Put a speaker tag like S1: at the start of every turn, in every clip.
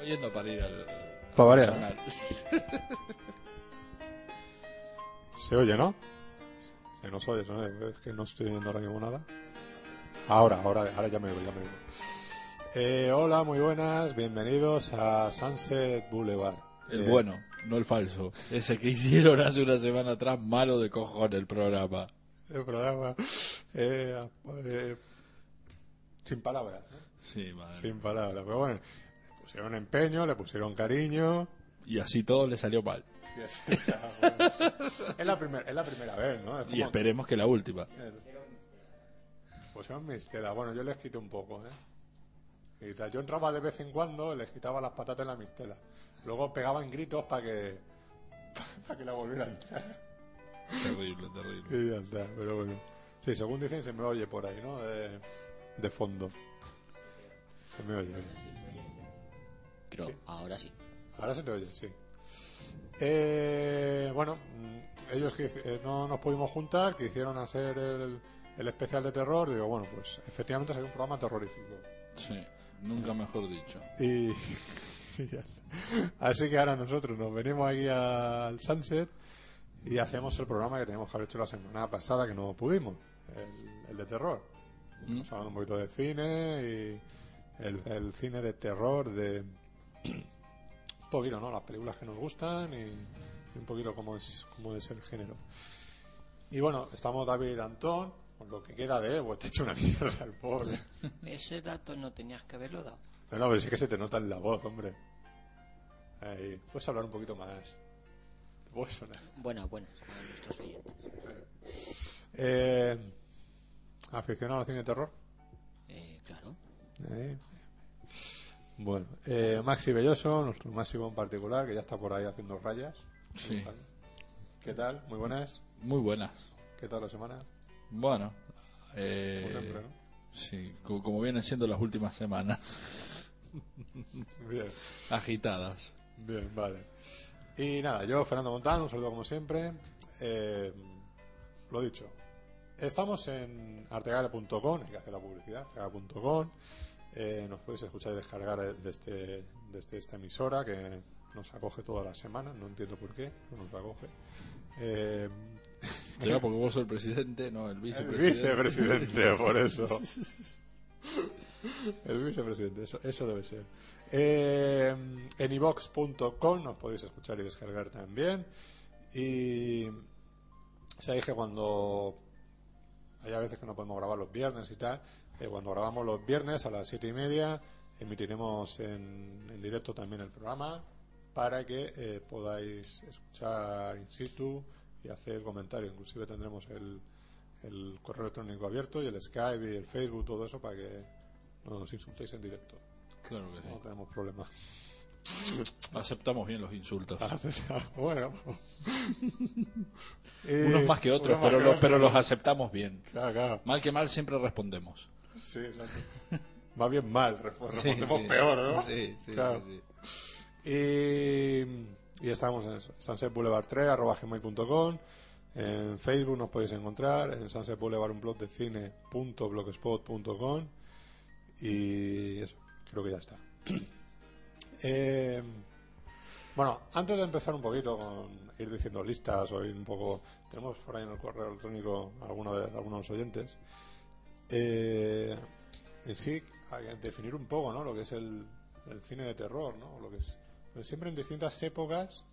S1: Oyendo para ir al.
S2: Pa' variar.
S1: personal.
S2: Se oye, ¿no? Se nos oye, ¿no? Es que no estoy viendo ahora mismo nada. Ahora, ahora, ahora ya me oigo, ya me oigo. Eh, hola, muy buenas, bienvenidos a Sunset Boulevard.
S1: El
S2: Eh,
S1: bueno, no el falso. Ese que hicieron hace una semana atrás, malo de cojón el programa.
S2: El programa. eh, eh, sin palabras, ¿no?
S1: Sí, madre.
S2: sin palabras. Pero bueno, le pusieron empeño, le pusieron cariño.
S1: Y así todo le salió mal.
S2: es, la primer- es la primera vez, ¿no? Es
S1: Y
S2: como-
S1: esperemos que la última.
S2: Pues son mis telas. Bueno, yo les quité un poco, ¿eh? Mientras yo entraba de vez en cuando, les quitaba las patatas en la mistela. Luego pegaban gritos para que para que la volvieran a entrar.
S1: Terrible, terrible.
S2: Y ya está, pero bueno. Sí, según dicen, se me oye por ahí, ¿no? De, de fondo. Se me oye.
S3: Creo, ahora sí.
S2: Ahora se te oye, sí. Eh, bueno, mm, ellos que hic- eh, no nos pudimos juntar, que hicieron hacer el, el especial de terror. Digo, bueno, pues efectivamente sería un programa terrorífico.
S1: Sí, nunca mejor dicho.
S2: Y, y ya está. así que ahora nosotros nos venimos aquí al Sunset y hacemos el programa que teníamos que haber hecho la semana pasada que no pudimos, el, el de terror. Estamos hablando un poquito de cine y el, el cine de terror de un poquito, ¿no? Las películas que nos gustan y, y un poquito cómo es, cómo es el género. Y bueno, estamos David Antón, con lo que queda de Evo, te he hecho una mierda el pobre.
S3: Ese dato no tenías que haberlo dado.
S2: No, no, pero sí que se te nota en la voz, hombre. Ahí. Puedes hablar un poquito más. Te Puedes sonar.
S3: Buenas, buenas a nuestros oyentes.
S2: Eh, ¿Aficionado al cine de terror?
S3: Eh, claro.
S2: Ahí. Bueno, eh, Maxi Belloso, nuestro máximo en particular, que ya está por ahí haciendo rayas.
S1: Sí.
S2: ¿Qué tal? Muy buenas.
S1: Muy buenas.
S2: ¿Qué tal la semana?
S1: Bueno. eh,
S2: Como siempre, ¿no?
S1: Sí, co- como vienen siendo las últimas semanas.
S2: Bien,
S1: Agitadas.
S2: bien, vale. Y nada, yo, Fernando Montán, un saludo como siempre. Eh, lo dicho, Estamos en artegala.com, hay que hacer la publicidad, artegala.com. Eh, nos podéis escuchar y descargar eh, desde, desde este, esta emisora que nos acoge toda la semana, no entiendo por qué, pero nos acoge. Eh,
S1: Será porque vos sos el presidente, no el
S2: el
S1: vicepresidente.
S2: vicepresidente, por eso. El vicepresidente, eso, eso debe ser. Eh, en ivox.com nos podéis escuchar y descargar también. Y sabéis que cuando hay a veces que no podemos grabar los viernes y tal, eh, cuando grabamos los viernes a las siete y media emitiremos en, en directo también el programa para que eh, podáis escuchar in situ y hacer comentarios. Inclusive tendremos el, el correo electrónico abierto y el Skype y el Facebook, todo eso para que no nos insultéis en directo.
S1: Claro que
S2: No
S1: sí.
S2: tenemos problemas.
S1: Aceptamos bien los
S2: Ah,
S1: insultos.
S2: bueno. Eh,
S1: Unos más que otros, pero, los, pero los aceptamos bien.
S2: Claro, claro.
S1: Mal que mal siempre respondemos.
S2: Sí, exacto. Más bien mal, refor- respondemos
S1: sí.
S2: peor, ¿no?
S1: Sí, sí,
S2: Claro.
S1: sí, sí.
S2: Y, y estamos en eso, Sunset Boulevard 3, arroba gmail.com. En Facebook nos podéis encontrar, en Sunset Boulevard un blog de cine punto blogspot.com. Y eso, creo que ya está. Eh, bueno, antes de empezar un poquito con ir diciendo listas o ir un poco. Tenemos por ahí en el correo electrónico alguno de, algunos oyentes. Eh, en sí, a- definir un poco, ¿no? Lo que es el, el cine de terror, ¿no? Lo que es. pero siempre en distintas épocas,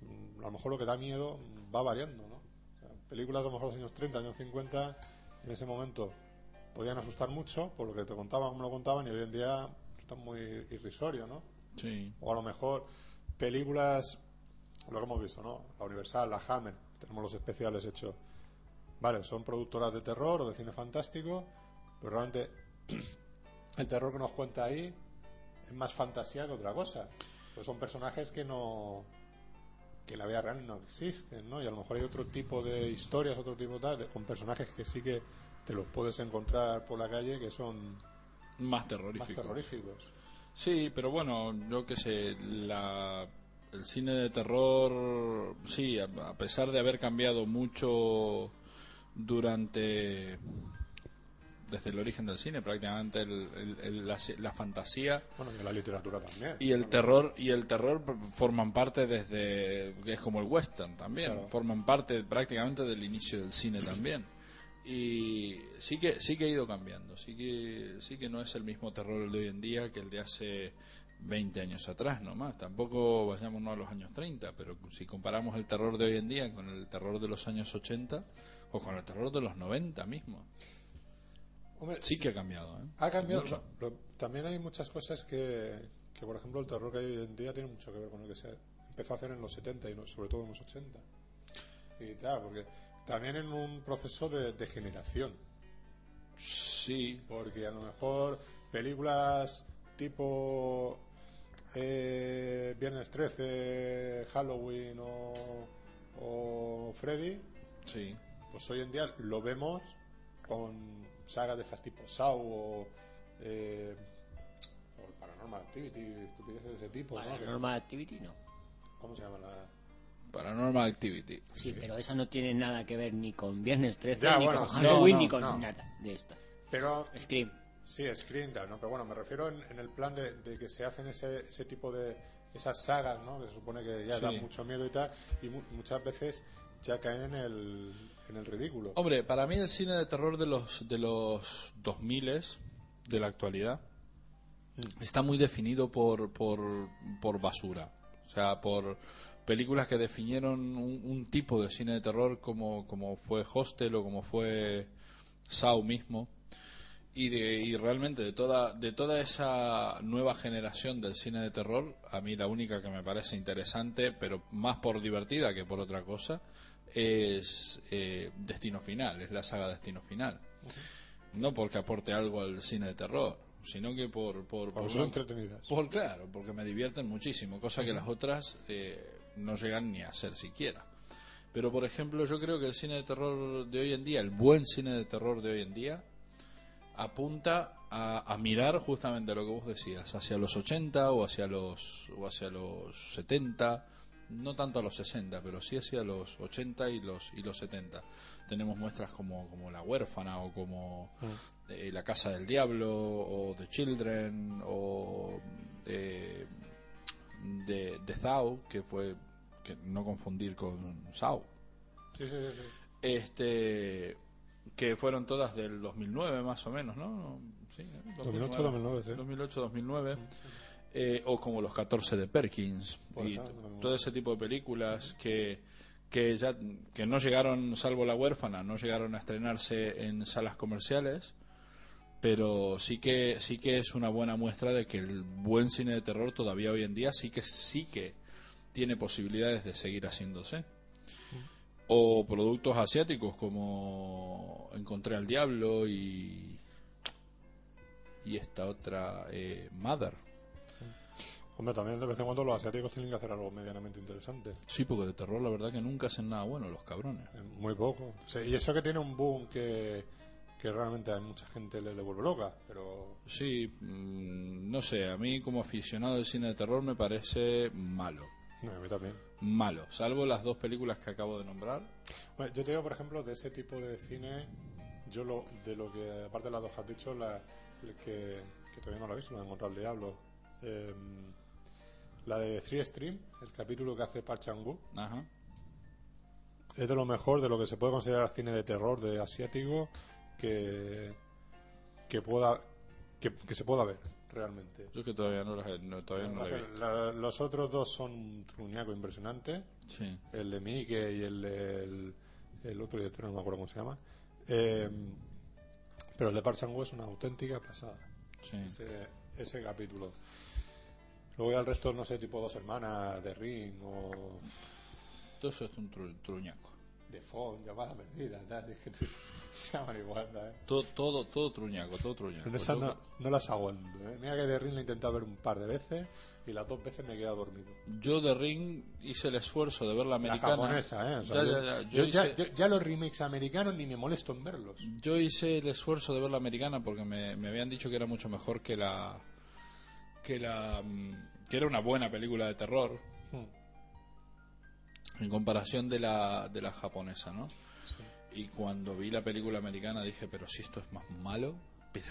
S2: mm, a lo mejor lo que da miedo mm, va variando, ¿no? O sea, películas de a lo mejor de los años 30, años 50, en ese momento podían asustar mucho por lo que te contaban, como lo contaban, y hoy en día están muy irrisorio, ¿no?
S1: Sí.
S2: o a lo mejor películas, lo que hemos visto, ¿no? La Universal, la Hammer, tenemos los especiales hechos. Vale, son productoras de terror o de cine fantástico, pero realmente el terror que nos cuenta ahí es más fantasía que otra cosa. Pues son personajes que no que en la vida real no existen, ¿no? Y a lo mejor hay otro tipo de historias, otro tipo tal, de- con personajes que sí que te los puedes encontrar por la calle que son
S1: Más
S2: más
S1: terroríficos.
S2: terroríficos.
S1: Sí, pero bueno, yo qué sé, la, el cine de terror, sí, a, a pesar de haber cambiado mucho durante, desde el origen del cine, prácticamente el- el- el- la, la fantasía
S2: Bueno, y en la literatura también.
S1: y el terror y el terror forman parte desde que es como el western también
S2: Claro.
S1: forman parte prácticamente del inicio del cine también y sí que sí que ha ido cambiando sí que sí que no es el mismo terror el de hoy en día que el de hace 20 años atrás nomás tampoco vayámonos a los años 30 pero si comparamos el terror de hoy en día con el terror de los años 80 o con el terror de los 90 mismo
S2: Hombre,
S1: sí que ha cambiado ¿eh?
S2: Ha cambiado.
S1: Mucho.
S2: lo- lo- también hay muchas cosas que, que, por ejemplo, el terror que hay hoy en día tiene mucho que ver con lo que se empezó a hacer en los 70 y no- sobre todo en los 80. Y tal, porque también en un proceso de degeneración.
S1: sí
S2: Porque a lo mejor películas tipo eh, Viernes 13, Halloween o, o Freddy,
S1: sí
S2: pues hoy en día lo vemos con sagas de estas tipo Saw o, eh, o el Paranormal Activity, estupideces de ese tipo, ¿no? Que-
S3: Paranormal Activity no.
S2: ¿Cómo se llama la...?
S1: Paranormal Activity
S3: Sí, pero esa no tiene nada que ver ni con Viernes 13,
S2: Ya,
S3: ni
S2: bueno,
S3: con
S2: sí,
S3: Halloween,
S2: no,
S3: ni con
S2: no.
S3: nada de esto.
S2: Pero
S3: Scream.
S2: sí, Scream, tal, ¿no? Pero bueno, me refiero en, en el plan de, de que se hacen ese, ese tipo de... Esas sagas, ¿no? Que se supone que ya
S1: Sí.
S2: dan mucho miedo y tal, y mu- muchas veces ya caen en el, en el ridículo.
S1: Hombre, para mí el cine de terror de los de los 2000 de la actualidad está muy definido por por por basura, o sea, por películas que definieron un, un tipo de cine de terror como como fue Hostel o como fue Saw mismo y de y realmente de toda de toda esa nueva generación del cine de terror a mí la única que me parece interesante pero más por divertida que por otra cosa es eh, Destino Final es la saga Destino Final no porque aporte algo al cine de terror sino que por por,
S2: Porque
S1: por
S2: son
S1: una-
S2: entretenidas.
S1: por claro porque me divierten muchísimo cosa que las otras eh, no llegan ni a ser siquiera pero por ejemplo yo creo que el cine de terror de hoy en día el buen cine de terror de hoy en día apunta a, a mirar justamente lo que vos decías, hacia los 80 o hacia los, o hacia los 70, no tanto a los 60, pero sí hacia los 80 y los, y los 70. Tenemos muestras como, como La huérfana o como eh, La casa del diablo o The Children o eh, de, de Thou, que fue, que no confundir con Saw
S2: Sí, sí, sí, sí.
S1: este que fueron todas del 2009 más o menos, ¿no? Sí,
S2: 2008, 2009, sí.
S1: 2008, 2009. eh, o como Los 14 de Perkins
S2: Por
S1: y
S2: ejemplo,
S1: t-
S2: también.
S1: todo ese tipo de películas que, que ya que no llegaron, salvo La huérfana, no llegaron a estrenarse en salas comerciales, pero sí que sí que es una buena muestra de que el buen cine de terror todavía hoy en día sí que sí que tiene posibilidades de seguir haciéndose
S2: Mm.
S1: o productos asiáticos como Encontré al Diablo y y esta otra eh, Mother
S2: Hombre, también de vez en cuando los asiáticos tienen que hacer algo medianamente interesante.
S1: sí porque de terror la verdad que nunca hacen nada bueno los cabrones
S2: Eh, Muy poco. O sea, y eso que tiene un boom que, que realmente a mucha gente le, le vuelve loca, pero
S1: sí mm, no sé a mí como aficionado del cine de terror me parece malo
S2: no, a mí también.
S1: malo salvo las dos películas que acabo de nombrar
S2: Bueno, yo te digo, por ejemplo, de ese tipo de cine, yo lo, de lo que, aparte de las dos que has dicho, la, el que, que todavía no lo he visto, la de Encontrar el Diablo, eh, la de Three Stream, el capítulo que hace Park Chan-wook,
S1: ajá
S2: es de lo mejor de lo que se puede considerar cine de terror de asiático que, que pueda que, que se pueda ver realmente.
S1: yo que todavía no las he- no, todavía no la he visto
S2: La- los otros dos son un truñaco impresionante,
S1: sí
S2: el de Mickey y el, de- el, el otro director, no me acuerdo cómo se llama. Eh, pero el de Park Chan-wook es una auténtica pasada,
S1: sí
S2: ese, ese capítulo. Luego ya el resto, no sé, tipo Dos Hermanas, de Ring o
S1: todo eso es un tru- truñaco
S2: de Fon, Llamada Perdida, tal, es que se llaman igual, tal, ¿eh?
S1: todo todo todo truñaco todo truñaco
S2: Pero esas
S1: Pues Yo-
S2: no, no las aguanto. ¿eh? Mira que de Ring la he intentado ver un par de veces y las dos veces me he quedado dormido.
S1: Yo de Ring hice el esfuerzo de ver la
S2: La
S1: americana.
S2: japonesa, ¿eh? O sea,
S1: ya,
S2: yo,
S1: ya, ya. Yo,
S2: yo ya-
S1: hice,
S2: yo- ya los remakes americanos ni me molesto en verlos.
S1: yo hice el esfuerzo de ver la americana porque me, me habían dicho que era mucho mejor que la que la mm, que era una buena película de terror en comparación de la de la japonesa, ¿no? Y cuando vi la película americana dije, pero si esto es más malo, pero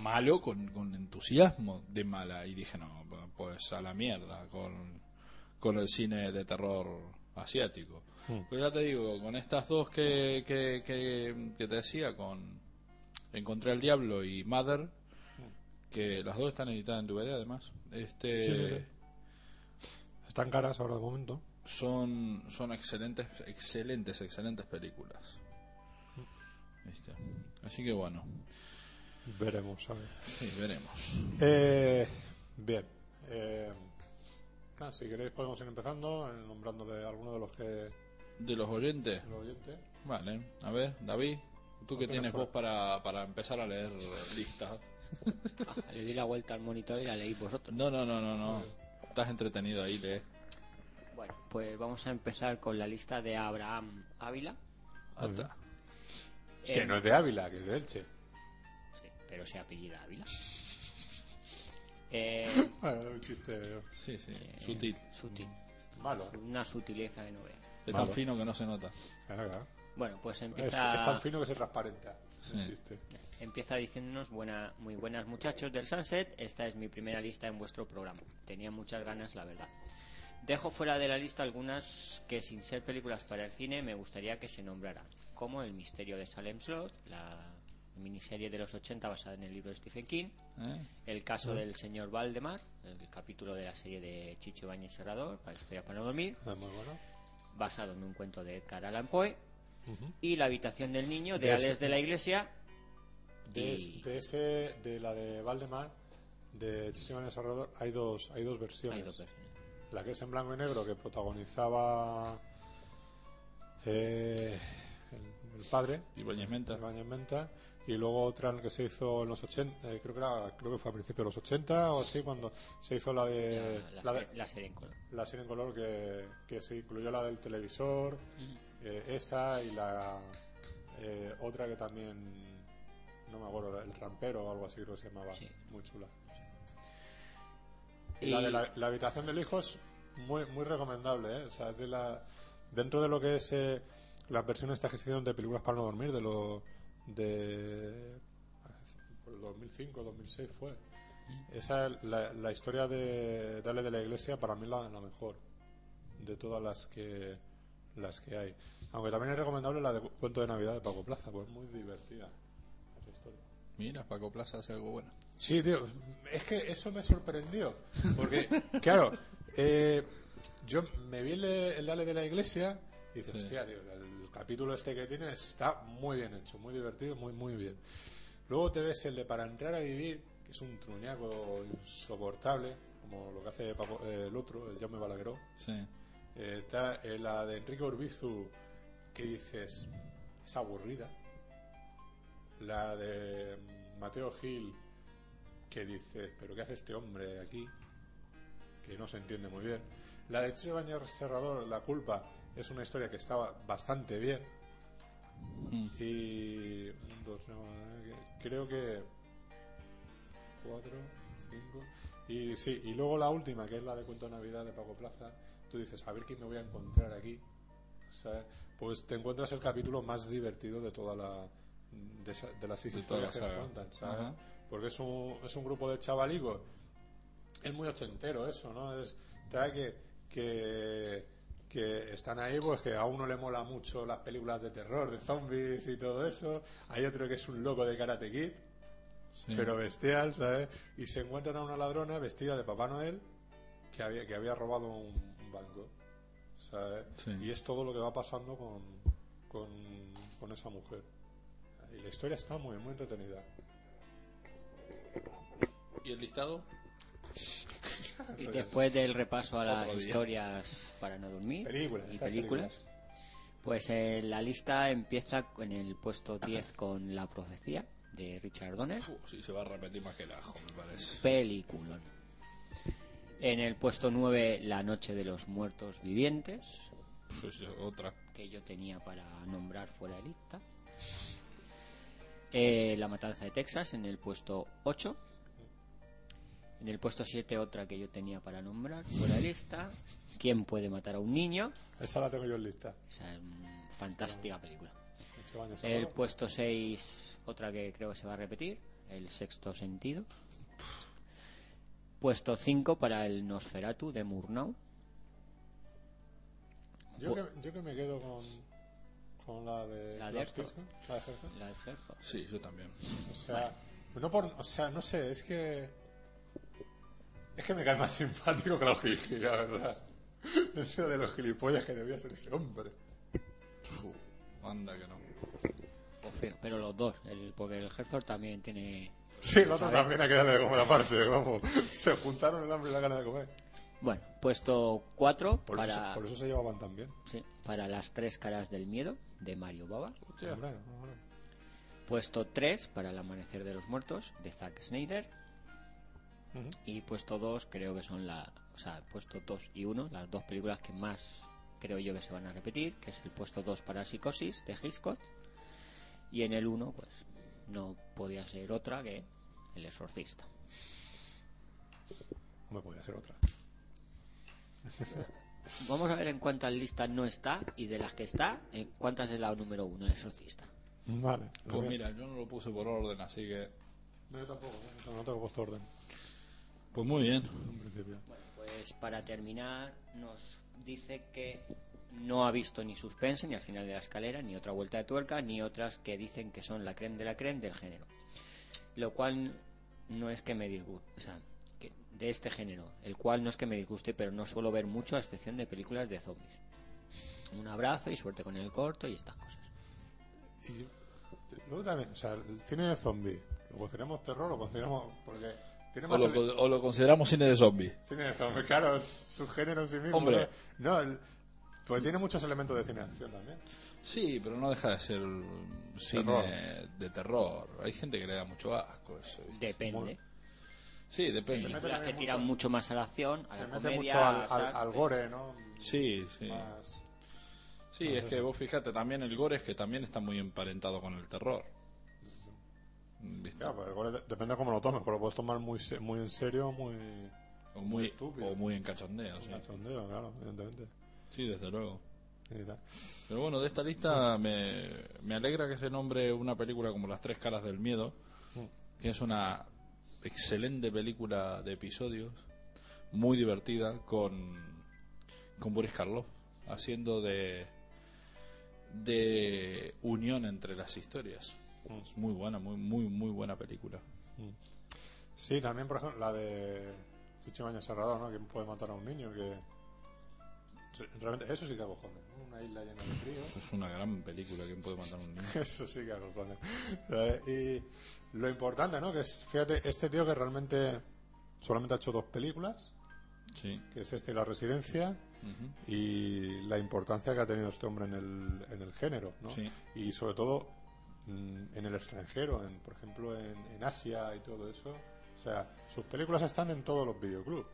S1: malo con, con entusiasmo de mala. Y dije, no, pues a la mierda con, con el cine de terror asiático.
S2: Hmm.
S1: Pero ya te digo, con estas dos que, que, que, que te decía, con Encontré al Diablo y Mother, que las dos están editadas en DVD además, este,
S2: Sí, sí, sí. Están caras ahora de momento.
S1: Son, son excelentes, excelentes, excelentes películas. ¿Viste? Así que bueno,
S2: Veremos, a ver.
S1: sí, veremos.
S2: Eh, bien. Eh, nada, si queréis podemos ir empezando, eh, nombrando de alguno de los que de
S1: ¿De los oyentes?
S2: los oyentes.
S1: Vale, a ver, David, tú que
S2: tienes
S1: tienes
S2: por-
S1: voz para, para empezar a leer listas.
S3: Ah, le di la vuelta al monitor y la leí vosotros.
S1: No, no, no, no, no. Estás entretenido ahí, lee.
S3: Bueno, pues vamos a empezar con la lista de Abraham Ávila.
S1: Ah, está.
S3: Eh,
S2: Que no es de Ávila, que es de Elche.
S3: sí, pero se apellida Ávila. Eh,
S2: Bueno, Ah, un chiste
S1: Sí, sí,
S3: eh,
S1: sutil.
S3: Sutil.
S2: malo.
S3: Una sutileza que no veas.
S1: Es tan
S2: Malo.
S1: fino que no se nota.
S2: Claro, Ah, claro.
S3: Bueno, pues
S2: Es,
S3: empieza...
S2: es tan fino que se transparenta.
S1: Sí.
S2: El chiste.
S3: Empieza diciéndonos buena, muy buenas muchachos del Sunset, esta es mi primera lista en vuestro programa. Tenía muchas ganas, la verdad. Dejo fuera de la lista algunas que sin ser películas para el cine me gustaría que se nombraran, como El misterio de Salem Slot, la miniserie de los 80 basada en el libro de Stephen King,
S1: ¿Eh?
S3: El caso del señor Valdemar, el capítulo de la serie de Chicho Bañez Serrador, para historias para no dormir,
S2: Ah, muy bueno.
S3: basado en un cuento de Edgar Allan Poe,
S2: Ujú.
S3: y La habitación del niño de
S2: Es-
S3: Alex de la Iglesia,
S2: De,
S3: Y-
S2: de ese, de la de Valdemar, de Chisimán Desarrollador, hay dos, hay dos versiones.
S3: Hay dos versiones.
S2: La que es en blanco y negro, que protagonizaba eh, el, el padre,
S1: Ibáñez Menta.
S2: Ibáñez Menta, y luego otra en la que se hizo en los 80, eh, creo, que era- creo que fue a principios de los 80 o así, cuando se hizo la de
S3: la,
S2: Eh, la,
S3: la,
S2: de-
S3: se- la serie en color.
S2: la serie en color que, que se incluyó la del televisor, eh, esa y la eh, otra que también, no me acuerdo, el rampero o algo así creo que se llamaba,
S3: Sí.
S2: muy chula.
S3: Y-
S2: Y la de la, la habitación del hijo es muy, muy recomendable, ¿eh? O sea, es de la, dentro de lo que es eh, las versiones estas que se hicieron de películas para no dormir, de lo de por el 2005, 2006 fue. Esa es la, la historia de Dale de la Iglesia para mí la, la mejor de todas las que las que hay. Aunque también es recomendable la de cu- cuento de Navidad de Paco Plaza, pues es muy divertida. esa historia.
S1: Mira, Paco Plaza hace algo bueno.
S2: Sí, tío, es que eso me sorprendió. Porque, claro, eh, yo me vi el, el Dale de la Iglesia y dices,
S1: Sí.
S2: hostia, tío, el capítulo este que tiene está muy bien hecho, muy divertido, muy, muy bien. Luego te ves el de Para entrar a vivir, que es un truñaco insoportable, como lo que hace Paco- eh, el otro, el Jaume Balagueró.
S1: Sí.
S2: Eh, está eh, la de Enrique Urbizu, que dices, es aburrida. La de mm, Mateo Gil, que dices, pero ¿qué hace este hombre aquí? Que no se entiende muy bien. La de Chile Bañar Serrador, La culpa, es una historia que estaba bastante bien.
S1: Mm.
S2: Y. un, dos, no, eh, creo que. Cuatro, cinco. Y sí, y luego la última, que es la de Cuento de Navidad de Paco Plaza. Tú dices, a ver quién me voy a encontrar aquí. ¿sabes? Pues te encuentras el capítulo más divertido de toda la. de, esa- de las seis
S1: De toda la
S2: historias que
S1: saga.
S2: cuentan, ¿sabes?
S1: Ajá.
S2: Porque es un, es un grupo de chavaligos. Es muy ochentero eso, ¿no? Es tal que, que, que están ahí, pues que a uno le mola mucho las películas de terror, de zombies y todo eso. Hay otro que es un loco de Karate Kid,
S1: Sí.
S2: pero bestial, ¿sabes? Y se encuentran a una ladrona vestida de Papá Noel que había, que había robado un, un banco, ¿sabes?
S1: Sí.
S2: Y es todo lo que va pasando con, con, con esa mujer. Y la historia está muy, muy entretenida.
S1: ¿Y el listado?
S3: Y después del repaso a las
S1: Otro día.
S3: historias para no dormir
S2: Películas,
S3: y
S2: estas
S3: películas,
S2: películas.
S3: pues eh, la lista empieza en el puesto 10 con La profecía de Richard Donner.
S1: Uf, sí, se va a repetir más que el ajo, me parece.
S3: Peliculón. En el puesto 9, La noche de los muertos vivientes,
S1: Pues sí, otra.
S3: que yo tenía para nombrar fuera de lista. Eh, la matanza de Texas en el puesto 8. En el puesto 7 otra que yo tenía para nombrar fuera de lista. ¿Quién puede matar a un niño?
S2: Esa la tengo yo en lista.
S3: Esa es una fantástica película.
S2: Ocho años
S3: El
S2: ahora.
S3: puesto 6, otra que creo que se va a repetir, El sexto sentido. Puesto 5 para el Nosferatu de Murnau.
S2: Yo que, yo que me quedo con, con la de.
S3: La de
S2: Lars
S3: Herzog.
S2: Kirchner, La de Herzog.
S3: La de Herzog.
S1: Sí, yo también.
S2: O sea, pues no por, o sea, no sé, es que. Es que me cae más simpático que la Gigi, la verdad. Es uno de los gilipollas que debía ser ese hombre.
S1: Uf, anda que no.
S3: Confío, Pero los dos, el, porque el Herzog también tiene...
S2: Sí, el otro también ha quedado de comer aparte, vamos. Se juntaron el hambre y la gana de comer.
S3: Bueno, puesto 4
S2: Por,
S3: para,
S2: eso, por eso se llevaban tan bien.
S3: sí, para Las tres caras del miedo de Mario Baba.
S2: Hombre, hombre.
S3: Puesto 3 para El amanecer de los muertos de Zack Snyder.
S2: Ujú.
S3: Y puesto 2 creo que son la... O sea, puesto 2 y 1, las dos películas que más creo yo que se van a repetir, que es el puesto 2 para Psicosis de Hitchcock. Y en el 1, pues, no podía ser otra que El exorcista.
S2: No me podía hacer otra.
S3: Vamos a ver en cuántas listas no está y de las que está, en cuántas es la número 1, El exorcista.
S2: Vale.
S1: Pues mira, yo no lo puse por orden, así que...
S2: No, yo tampoco, ¿eh? no, no tengo puesto orden.
S1: Pues muy bien.
S2: En principio.
S3: Bueno, pues para terminar nos dice que no ha visto ni suspense, ni al final de la escalera, ni otra vuelta de tuerca, ni otras que dicen que son la creme de la creme del género. Lo cual no es que me disguste, o sea, que de este género, el cual no es que me disguste, pero no suelo ver mucho a excepción de películas de zombies. Un abrazo y suerte con el corto y estas cosas.
S2: Y yo- luego también, o sea, el cine de zombie, ¿lo consideramos terror o consideramos.? Porque tiene
S1: O
S2: más.
S1: lo,
S2: ele-
S1: o lo consideramos cine de zombies.
S2: Cine de zombie, claro, es su género en sí mismo.
S1: Hombre.
S2: No, No, el- pues tiene muchos elementos de cine de acción también.
S1: Sí, pero no deja de ser mm, cine
S2: Terror.
S1: de terror. Hay gente que le da mucho asco eso. ¿viste?
S3: Depende.
S1: Sí,
S2: pues
S1: depende.
S3: Películas que tiran mucho más a la acción, a
S2: Se
S3: la
S2: mete
S3: comedia,
S2: mucho al,
S3: a-
S2: al- al gore, ¿no?
S1: Sí, sí.
S2: Más-
S1: Sí,
S2: ah,
S1: es que vos fíjate, también el gore es que también está muy emparentado con el terror. ¿Viste?
S2: Claro, pues el gore de- depende de cómo lo tomes, pero lo puedes tomar muy, se- muy en serio, muy.
S1: O muy,
S2: estúpido.
S1: o muy en cachondeo,
S2: muy
S1: sí.
S2: cachondeo, claro, evidentemente.
S1: Sí, desde luego.
S2: Y tal.
S1: Pero bueno, de esta lista me, me alegra que se nombre una película como Las Tres Caras del Miedo,
S2: Mm.
S1: que es una excelente película de episodios, muy divertida, con, con Boris Karloff, haciendo de, de unión entre las historias.
S2: Mm.
S1: Es muy buena, muy, muy, muy buena película.
S2: Sí, también, por ejemplo, la de Chicho Baña Serrador, ¿no? Que puede matar a un niño, que... Re- Realmente, eso sí que acojones. Una isla llena de frío.
S1: Es una gran película que puede matar a un niño.
S2: Eso sí que acojones. Eh, Y lo importante, ¿no? Que es, fíjate, este tío que realmente solamente ha hecho dos películas,
S1: Sí.
S2: que es este y La Residencia,
S1: Ujú.
S2: y la importancia que ha tenido este hombre en el, en el género, ¿no?
S1: Sí.
S2: Y sobre todo mm, en el extranjero, en, por ejemplo en, en Asia y todo eso. O sea, sus películas están en todos los videoclubs.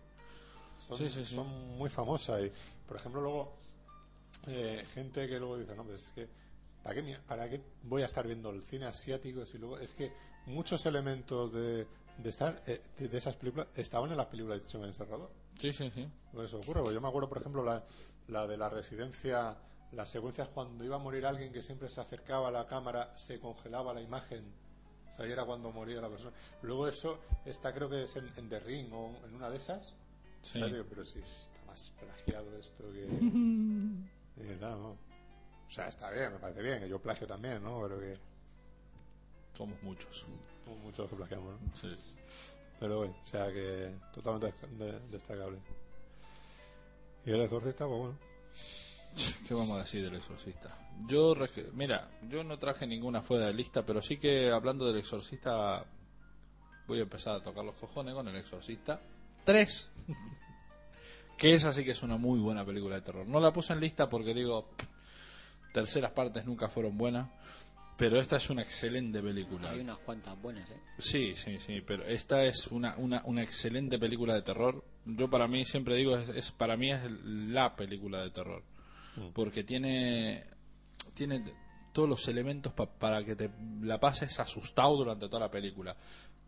S2: Son,
S1: Sí, sí, sí.
S2: son muy famosas y, por ejemplo, luego eh, gente que luego dice, no, pues es que ¿para qué, mi- ¿para qué voy a estar viendo el cine asiático si luego es que muchos elementos de, de estar eh, de, de esas películas estaban en las películas de Chicho Encerrador?
S1: Sí, sí, sí.
S2: Pues eso ocurre, porque yo me acuerdo, por ejemplo, la, la de la residencia, las secuencias cuando iba a morir alguien que siempre se acercaba a la cámara, se congelaba la imagen, o sea, y era cuando moría la persona. Luego eso, esta creo que es en, en The Ring o en una de esas,
S1: Sí.
S2: Ya digo, pero si está más plagiado esto que... Eh, nada, no. O sea, está bien, me parece bien, que yo plagio también, ¿no? Pero que
S1: Somos muchos.
S2: somos muchos que plagiamos, ¿no?
S1: Sí.
S2: Pero bueno, o sea que totalmente des- de- destacable. Y el exorcista, pues bueno.
S1: ¿Qué vamos a decir del exorcista? Yo, re- mira, yo no traje ninguna fuera de lista, pero sí que hablando del exorcista, voy a empezar a tocar los cojones con el exorcista 3. que esa sí que es una muy buena película de terror. No la puse en lista porque digo, terceras partes nunca fueron buenas, pero esta es una excelente película.
S3: Hay unas cuantas buenas, ¿eh?
S1: Sí, sí, sí, pero esta es una, una, una excelente película de terror. Yo para mí siempre digo, es, es- para mí es la película de terror. Porque tiene, tiene todos los elementos pa- para que te la pases asustado durante toda la película.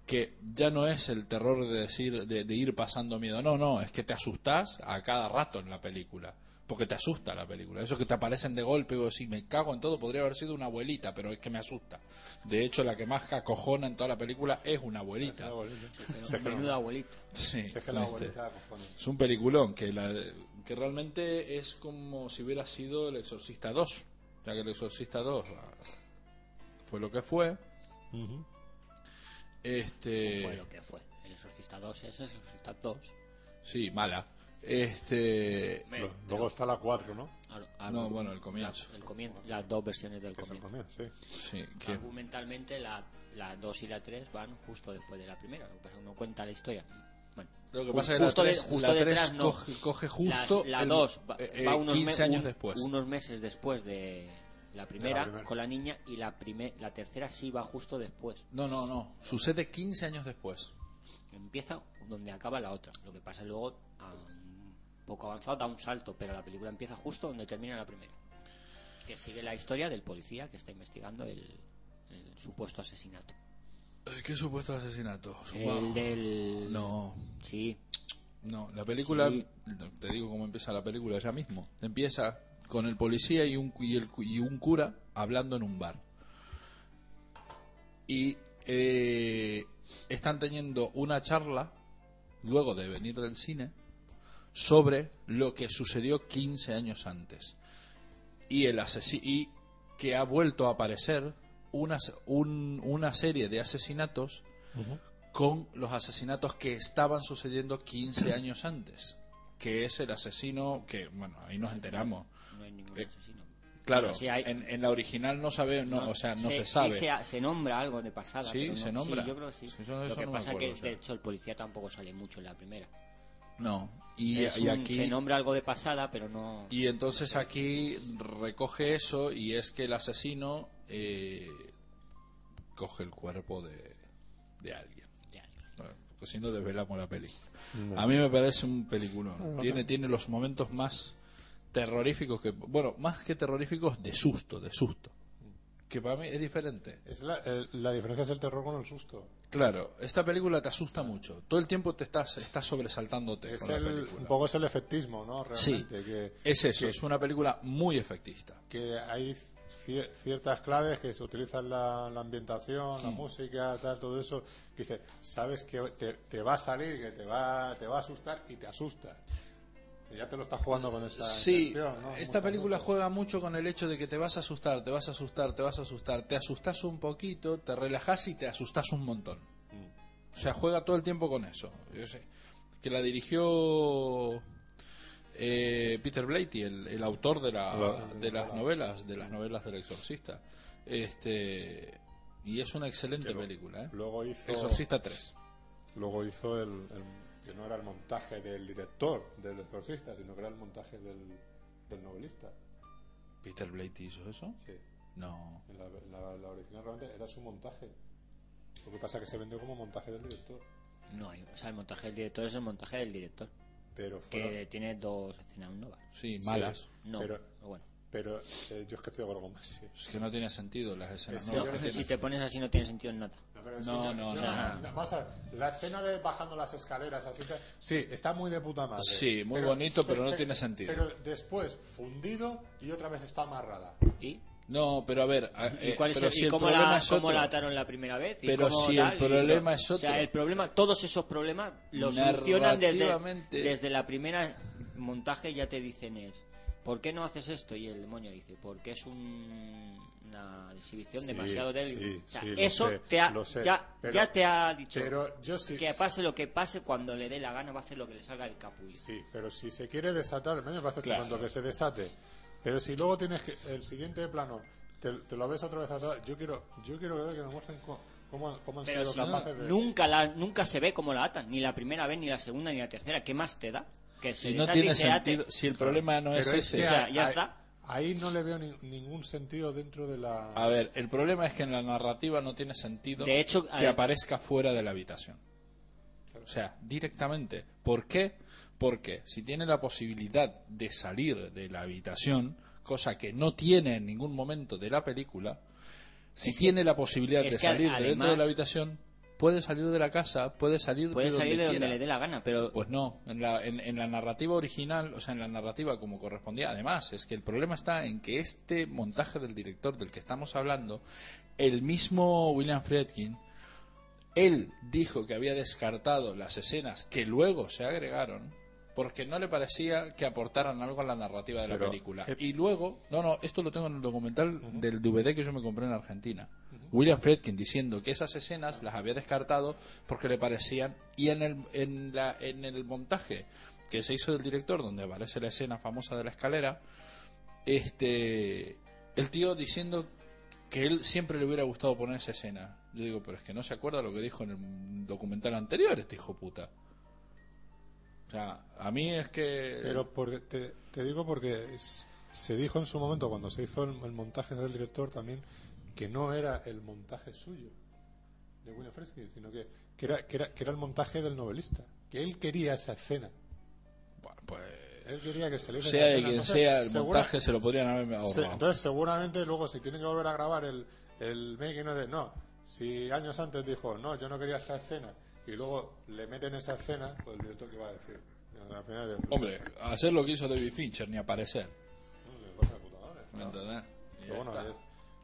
S1: Que ya no es el terror de decir, de, de ir pasando miedo. No, no, es que te asustás a cada rato en la película. Porque te asusta la película. Eso que te aparecen de golpe, y vos decís, me cago en todo, podría haber sido una abuelita, pero es que me asusta. De hecho, la que más cacojona en toda la película es una abuelita.
S3: Pero
S2: Si es que no-
S3: menudo abuelito.
S1: Sí,
S2: si es que la
S1: ¿viste?
S2: abuelita, cojones.
S1: Es un peliculón que, la, que realmente es como si hubiera sido El Exorcista 2, ya que El Exorcista 2 ah, fue lo que fue. Este,
S3: Fue lo que fue. El Exorcista 2 es el Exorcista 2.
S1: sí, mala. Este,
S3: Me-
S2: Lo- Luego está la 4, ¿no?
S3: Ar- ar-
S1: no, bueno, el comienzo.
S3: ah, el comienzo, las dos versiones del
S2: Que es el
S3: comienzo.
S2: comienzo, sí.
S1: sí,
S3: Ah,
S1: que
S3: Argumentalmente, la, la 2 y la 3 van justo después de la primera. Lo que pasa es que uno cuenta la historia. Bueno,
S1: Lo que
S3: ju-
S1: pasa es que la
S3: justo de-
S1: tres-
S3: justo
S1: la tres
S3: detrás no.
S1: coge- coge justo
S3: La, la
S1: el-
S3: 2 va,
S1: eh, eh,
S3: va unos, me-
S1: 15 años
S3: un-
S1: después.
S3: unos meses después de la primera,
S2: primera.
S3: con la niña y la, prime- la tercera sí va justo después.
S1: no, no, no, sucede 15 años después.
S3: Empieza donde acaba la otra. Lo que pasa luego, a un poco avanzado, da un salto, pero la película empieza justo donde termina la primera. Que sigue la historia del policía que está investigando el, el supuesto asesinato.
S1: Eh, ¿Qué supuesto asesinato?
S3: El del...
S1: No,
S3: Sí,
S1: No, la película,
S3: Sí.
S1: no, te digo cómo empieza la película ya mismo. Empieza con el policía y un, cu- y el cu- y un cura hablando en un bar. Y eh, están teniendo una charla, luego de venir del cine, sobre lo que sucedió 15 años antes. Y, el asesi- y que ha vuelto a aparecer una, s- un- una serie de asesinatos con los asesinatos que estaban sucediendo 15 años antes, que es el asesino que, bueno, ahí nos enteramos.
S3: no hay ningún
S1: Eh,
S3: asesino.
S1: Claro,
S3: Pero sí hay-
S1: en, en la original no sabe, no, o sea, no se,
S3: sí,
S1: sabe.
S3: se, ha- se nombra algo de pasada.
S1: Sí,
S3: pero no-
S1: se nombra.
S3: sí, yo creo que sí.
S1: Sí, yo de
S3: Lo
S1: eso
S3: que
S1: no me
S3: pasa
S1: acuerdo,
S3: que,
S1: o sea.
S3: de hecho, el policía tampoco sale mucho en la primera.
S1: No, y,
S3: Es
S1: y
S3: un- Se
S1: aquí...
S3: nombra algo de pasada, pero no...
S1: Y entonces aquí recoge eso y es que el asesino eh, coge el cuerpo de, de alguien.
S3: Ya.
S1: Bueno, Porque si no desvelamos la película. A mí me parece un peliculón. Tiene, tiene los momentos más terroríficos que... Bueno, más que terroríficos, de susto, de susto. Que para mí es diferente.
S2: Es la, el- la diferencia es el terror con el susto.
S1: Claro, esta película te asusta mucho. Todo el tiempo te estás, estás sobresaltándote
S2: Es
S1: con la
S2: el-
S1: película.
S2: un poco es el efectismo, ¿no?
S1: Sí,
S2: Realmente, que,
S1: es eso, es una película muy efectista.
S2: que hay cier- ciertas claves que se utilizan la, la ambientación,
S1: Mm.
S2: la música, tal, todo eso. Que dices, sabes que te, te va a salir, que te va, te va a asustar y te asusta. Ya te lo estás jugando con esa.
S1: Sí,
S2: intención, ¿no?
S1: esta
S2: Muchas
S1: película
S2: veces.
S1: juega mucho con el hecho de que te vas a asustar, te vas a asustar, te vas a asustar, te asustas un poquito, te relajas y te asustas un montón.
S2: Mm.
S1: O sea, juega todo el tiempo con eso. Yo sé. Que la dirigió eh, Peter Blatty, el, el autor de, la-
S2: La-
S1: de las novelas, de las novelas del Exorcista. Este y es una excelente
S2: Que lo-
S1: película. ¿eh?
S2: Luego hizo.
S1: Exorcista 3.
S2: Luego hizo el, el- que no era el montaje del director del exorcista, sino que era el montaje del, del novelista.
S1: Peter Blatty hizo eso.
S2: Sí.
S1: No.
S2: En La, en la- la original realmente era su montaje. Lo que pasa es que se vendió como montaje del director.
S3: No, hay- o sea, el montaje del director es el montaje del director.
S2: Pero
S3: Que
S2: fuera-
S3: tiene dos escenas nuevas.
S1: Sí,
S2: Sí.
S1: malas.
S3: No,
S2: Pero-
S3: pero bueno.
S2: Pero eh, yo es que estoy de acuerdo con Maxi.
S1: Es que no tiene sentido las escenas.
S2: Sí,
S1: no,
S2: yo creo que
S1: tiene-
S3: Si te pones así no tiene sentido en nada.
S1: No, no, no, no.
S2: Vas a- la escena de bajando las escaleras, así que. Sí, está muy de puta madre.
S1: Sí, muy bonito, pero no tiene sentido.
S2: Pero después fundido y otra vez está amarrada.
S3: ¿Y,
S1: No, pero a ver, a-
S3: ¿Y
S1: eh,
S3: cuál es
S1: pero
S3: el- y
S1: si el
S3: cómo,
S1: problema
S3: la,
S1: es
S3: cómo
S1: otro.
S3: la ataron la primera vez? y
S1: Pero
S3: cómo
S1: si
S3: tal,
S1: el
S3: y-
S1: problema es
S3: O sea,
S1: otro.
S3: el problema, todos esos problemas los solucionan desde,
S1: Narrativamente.
S3: desde la primera montaje, ya te dicen es, ¿por qué no haces esto? Y el demonio dice, porque es un- una exhibición
S2: Sí,
S3: demasiado débil.
S2: sí,
S3: o sea,
S2: sí, lo
S3: eso
S2: sé,
S3: te ha,
S2: lo sé,
S3: ya,
S2: pero-
S3: ya te ha dicho
S2: Pero yo sí.
S3: que pase lo que pase, cuando le dé la gana va a hacer lo que le salga del capullo.
S2: Sí, pero si se quiere desatar, a mí me parece
S1: Claro.
S2: cuando que se desate. Pero si luego tienes que, el siguiente plano, te, te lo ves otra vez atado, yo quiero, yo quiero ver que me muestren co- cómo, cómo han
S3: Pero
S2: sido
S3: si
S2: capaces de.
S3: nunca, la, nunca se ve cómo la atan, ni la primera vez, ni la segunda, ni la tercera. ¿Qué más te da? Que se
S1: Si no
S3: desate y
S1: tiene
S3: se ate.
S1: sentido, si el problema no
S2: Pero
S1: es
S2: es
S1: ese.
S2: que
S3: O sea,
S2: ahí-
S3: ya
S2: ahí-
S3: está.
S2: Ahí no le veo ni- ningún sentido dentro de la.
S1: A ver, el problema es que en la narrativa no tiene sentido
S3: De hecho,
S1: que
S3: a-
S1: aparezca fuera de la habitación. O sea, directamente. ¿Por qué? Porque si tiene la posibilidad de salir de la habitación, cosa que no tiene en ningún momento de la película, si tiene la posibilidad
S3: es
S1: de
S3: que ad-
S1: salir de dentro de
S3: además-
S1: la habitación, puede salir de la casa, puede salir
S3: Puede
S1: de donde
S3: salir de donde
S1: quiera.
S3: le dé la gana, pero
S1: Pues no, en la, en, en la narrativa original, o sea, en la narrativa como correspondía, además, es que el problema está en que este montaje del director del que estamos hablando, el mismo William Friedkin, él dijo que había descartado las escenas que luego se agregaron porque no le parecía que aportaran algo a la narrativa de
S2: Pero,
S1: la película.
S2: eh,
S1: y luego, no, no, esto lo tengo en el documental del DVD que yo me compré en Argentina. William Friedkin diciendo que esas escenas las había descartado porque le parecían y en el en la en el montaje que se hizo del director donde aparece la escena famosa de la escalera, este el tío diciendo que él siempre le hubiera gustado poner esa escena. Yo digo, pero es que no se acuerda lo que dijo en el documental anterior este hijo puta. O sea, a mí es que
S2: Pero porque, te, te digo porque es- se dijo en su momento, cuando se hizo el, el montaje del director también, que no era el montaje suyo de William Friedkin, sino que, que, era, que, era, que era el montaje del novelista, que él quería esa escena.
S1: bueno, pues
S2: Él quería que saliera esa
S1: sea de
S2: escena,
S1: quien
S2: no sé,
S1: sea el
S2: segura-
S1: montaje se lo podrían haber
S2: se-
S1: ahorrado.
S2: entonces seguramente luego si tienen que volver a grabar el, el making of de no, si años antes dijo no, yo no quería esta escena y luego le meten esa escena, pues el director que va a decir. Al final de-
S1: Hombre, hacer lo que hizo David Fincher ni aparecer,
S2: "No, cosa de puta madre".
S1: ¿me entendés?
S2: Pero bueno, ahí-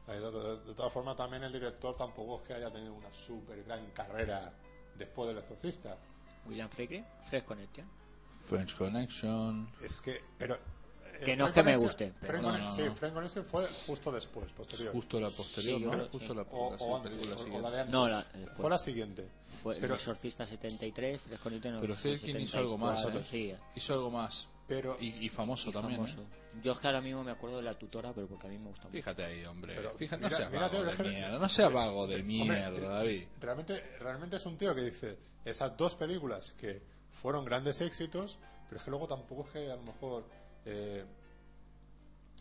S2: ahí de, de- de todas formas también el director tampoco es que haya tenido una super gran carrera después del exorcista.
S3: William Freakley, Fresh Connection.
S1: French Connection.
S2: Es que, pero... eh,
S3: Que no
S2: Frank
S3: es que me
S2: Connection-
S3: guste, pero-
S2: Frank
S1: No,
S2: Conne-
S1: no,
S2: sí,
S1: no.
S2: Frank Connection fue justo después, posterior.
S1: Justo la posterior,
S3: Sí,
S1: ¿no?
S3: hombre,
S1: Justo
S3: sí.
S1: la,
S2: o,
S1: la
S2: o antes,
S1: película
S2: o- o
S1: siguiente.
S2: la de antes.
S3: No, la- después.
S2: fue la siguiente.
S3: Fue el
S2: pero,
S3: Exorcista 73, Fresh Connection.
S1: Pero Friedkin hizo algo más,
S3: 74,
S1: ¿eh?
S3: Sí,
S1: Hizo algo más.
S2: pero,
S1: Y, y famoso también. ¿eh?
S3: famoso. Yo es que ahora mismo me acuerdo de la tutora, pero porque a mí me gusta mucho.
S1: Fíjate ahí, hombre.
S2: Pero
S1: Fíjate,
S2: mira-
S1: no seas
S2: mira,
S1: vago
S2: tengo que
S1: de
S2: hacer-
S1: mierda. No seas vago de
S2: hombre,
S1: mierda,
S2: te-
S1: David.
S2: realmente, realmente es un tío que dice, esas dos películas que fueron grandes éxitos, pero es que luego tampoco es que a lo mejor eh,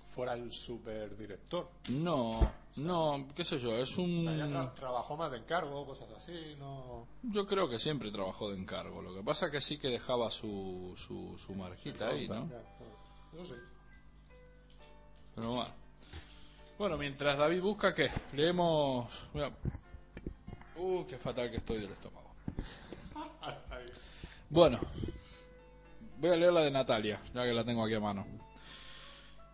S2: fuera el super director.
S1: No, no, qué sé yo, es
S2: O sea, ya
S1: un...
S2: tra- trabajó más de encargo, cosas así, no...
S1: Yo creo que siempre trabajó de encargo. Lo que pasa que sí que dejaba su, su, su marquita ahí, ¿no?
S2: Ya, no sé.
S1: Pero bueno. Bueno, mientras David busca, ¿qué? Leemos... Mira. Uh, qué fatal que estoy del estómago. Bueno. Voy a leer la de Natalia, ya que la tengo aquí a mano.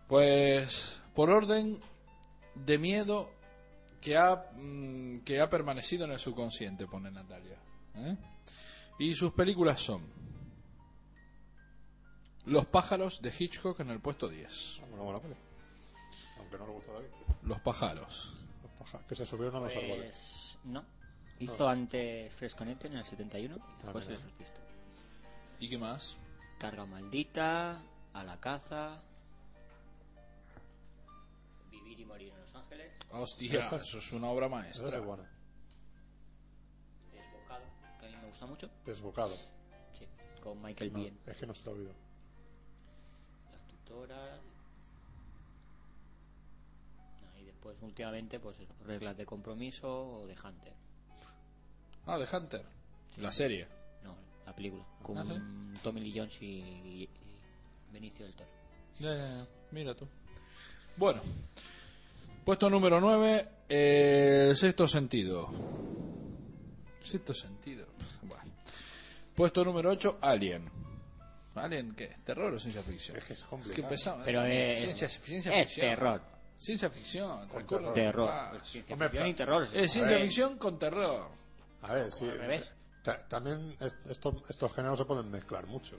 S1: Pues, por orden de miedo que ha, mm, que ha permanecido en el subconsciente, pone Natalia. ¿eh? Y sus películas son Los pájaros de Hitchcock en el puesto 10.
S2: Una buena peli. Aunque no le gusta a David.
S1: Los pájaros.
S2: Los paja- que se subieron a los árboles.
S3: Pues no. Hizo antes Fresconete en el 71 y
S1: Ah,
S3: después
S2: mira.
S3: El Exorcista.
S1: ¿Y qué más?
S3: Carga maldita, A la caza, Vivir y morir en Los Ángeles,
S1: Hostia,
S2: Esa-
S1: eso es una obra
S2: Esa
S1: maestra.
S2: es buena.
S3: Desbocado, que a mí me gusta mucho,
S2: Desbocado.
S3: sí, con Michael
S2: No,
S3: Biehn.
S2: es que no se lo olvidó.
S3: Las tutoras. No, Ah, y después últimamente pues eso, reglas de compromiso o de Hunter.
S1: Ah, de Hunter. La serie.
S3: No, la película. Con
S1: Ah,
S3: Tommy Lee Jones y, y Benicio del Toro.
S1: Ya, ya, ya. Mira tú. Bueno. Puesto número 9, el sexto sentido. Sexto sentido. Bueno. Puesto número 8, Alien. ¿Alien qué? ¿Terror o ciencia ficción?
S2: Es que es
S1: Es que
S2: complicado.
S1: empezamos.
S3: Pero es-
S1: ciencia, ciencia
S3: es
S1: ficción.
S3: terror.
S1: Ciencia ficción. con
S2: terror.
S3: Terror.
S1: Ah,
S3: Pues ciencia
S2: Hombre,
S3: ficción
S2: pa-
S3: y terror.
S1: Es
S3: sí.
S1: ciencia
S3: Joder.
S1: ficción con terror.
S2: A ver, sí.
S3: al revés.
S2: ta- También es- estos, estos géneros se pueden mezclar mucho.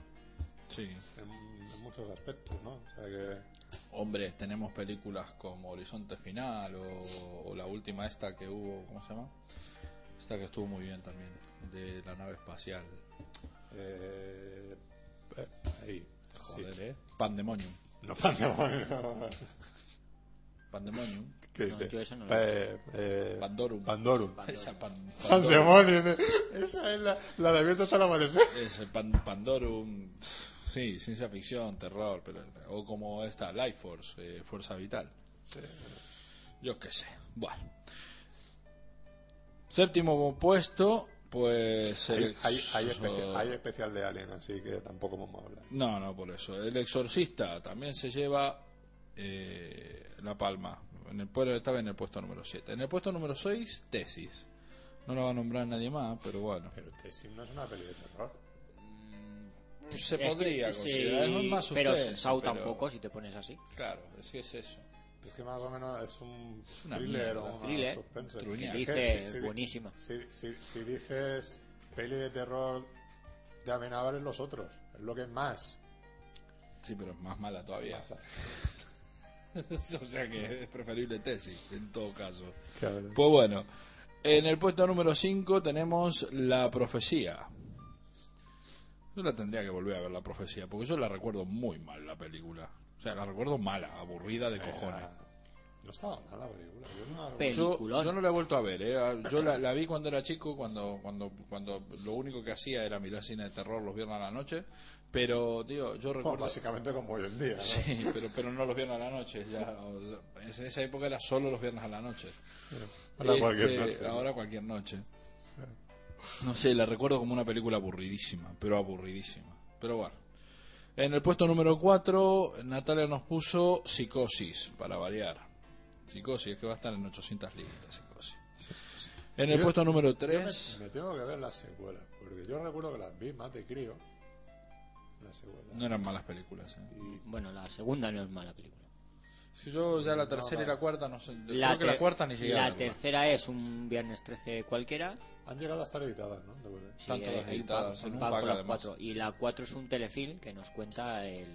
S1: Sí.
S2: En, en muchos aspectos, ¿no? O sea que.
S1: Hombre, tenemos películas como Horizonte Final o, o la última esta que hubo, ¿cómo se llama? Esta que estuvo muy bien también, de la nave espacial.
S2: Eh, eh, ahí. Sí.
S1: Joder, ¿eh? Pandemonium.
S2: No Pandemonium.
S1: Pandemonium.
S2: ¿Qué
S3: No,
S2: dice?
S3: yo eso no lo
S2: eh, eh,
S1: Pandorum.
S2: Pandorum.
S1: Esa pan- Pandorum.
S2: Pandemonium. Esa es la, la de abierto hasta el amanecer.
S1: Ese pan- Pandorum. Sí, ciencia ficción, terror, pero o como esta Life Force, eh, Fuerza Vital. Yo qué sé. Bueno. Séptimo puesto, pues
S2: Hay,
S1: el
S2: hay, hay,
S1: exor-
S2: especial, hay especial de Alien, así que tampoco vamos a hablar.
S1: No, no, por eso. El exorcista también se lleva eh, la palma. En el, puesto- estaba en el puesto número 7. En el puesto número 6, tesis. No la va a nombrar nadie más, pero bueno.
S2: Pero este sí no es una peli de terror.
S1: Se
S3: Es que-
S1: podría
S3: sí,
S1: considerar. es más
S3: pero
S1: suspenso,
S3: Saw
S1: pero-
S3: tampoco, si te pones así.
S1: Claro, es que es eso.
S2: Es que más o menos es un
S1: Una
S2: thriller
S1: mierda.
S2: o un
S3: Thriller.
S2: suspense.
S1: Truña.
S2: Es que
S3: Dice,
S2: si- si-
S3: buenísima.
S2: Si, si- si dices peli de terror de Amenábar es los otros. Es lo que es más.
S1: Sí, pero es más mala todavía. o sea que es preferible tesis, en todo caso. Pues bueno, en el puesto número 5 tenemos La Profecía. Yo la tendría que volver a ver, La Profecía, porque yo la recuerdo muy mal, la película. O sea, la recuerdo mala, aburrida de cojones.
S2: Ah, No estaba mal la película. Yo no la-
S1: Yo,
S3: Peliculón.
S1: yo no la he vuelto a ver, ¿eh? Ah, yo la, la vi cuando era chico, cuando, cuando, cuando lo único que hacía era mirar cine de terror los viernes a la noche, pero, tío, yo
S2: Bueno,
S1: recuerdo...
S2: básicamente como hoy en día. ¿no?
S1: Sí, pero, pero no los viernes a la noche. Ya, o- en esa época era solo los viernes a la noche.
S2: Ahora
S1: Este,
S2: cualquier noche, ¿no?
S1: ahora cualquier noche. No sé, la recuerdo como una película aburridísima, pero aburridísima. Pero bueno. En el puesto número 4, Natalia nos puso Psicosis, para variar. Psicosis, que va a estar en 800 listas, Psicosis. En el
S2: Yo-
S1: puesto número
S2: Yo me-
S1: 3,
S2: Me, tengo que ver las secuelas, porque yo recuerdo que las vi más de crío. Las secuelas.
S1: no eran malas películas. ¿eh?
S2: Y
S3: Bueno, la segunda no es mala película.
S1: Si yo ya la tercera y la cuarta, no sé, creo que
S3: ter-
S1: la cuarta ni llegué
S3: la
S1: a verla.
S3: tercera es un viernes 13 cualquiera.
S2: han llegado a estar editadas, ¿no? De verdad.
S3: Sí,
S1: Están todas
S3: hay- hay un
S1: editadas
S3: pack-
S1: en
S3: un
S1: un
S3: pack
S1: pack,
S3: con las
S1: además.
S3: cuatro. Y la 4 es un telefilm que nos cuenta el,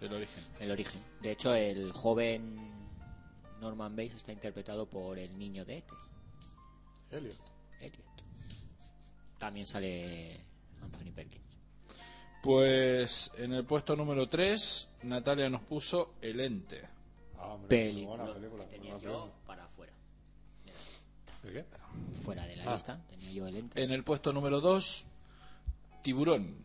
S1: El origen.
S3: el origen. De hecho, el joven Norman Bates está interpretado por el niño de Ete,
S2: Elliot.
S3: Elliot. También sale Anthony Perkins.
S1: Pues en el puesto número 3, Natalia nos puso El Ente.
S2: Ah, hombre, muy
S3: Película,
S2: buena película.
S3: que
S2: muy
S3: tenía
S2: buena
S3: yo para afuera.
S2: película. ¿De qué?
S3: Fuera de la
S2: Ah.
S3: lista tenía yo el Ente.
S1: En el puesto número 2, Tiburón.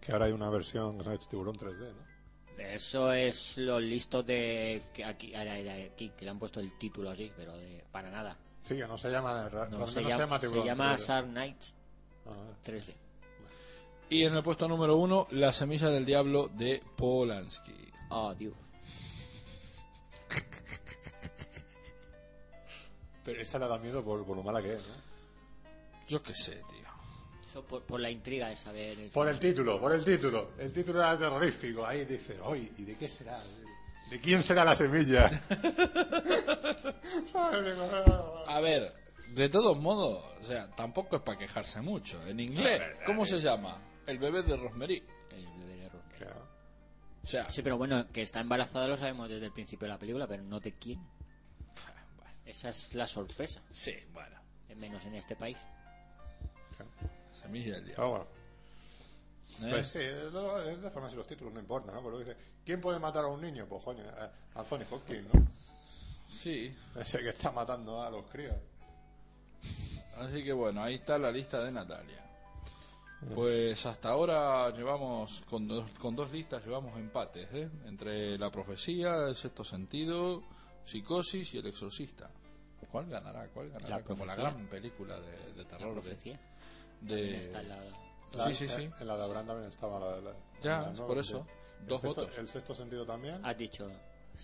S2: Que ahora hay una versión que se ha hecho tiburón 3D, ¿no?
S3: Eso es los listos de que aquí, a la- a la- aquí, que le han puesto el título así, pero de, para nada.
S2: Sí, que no se llama, ra-
S3: No,
S2: realmente
S3: se,
S2: no
S3: llama, se
S2: tiburón.
S3: llama
S2: 3D.
S3: Shark Knight
S2: Ah,
S3: 3D.
S1: Y en el puesto número 1, La Semilla del Diablo de Polanski.
S3: Oh, Dios.
S2: pero esa le da miedo por, por lo mala que es, ¿no?
S1: Yo qué sé, tío.
S3: Eso por, por la intriga de saber. el
S2: Por
S3: final.
S2: el título, por el título. El título era terrorífico. Ahí dice, oye, ¿y de qué será? ¿De quién será la semilla? Madre mía.
S1: A ver, de todos modos, o sea, tampoco es para quejarse mucho. En inglés, ¿cómo se llama? el bebé de Rosemary.
S3: El bebé de Rosemary.
S2: Claro.
S1: O sea,
S3: Sí, pero bueno, que está embarazada lo sabemos desde el principio de la película, pero no de quién.
S1: bueno,
S3: Esa es la sorpresa,
S1: sí, bueno.
S3: menos en este país.
S2: claro.
S1: Semilla del diablo.
S2: Pero bueno.
S1: ¿eh?
S2: Pues sí, de lo- de todas formas, los títulos no importan, ¿no? Porque dice, ¿quién puede matar a un niño? Pues coño, eh, Anthony Hopkins, ¿no?
S1: Sí.
S2: Ese que está matando a los críos.
S1: Así que bueno, ahí está la lista de Natalia. Pues hasta ahora llevamos, con dos, con dos listas llevamos empates, ¿eh? Entre la profecía, el sexto sentido, psicosis y el exorcista. ¿Cuál ganará? ¿Cuál ganará?
S3: La
S1: Como la
S3: Profecía.
S1: gran película de, de
S3: La
S1: terror. de-
S3: profecía.
S1: de-
S3: También está la-
S2: La-
S1: Sí, sí, sí.
S2: En, en la de Abraham también estaba la, la-
S1: Ya,
S2: la- ¿no?
S1: por eso.
S2: El
S1: Dos
S2: sexto-
S1: votos.
S2: El sexto sentido también.
S3: Has dicho.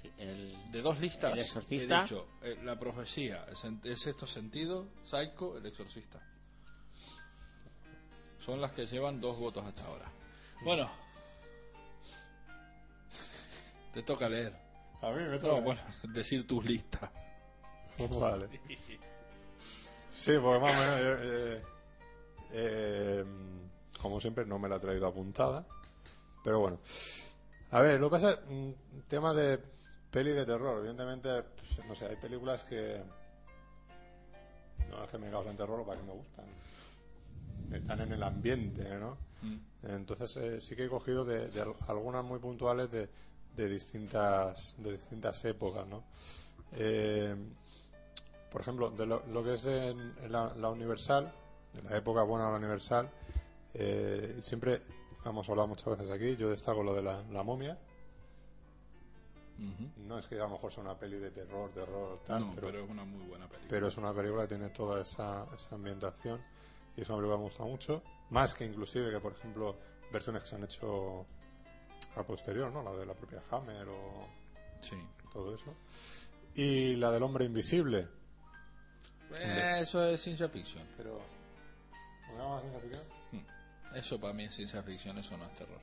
S3: sí, el-
S1: De dos listas.
S3: El exorcista.
S1: he dicho, eh, la profecía, el, sen- el sexto sentido, Psycho, el exorcista. Son las que llevan dos votos hasta ahora. Bueno. Te toca leer.
S2: A mí me toca.
S1: No, bueno, decir tus listas.
S2: Vale. Sí, porque más o menos. eh, eh, eh, como siempre, no me la he traído apuntada. Pero bueno. A ver, lo que pasa. mm, Tema de peli de terror. Evidentemente, pues, no sé, hay películas que. No es que me causan terror o para que me gustan. Están en el ambiente, ¿no? Entonces, eh, sí que he cogido de, de al- algunas muy puntuales de, de distintas de distintas épocas, ¿no? Eh, por ejemplo, de lo, lo que es en, en la, la Universal, en la época buena de la Universal, eh, siempre hemos hablado muchas veces aquí, yo destaco lo de la, la momia.
S1: Ujú.
S2: No es que a lo mejor sea una peli de terror, terror, tal,
S1: No,
S2: pero,
S1: pero es una muy buena película.
S2: pero es una película que tiene toda esa, esa ambientación y es una película que me gusta mucho. Más que inclusive que, por ejemplo, versiones que se han hecho a posterior, ¿no? La de la propia Hammer o
S1: Sí.
S2: todo eso. Y la del hombre invisible.
S1: Eh, eso es ciencia ficción.
S2: Pero... ¿Me llamas a explicar?
S1: Hmm. Eso para mí es ciencia ficción, eso no es terror.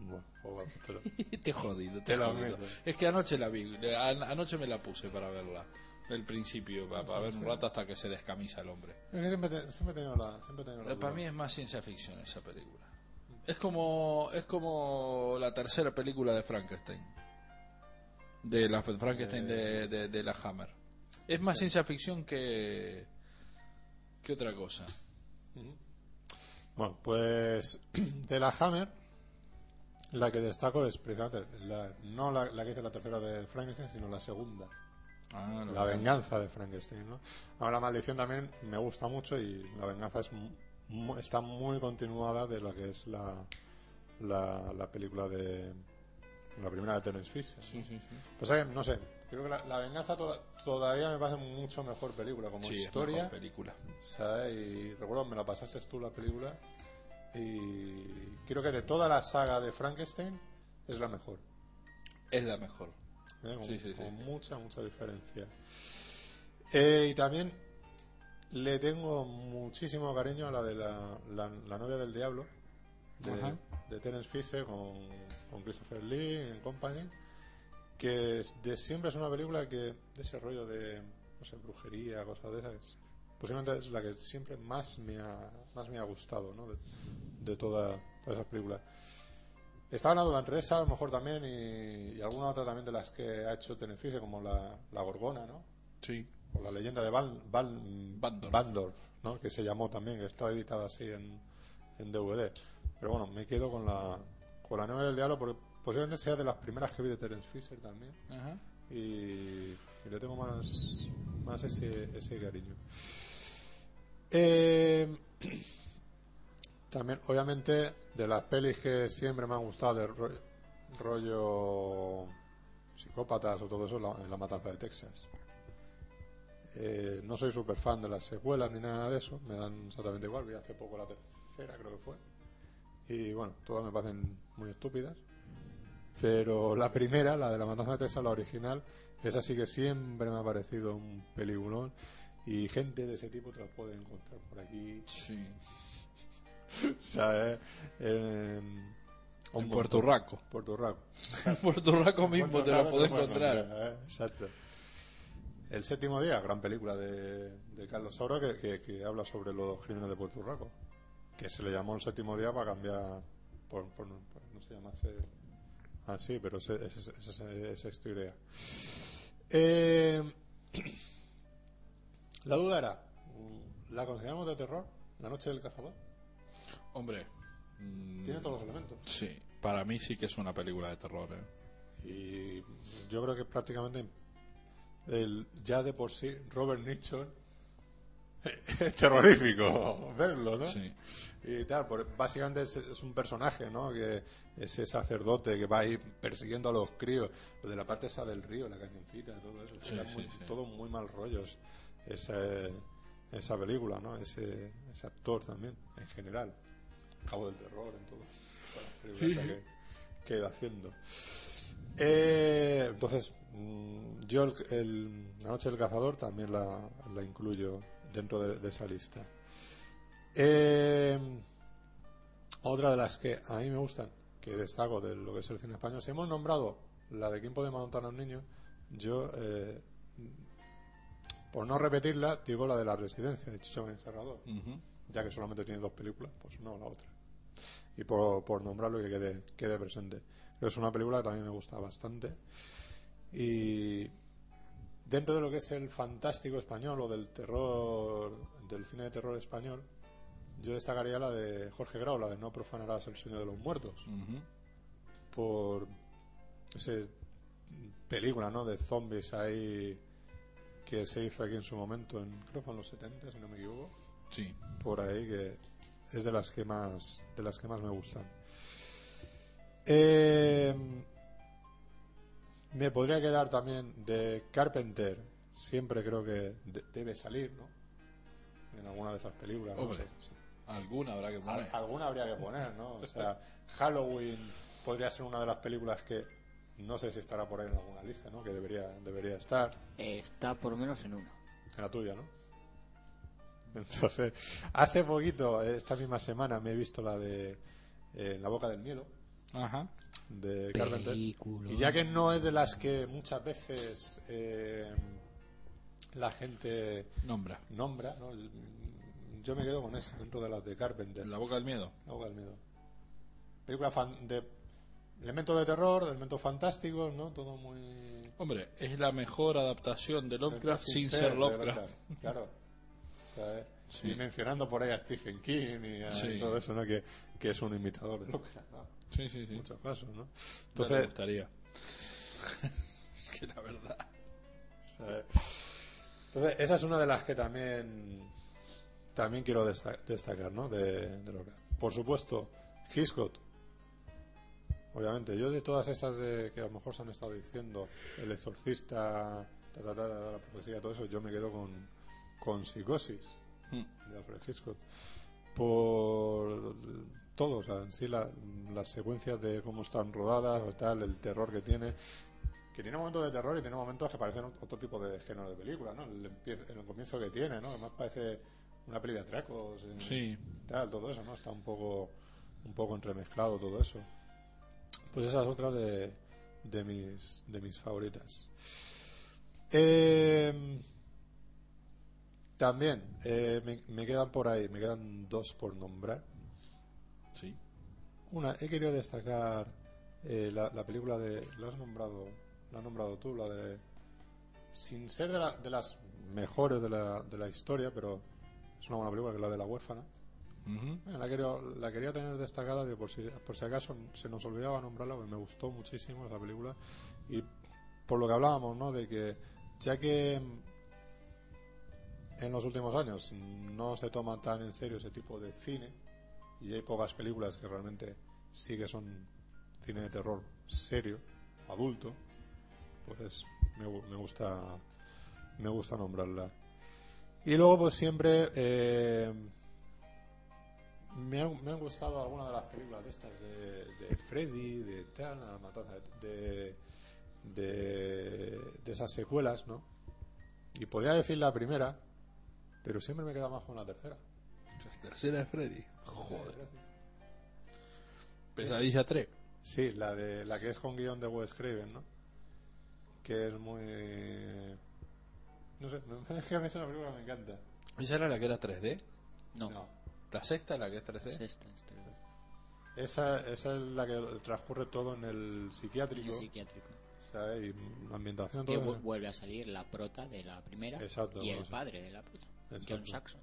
S2: Bueno, pues bueno, te lo-
S1: Te he jodido, te he
S2: Te lo
S1: jodido.
S2: admito.
S1: Es que anoche la vi, le- an- anoche me la puse para verla. El principio, para, ver un rato hasta que se descamisa el hombre.
S2: Es que Siempre, te- siempre he tenido la. Siempre he tenido la
S1: Eh, Para mí es más ciencia ficción esa película. Es como, es como la tercera película de Frankenstein. De la Frankenstein
S2: Eh.
S1: de, de- de la Hammer. Es más ciencia ficción que, que otra cosa.
S2: Bueno, pues de la Hammer, la que destaco es precisamente la, no la, la que hice la tercera de Frankenstein, sino la segunda.
S1: Ah,
S2: La venganza de Frankenstein, ¿no? Ahora la maldición también me gusta mucho y la venganza es mu- mu- está muy continuada de la que es la, la, la película de la primera de Terence Fisher.
S1: Sí, sí, sí.
S2: Pues eh, no sé, creo que la, la venganza toda- todavía me parece mucho mejor película como
S1: Sí, es
S2: historia.
S1: mejor película.
S2: ¿sabes? Y recuerdo que me la pasaste tú la película. Y creo que de toda la saga de Frankenstein es la mejor.
S1: Es la mejor.
S2: ¿eh? Con,
S1: Sí, sí, sí.
S2: con mucha, mucha diferencia. Eh, y también le tengo muchísimo cariño a la de la, la, la novia del diablo
S1: Ajá.
S2: de, de Terence Fisher con, con Christopher Lee en Company. Que es- de siempre es una película que de ese rollo de no sé, brujería, cosas de esas. Posiblemente es la que siempre más me ha, más me ha gustado ¿no? de, de toda- todas esas películas. Estaba hablando de Andresa, a lo mejor también, y, y alguna otra también de las que ha hecho Terence Fisher, como la, la Gorgona, ¿no?
S1: Sí.
S2: O la leyenda de Val, Val-
S1: Bandorf.
S2: Bandorf, ¿no? que se llamó también, que está editada así en, en DVD. Pero bueno, me quedo con la, con la novia del diablo, porque posiblemente sea de las primeras que vi de Terence Fisher también.
S1: Ajá.
S2: Y, y le tengo más, más ese, ese cariño. Eh, también, obviamente, de las pelis que siempre me han gustado, de ro- rollo psicópatas o todo eso, la, la matanza de Texas. Eh, no soy súper fan de las secuelas ni nada de eso, me dan exactamente igual. Vi hace poco la tercera, creo que fue. Y bueno, todas me parecen muy estúpidas. Pero la primera, la de la matanza de Texas, la original, esa sí que siempre me ha parecido un peliculón. Y gente de ese tipo te los puede encontrar por aquí,
S1: Sí.
S2: ¿sabes? eh, En,
S1: En Puerto Raco.
S2: Puerto Rico.
S1: En Puerto Raco mismo te
S2: Puerto
S1: la
S2: Rico
S1: podés
S2: puedes
S1: encontrar.
S2: encontrar, ¿eh? Exacto. El séptimo día, gran película de, de Carlos Saura que, que- que habla sobre los crímenes de Puerto Rico. que se le llamó el séptimo día para cambiar, por, por- por- no se llama ese- así, pero ese- ese- ese- ese- ese es sexto idea. Eh, la duda era, ¿la consideramos de terror? ¿La noche del cazador?
S1: Hombre. mm,
S2: ¿eh? Tiene todos los elementos.
S1: Sí, para mí sí que es una película de terror. ¿eh?
S2: Y yo creo que prácticamente el, ya de por sí Robert Nixon es terrorífico verlo, ¿no?
S1: Sí.
S2: Y tal, por- básicamente es, es un personaje, ¿no? Que ese sacerdote que va ahí persiguiendo a los críos, lo de la parte esa del río, la cañoncita, todo eso,
S1: Sí,
S2: era
S1: sí,
S2: muy-
S1: sí.
S2: todo muy mal rollos esa, esa película, ¿no? Ese, ese actor también, en general. Cabo del terror en todo. Todas las películas que, que ha ido haciendo. Eh, entonces, mm, yo el, el- la noche del cazador también la, la incluyo dentro de, de esa lista. Eh, otra de las que a mí me gustan, que destaco de lo que es el cine español, si hemos nombrado la de quién podemos montar a los niños, yo, eh, por no repetirla, digo la de la residencia de Chicho Sánchez Serrador
S1: Ujú.
S2: ya que solamente tiene dos películas, pues no la otra. Y por, por nombrarlo y que quede, quede presente. Creo que es una película que también me gusta bastante. Y dentro de lo que es el fantástico español o del terror, del cine de terror español, yo destacaría la de Jorge Grau, la de No profanarás el sueño de los muertos
S1: Ujú.
S2: por esa película ¿no? de zombies ahí que se hizo aquí en su momento, en, creo que fue en los 70, si no me equivoco
S1: Sí.
S2: por ahí que es de las que más de las que más me gustan Eh, me podría quedar también de Carpenter siempre creo que de- debe salir no en alguna de esas películas no
S1: Hombre.
S2: sé.
S1: Alguna habrá que poner.
S2: Al- alguna habría que poner no o sea Halloween podría ser una de las películas que no sé si estará por ahí en alguna lista no que debería debería estar
S3: Eh, está por lo menos en uno.
S2: en la tuya, ¿no? Entonces, hace poquito, esta misma semana, me he visto la de eh, En la boca del miedo,
S1: Ajá.
S2: de Carpenter.
S4: Película.
S2: Y ya que no es de las que muchas veces eh, la gente
S1: Nombra.
S2: nombra, ¿no? yo me quedo con esa, dentro de las de Carpenter.
S1: La boca del miedo.
S2: La boca del miedo. Película fan- de elementos de terror, elementos fantásticos, ¿no? Todo muy...
S1: Hombre, es la mejor adaptación de Lovecraft sin ser
S2: de
S1: Lovecraft.
S2: Lovecraft, Claro. O sea, eh,
S1: Sí.
S2: Y mencionando por ahí a Stephen King y a
S1: Sí.
S2: todo eso, ¿no? Que, que es un imitador de Lovecraft, ¿no?
S1: Sí, sí, sí.
S2: En muchos casos, ¿no?
S1: Ya le
S2: Entonces,
S1: gustaría. es que la verdad.
S2: o sea, eh, entonces, esa es una de las que también también quiero desta- destacar, ¿no? De, de lo que- Por supuesto, Hitchcock. Obviamente, yo de todas esas de, que a lo mejor se han estado diciendo, El Exorcista, ta, ta, ta, ta, la profecía, todo eso, yo me quedo con, con Psicosis.
S1: Mm.
S2: de Alfred Hitchcock. por todo, o sea, en sí la- las secuencias de cómo están rodadas o tal, el terror que tiene, que tiene momentos de terror y tiene momentos que parecen ot- otro tipo de género de película, ¿no? El, empie- el comienzo que tiene, ¿no? Que más parece una peli de atracos, eh,
S1: Sí.
S2: tal, todo eso, ¿no? Está un poco, un poco entremezclado todo eso. Pues esa es otra de, de mis, de mis favoritas. Eh, también, eh, me, me quedan por ahí, me quedan dos por nombrar.
S1: Sí.
S2: Una, he querido destacar eh, la, la película de. La has nombrado, la has nombrado tú, la de. Sin ser de, la- de las mejores de la, de la historia, pero es una buena película que es la de la huérfana.
S1: Ujú.
S2: Bueno, Eh, la, quería, la quería tener destacada de por, si, por si acaso se nos olvidaba nombrarla, porque me gustó muchísimo esa película. Y por lo que hablábamos, ¿no? De que ya que mm, en los últimos años no se toma tan en serio ese tipo de cine, y hay pocas películas que realmente sí que son cine de terror serio, adulto, pues me, gu- me gusta me gusta nombrarla. Y luego pues siempre eh, me han, me han gustado algunas de las películas de estas de, de Freddy, de tal, la matanza de, de, de esas secuelas, ¿no? Y podría decir la primera, pero siempre me queda más con la tercera.
S1: La tercera de Freddy. Joder. Pesadilla 3.
S2: Sí, la de la que es con guión de Wes Craven, ¿no? Que es muy no sé, es que a mí esa película me encanta.
S1: ¿Esa era la que era 3D?
S3: No.
S2: No.
S1: La sexta es la que es 3D.
S3: Sexta, es este, 3D.
S2: Esa, esa es la que transcurre todo en el
S3: En
S2: psiquiátrico.
S3: el psiquiátrico.
S2: ¿sabes? Y la ambientación
S3: Que
S2: todo
S3: vu- vuelve a salir la prota de la primera
S2: Exacto,
S3: y
S2: bueno,
S3: el
S2: sí.
S3: padre de la prota, John
S2: Exacto.
S3: Saxon.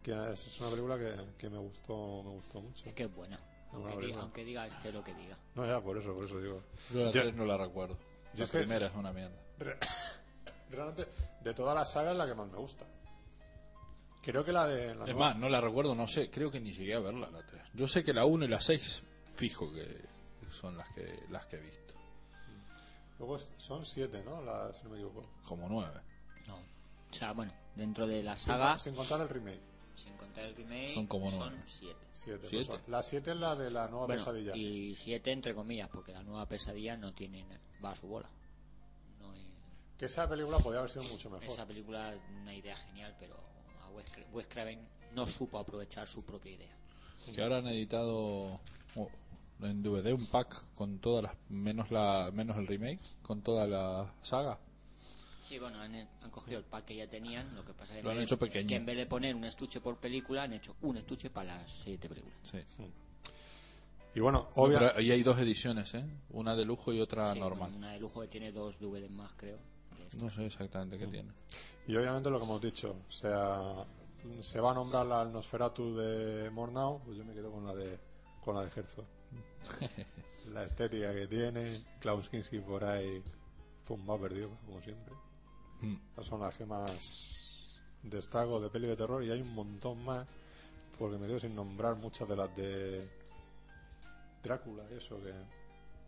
S2: que es, es una película que, que me gustó me gustó mucho.
S3: Es que es buena. Aunque,
S2: buena
S3: di-
S2: película.
S3: aunque diga este lo que diga.
S2: No, ya, por eso, por eso digo.
S1: Yo la
S2: Yo-
S1: 3 no la recuerdo.
S2: Yo
S1: La
S2: es que-
S1: primera es una mierda.
S2: Realmente, de toda la saga es la que más me gusta. Creo que la de... La
S1: Es
S2: nueva-
S1: más, no la recuerdo, no sé, creo que ni llegué a verla la 3. Yo sé que la 1 y la 6 fijo que son las que las que he visto,
S2: Luego es- son siete, ¿no? La- si no me equivoco.
S1: como 9.
S3: No. O sea, bueno, dentro de la saga,
S2: Sin contar el remake.
S3: sin contar el remake,
S1: Son como
S3: son
S1: nueve.
S3: siete.
S2: Siete.
S1: Siete.
S2: pues, la siete es la de la nueva
S3: Bueno,
S2: pesadilla.
S3: y siete entre comillas, porque la nueva pesadilla no tiene na- va a su bola. No es-
S2: Que esa película podía haber sido mucho mejor.
S3: esa película es una idea genial, pero a Wes, Cra- Wes Craven no supo aprovechar su propia idea.
S1: Que ahora han editado oh, en DVD un pack con todas las menos la menos el remake, con toda la saga.
S3: Sí, bueno, han, han cogido el pack que ya tenían, lo que pasa es que,
S1: Lo han
S3: en vez de-
S1: hecho pequeño.
S3: que en vez de poner un estuche por película, han hecho un estuche para las siete películas.
S1: Sí.
S2: Y bueno,
S1: No,
S2: obvia-
S1: pero ahí hay dos ediciones, ¿eh? Una de lujo y otra
S3: Sí,
S1: Ah, normal.
S3: Una de lujo que tiene dos DVDs más, creo. de esta.
S1: No sé exactamente qué tiene.
S2: y obviamente lo que hemos dicho. O sea, se va a nombrar la Nosferatu de Mornau, pues yo me quedo con la de con la de Herzog. la estética que tiene, Klaus Kinski por ahí fue un más perdido, como siempre.
S1: Mm.
S2: Esas son las que más destaco de peli de terror y hay un montón más, porque me quedo sin nombrar muchas de las de Drácula, y eso que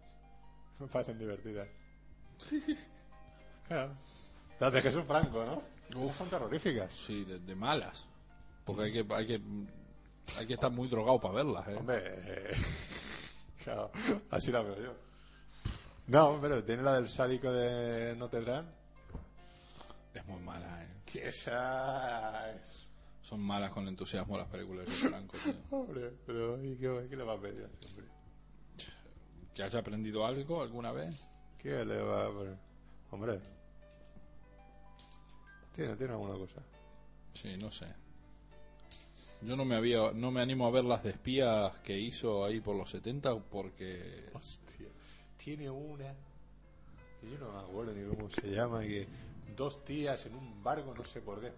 S2: me parecen divertidas. las de Jesús Franco, ¿no? Esas son terroríficas.
S1: Sí, de, de malas. Porque hay que hay que hay que estar muy drogado para verlas, ¿eh?
S2: Hombre, eh, claro, así la veo yo. No, pero tiene la del sádico de Notre Dame,
S1: Es muy mala, ¿eh?
S2: que esa es...
S1: Son malas con entusiasmo las películas de Franco. tío.
S2: Pobre, pero ¿y qué, qué le va a pedir al hombre?
S1: ¿Que has aprendido algo alguna vez?
S2: ¿Qué le va a pedir? Hombre. Tiene, tiene alguna cosa.
S1: Sí, no sé. Yo no me había, no me animo a ver las de espías que hizo ahí por los 70 porque
S2: Hostia. Tiene una. Que yo no me acuerdo ni cómo se llama. Que dos tías en un barco, no sé por qué.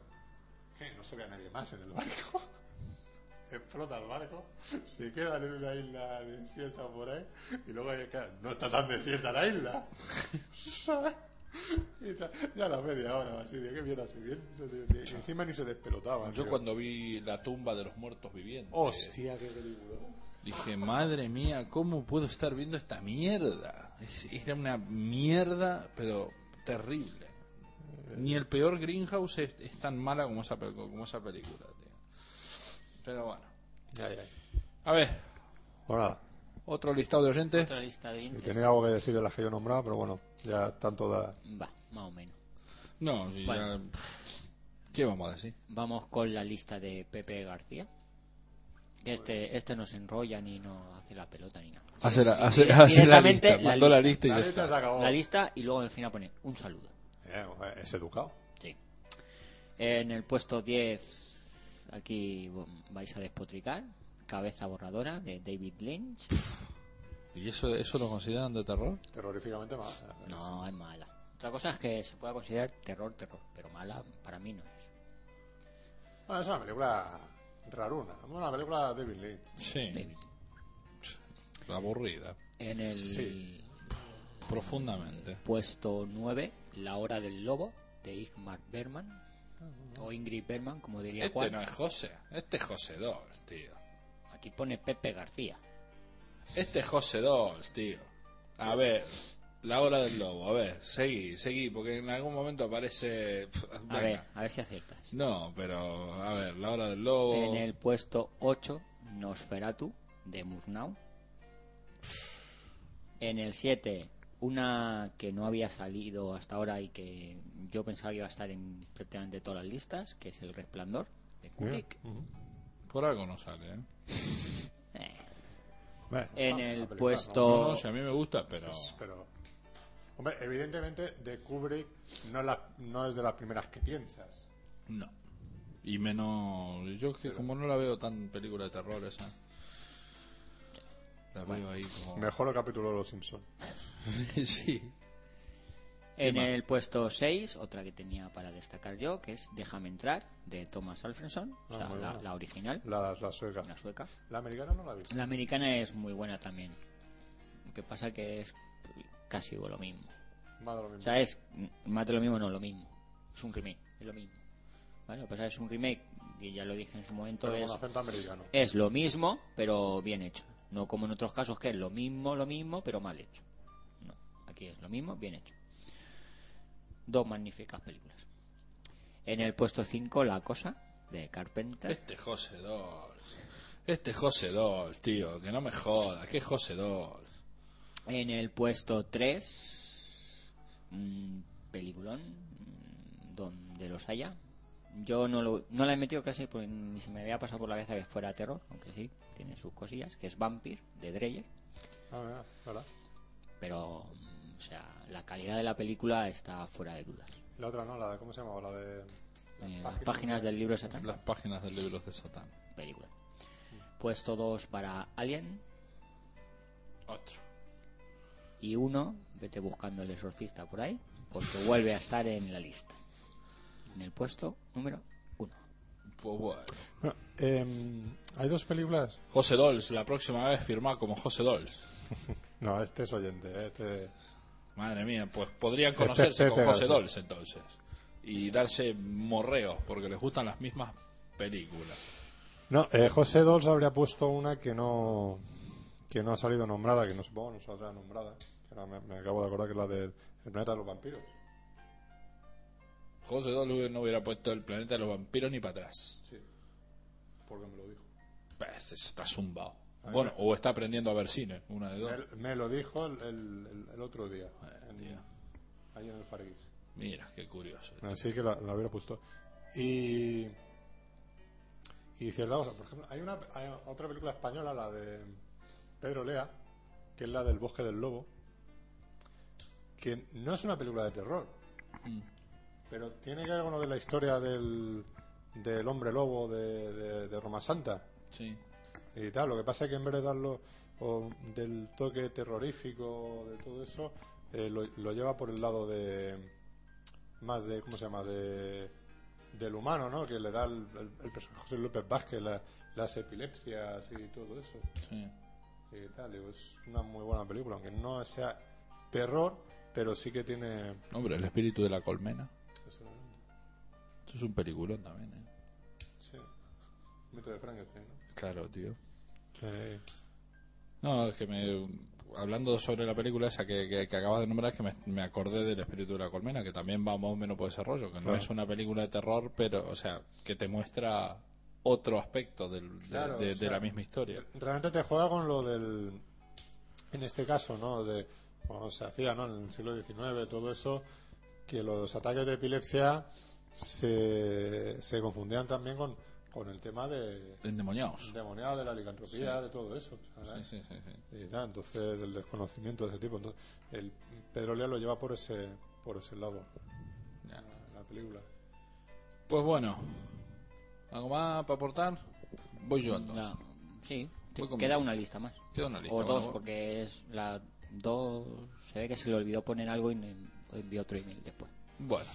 S2: Que no se ve a nadie más en el barco. Explota el barco, se quedan en una isla desierta por ahí. Y luego, hay- claro, no está tan desierta la isla. ¿Sabes? Y está- ya a la media hora, así de qué mierda estoy viendo, tío? Que Encima ni se despelotaba.
S1: yo cuando vi la tumba de los muertos vivientes
S2: Hostia, qué película.
S1: dije, madre mía, ¿cómo puedo estar viendo esta mierda? Es- Era una mierda, pero terrible. Ni el peor Greenhouse es, es tan mala como esa, pe- como esa película, tío. Pero bueno.
S2: Ya, ya.
S1: A ver,
S2: Bueno,
S1: otro listado de oyentes.
S3: Otra lista de
S2: y
S3: oyentes.
S2: tenía algo que decir de las que yo nombraba, pero bueno, ya están todas.
S3: Va, más o menos.
S1: No, sí,
S3: Bueno.
S1: ya- ¿Qué vamos a decir?
S3: Vamos con la lista de Pepe García. Que este, este no se enrolla ni no hace la pelota ni nada.
S1: Hace la, hace,
S3: Sí,
S1: hace la
S3: directamente
S1: lista,
S3: la
S1: mandó la
S3: lista.
S1: lista y ya
S2: La lista se
S1: está.
S2: acabó.
S3: La lista y luego al final pone un saludo.
S2: Eh, es educado.
S3: Sí. En el puesto 10, aquí mm, vais a despotricar. Cabeza borradora de David Lynch.
S1: ¿Y eso, eso lo consideran de terror?
S2: Terroríficamente más.
S3: No, es mala. Otra cosa es que se pueda considerar terror, terror, pero mala para mí no es.
S2: Bueno, es una película raruna. Es una película de David Lynch.
S1: Sí.
S3: David.
S1: Aburrida.
S3: En el
S2: Sí.
S1: Profundamente.
S3: puesto 9, La hora del lobo de Ingmar Berman. O Ingrid Berman, como diría
S1: Este
S3: Juan.
S1: no es José. Este es José Dolls, tío.
S3: Aquí pone Pepe García.
S1: Este es José Dolls, tío. A ver. La hora del lobo. A ver, seguí, seguí. Porque en algún momento aparece...
S3: A
S1: Venga.
S3: ver, a ver si aciertas.
S1: No, pero... A ver, la hora del lobo...
S3: En el puesto 8, Nosferatu, de Murnau. En el 7, una que no había salido hasta ahora y que yo pensaba que iba a estar en prácticamente todas las listas, que es El Resplandor, de Kubrick.
S1: Por algo no sale, ¿eh?
S3: Eh.
S2: Bueno,
S3: En
S2: está
S3: el
S2: la película,
S3: puesto-
S1: No, no, si a mí me gusta, pero...
S2: ¿no? Pero, hombre, evidentemente de Kubrick no, es la- no es de las primeras que piensas.
S1: No. Y menos. Yo que como no la veo tan película de terror esa. La veo ahí como.
S2: Mejor el capítulo de Los Simpsons.
S1: sí.
S3: En
S1: más?
S3: el puesto 6, otra que tenía para destacar yo, que es Déjame entrar, de Thomas Alfredson, o
S2: Ah,
S3: sea,
S2: muy
S3: la,
S2: buena.
S3: la original,
S2: La, la sueca.
S3: la sueca.
S2: La americana no la he visto.
S3: La americana es muy buena también. Lo que pasa que es casi lo mismo.
S2: Más de lo
S3: O
S2: mismo.
S3: sea, es mm, más de lo mismo, no lo mismo. Es un remake, es lo mismo. Vale, lo que pasa es un remake, y ya lo dije en su momento,
S2: Pero
S3: es,
S2: con acento americano.
S3: es lo mismo, pero bien hecho. No como en otros casos que es lo mismo, lo mismo, pero mal hecho. No, aquí es lo mismo, bien hecho. Dos magníficas películas. En el puesto 5, La Cosa, de Carpenter.
S1: Este José Dolls. Este José Dolls, tío. Que no me joda. ¿Qué José Dolls?
S3: En el puesto 3, un peliculón, mm, donde los haya. Yo no, lo- no la he metido casi porque ni se me había pasado por la cabeza que fuera terror, aunque sí, tiene sus cosillas, que es Vampire, de Dreyer.
S2: Ah, mira, ¿verdad?
S3: Pero, mm, o sea, la calidad de la película está fuera de dudas.
S2: La otra no, la de, ¿cómo se llamaba? La de...
S3: Eh, las páginas del libro de Satán,
S1: Las páginas del libro de Satán.
S3: película. Puesto 2 para Alien
S1: Otro.
S3: y 1, vete buscando el exorcista por ahí, porque vuelve a estar en la lista. En el puesto número 1.
S1: Pues bueno.
S2: No, em, hay dos películas.
S1: José Dolls, la próxima vez firma como José Dolls.
S2: No, este es oyente. eh, Este...
S1: Madre mía, pues podrían conocerse con
S2: Pepe
S1: José
S2: García.
S1: Dolls entonces. Y darse morreos, porque les gustan las mismas películas.
S2: No, eh, José Dolls habría puesto una que no que no ha salido nombrada, que no supongo no saldrá nombrada. que ahora me, me acabo de acordar que es la del el planeta de los vampiros.
S1: José Dolls no hubiera puesto el planeta de los vampiros ni para atrás.
S2: Sí. Porque me lo dijo.
S1: Pues, está zumbado. Bueno, o está aprendiendo a ver cine, una de dos.
S2: Me, me lo dijo el, el- el- el otro día. en-
S1: tío.
S2: ahí en el Farguís.
S1: Mira, qué curioso.
S2: Así que la, la hubiera puesto. Y. Y cierta cosa, por ejemplo, hay, una, hay otra película española, la de Pedro Lea, que es la del Bosque del Lobo, que no es una película de terror, pero tiene que ver con lo de la historia del, del hombre lobo de, de, de Roma Santa
S1: Sí.
S2: y tal. Lo que pasa es que en vez de darlo o del toque terrorífico, de todo eso, eh, lo, lo lleva por el lado de. más de. ¿Cómo se llama? de del humano, ¿no? Que le da el, el- el personaje José López Vázquez la- las epilepsias y todo eso.
S1: sí.
S2: Y tal, digo, es una muy buena película, aunque no sea terror, pero sí que tiene.
S1: Hombre, el espíritu de la colmena.
S2: eso, ¿no?
S1: Esto es un peliculón también, ¿eh?
S2: Sí. Mito de Frankenstein, ¿no?
S1: Claro, tío.
S2: Sí.
S1: No, es que me, hablando sobre la película esa que, que, que acabas de nombrar, que me, me acordé del espíritu de la colmena, que también va más o menos por ese rollo, que no
S2: Claro.
S1: es una película de terror, pero, o sea, que te muestra otro aspecto del, de,
S2: Claro,
S1: de-
S2: o
S1: de
S2: sea,
S1: la misma historia.
S2: realmente te juega con lo del en este caso no de como se hacía no en el siglo XIX todo eso que los ataques de epilepsia se, se confundían también con, con el tema de
S1: Endemoniados.
S2: demoniado de la licantropía de todo eso
S1: Sí,
S2: ¿sabes?
S1: sí, sí, sí.
S2: Y tal, entonces el desconocimiento de ese tipo entonces el Pedro Lea lo lleva por ese por ese lado
S1: Ya.
S2: la película
S1: Pues bueno, ¿algo más para aportar? Voy yo entonces.
S3: No, sí, te
S1: Voy con
S3: queda
S1: mi-
S3: una lista más.
S1: Queda una lista,
S3: O
S1: bueno,
S3: dos,
S1: voy-
S3: porque es la dos. Se ve que se le olvidó poner algo y no en- envió otro email después.
S1: Bueno,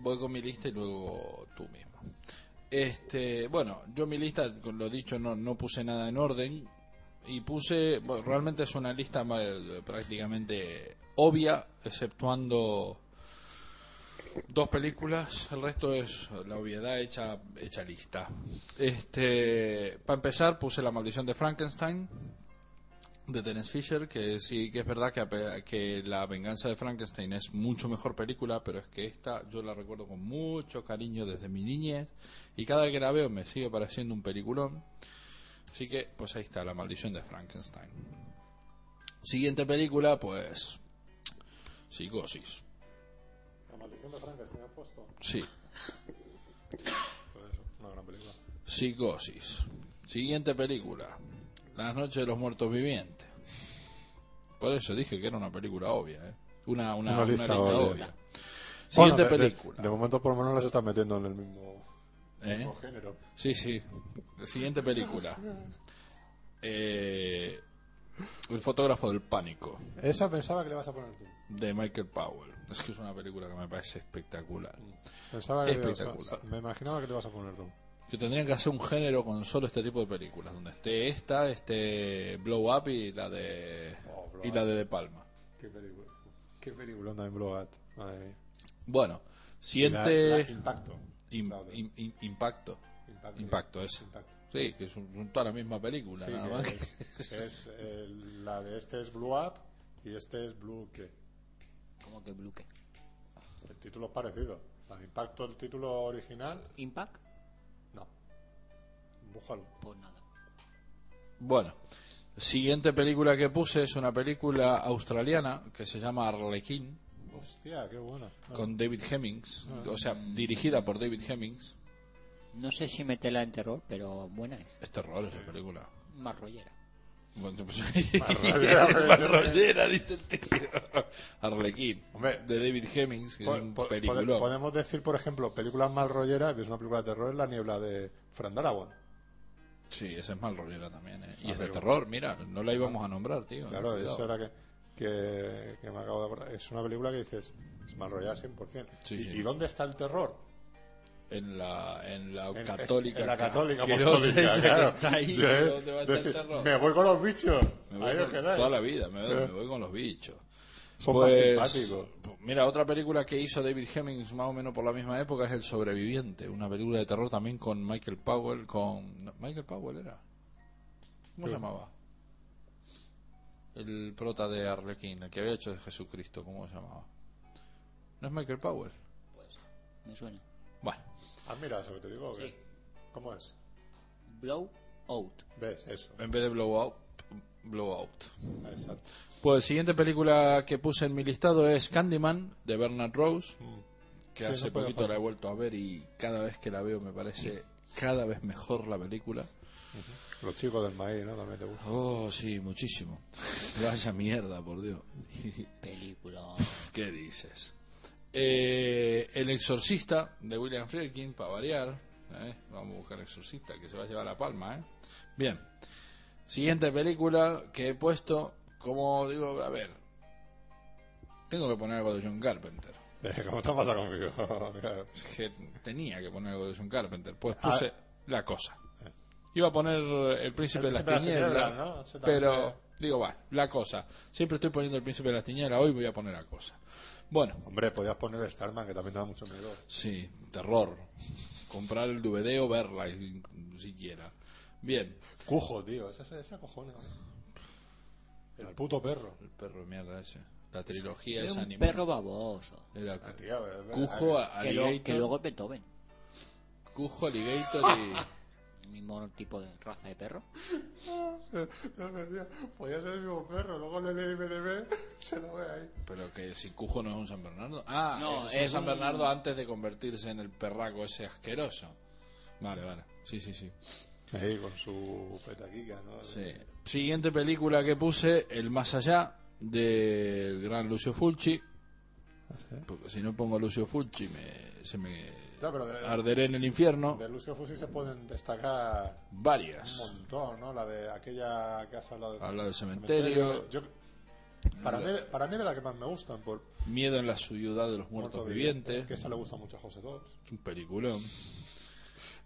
S1: voy con mi lista y luego tú mismo. Este, bueno, yo mi lista, con lo dicho, no, no puse nada en orden y puse, bueno, realmente es una lista ma- prácticamente obvia, exceptuando dos películas, el resto es la obviedad hecha, hecha lista. Este, para empezar puse La maldición de Frankenstein de Terence Fisher, que sí que es verdad que, a pe- que La venganza de Frankenstein es mucho mejor película, pero es que esta yo la recuerdo con mucho cariño desde mi niñez y cada vez que la veo me sigue pareciendo un peliculón. Así que, pues ahí está, La maldición de Frankenstein. Siguiente película, pues... Psicosis.
S2: la maldición de Frankenstein ha puesto
S1: Sí,
S2: todo eso una gran película
S1: Psicosis. Siguiente película. Las noches de los muertos vivientes. Por eso dije que era una película obvia, ¿eh? Una, una, una lista, obvia. Siguiente
S2: Bueno, de- de-
S1: película.
S2: de, momento por lo menos las están metiendo en el mismo
S1: ¿eh?
S2: Por género.
S1: Sí, sí. Siguiente película. Eh, el fotógrafo del pánico,
S2: Esa pensaba que le vas a poner tú.
S1: de Michael Powell. Es que es una película que me parece espectacular.
S2: Pensaba que le ibas a-
S1: Espectacular.
S2: me imaginaba que le vas a poner tú.
S1: Que tendrían que hacer un género con solo este tipo de películas, donde esté esta, este Blow Up y la de
S2: Oh, Blow
S1: y la de De Palma.
S2: Qué película. Qué película onda en Blowout. Madre mía.
S1: Bueno,
S2: Y la- la-
S1: siguiente
S2: impacto.
S1: im-
S2: la otra.
S1: im- im- impacto.
S2: Impacto.
S1: Impacto es.
S2: Impacto.
S1: Sí, que es un- son toda la misma película,
S2: Sí,
S1: nada
S2: que
S1: más. que-
S2: es, es, eh, la de este es Blue Up y este es Blue ¿qué?
S3: Como que bloque.
S2: El título es parecido. La de impacto el título original,
S3: ¿Impact?
S2: no. Bújalo.
S3: Pues nada.
S1: Bueno, siguiente película que puse es una película australiana que se llama Arlequín
S2: Hostia, qué buena.
S1: con David Hemmings, o sea, dirigida por David Hemmings.
S3: No sé si metela en terror, pero buena es.
S1: Es terror esa película.
S3: Más rollera.
S1: Bueno, pues-
S2: Marrollera, pero-
S1: Marrollera, dice el tío. Arlequín,
S2: Hombre,
S1: de David Hemmings, que
S2: Po-
S1: es un
S2: po- pode-
S1: peliculón.
S2: podemos decir, por ejemplo, películas mal rolleras, que es una película de terror, es La niebla de Fran Darabont.
S1: Sí, esa es más rollera también, ¿eh? Y
S2: Ah,
S1: es de
S2: pero-
S1: terror, mira, no la íbamos a nombrar, tío.
S2: Claro,
S1: cuidado.
S2: eso era que, que, que me acabo de acordar. Es una película que dices, es mal rollera 100%.
S1: Sí,
S2: ¿Y,
S1: sí.
S2: y dónde está el terror?
S1: En la, en la
S2: En-
S1: católica.
S2: En la católica,
S1: que no sé
S2: apostólica,
S1: esa
S2: claro.
S1: que está ahí,
S2: Sí,
S1: ¿dónde va a estar el
S2: decir,
S1: terror?
S2: Me voy con los bichos.
S1: Me voy
S2: Ahí os
S1: con-
S2: quedáis.
S1: toda la vida, me,
S2: Eh.
S1: me voy con los bichos.
S2: Son más simpáticos.
S1: pues, mira, otra película que hizo David Hemmings más o menos por la misma época es El Sobreviviente, una película de terror también con Michael Powell, con... no, ¿Michael Powell era? ¿Cómo se llamaba? El prota de Arlequín, el que había hecho de Jesucristo, ¿cómo se llamaba? ¿No es Michael Powell?
S3: Me suena.
S1: Bueno,
S2: Ah, mira, eso que te digo. que-
S3: Sí.
S2: ¿Cómo es?
S3: Blow out.
S2: ¿Ves? Eso.
S1: en vez de Blowout, Blowout.
S2: Exacto.
S1: Pues siguiente película que puse en mi listado es Candyman, de Bernard Rose. que
S2: Sí,
S1: hace
S2: no puede
S1: poquito
S2: faltar.
S1: la he vuelto a ver y cada vez que la veo me parece cada vez mejor la película.
S2: Los chicos del maíz, ¿no? También te gusta.
S1: Oh, sí, muchísimo. Vaya mierda, por Dios.
S3: Película.
S1: ¿Qué dices? Eh, el exorcista de William Friedkin, para variar. ¿eh? Vamos a buscar exorcista, que se va a llevar la palma. ¿eh? Bien. Siguiente película que he puesto, como digo, a ver. Tengo que poner algo de John Carpenter.
S2: ¿Cómo te pasa conmigo? Claro.
S1: Es que tenía que poner algo de John Carpenter. Pues
S2: Ah.
S1: puse la cosa. Iba a poner eh, el príncipe
S2: El
S1: de las
S2: Príncipe de las
S1: tinieblas,
S2: Tinieblas, ¿no? Eso también
S1: pero digo, va, la cosa. Siempre estoy poniendo el príncipe de las tinieblas, hoy voy a poner la cosa. Bueno,
S2: Hombre, podías poner Starman, que también te da mucho miedo.
S1: sí, terror. Comprar el DVD o verla, y- siquiera. Bien,
S2: Cujo, tío. Esa, esa cojona. El puto perro.
S1: el perro de mierda ese. La trilogía
S3: Es
S1: es
S3: un
S1: animal.
S3: perro baboso.
S1: Era
S2: Ah, tío, a ver, a ver,
S1: Cujo,
S2: a ver.
S3: Que, lo- que luego
S1: Alligator,
S3: es Beethoven.
S1: Cujo, Alligator y...
S3: El mismo tipo de raza de perro.
S2: No me digas, Podía ser el mismo perro. Luego le leí BDB, se lo ve ahí.
S1: Pero que si Cujo no es un San Bernardo. Ah,
S3: No,
S1: es un
S3: es
S1: San
S3: un-
S1: Bernardo antes de convertirse en el perraco ese asqueroso. Vale, vale. Sí, sí, sí.
S2: Ahí, con su petaquica, ¿no?
S1: Sí. Siguiente película que puse, El Más Allá, del gran Lucio Fulci.
S3: Ah,
S1: Porque si no pongo Lucio Fulci, me, se me
S2: Ya, pero de-
S1: arderé en el infierno.
S2: De Lucio Fusi se pueden destacar un
S1: Varias.
S2: montón, ¿no? La de aquella que has hablado.
S1: Habla del cementerio,
S2: Yo- para, mí, para mí de la que más me gustan, por
S1: Miedo en la ciudad de los muertos vivientes.
S2: Que esa le gusta mucho a José Todos.
S1: Un peliculón.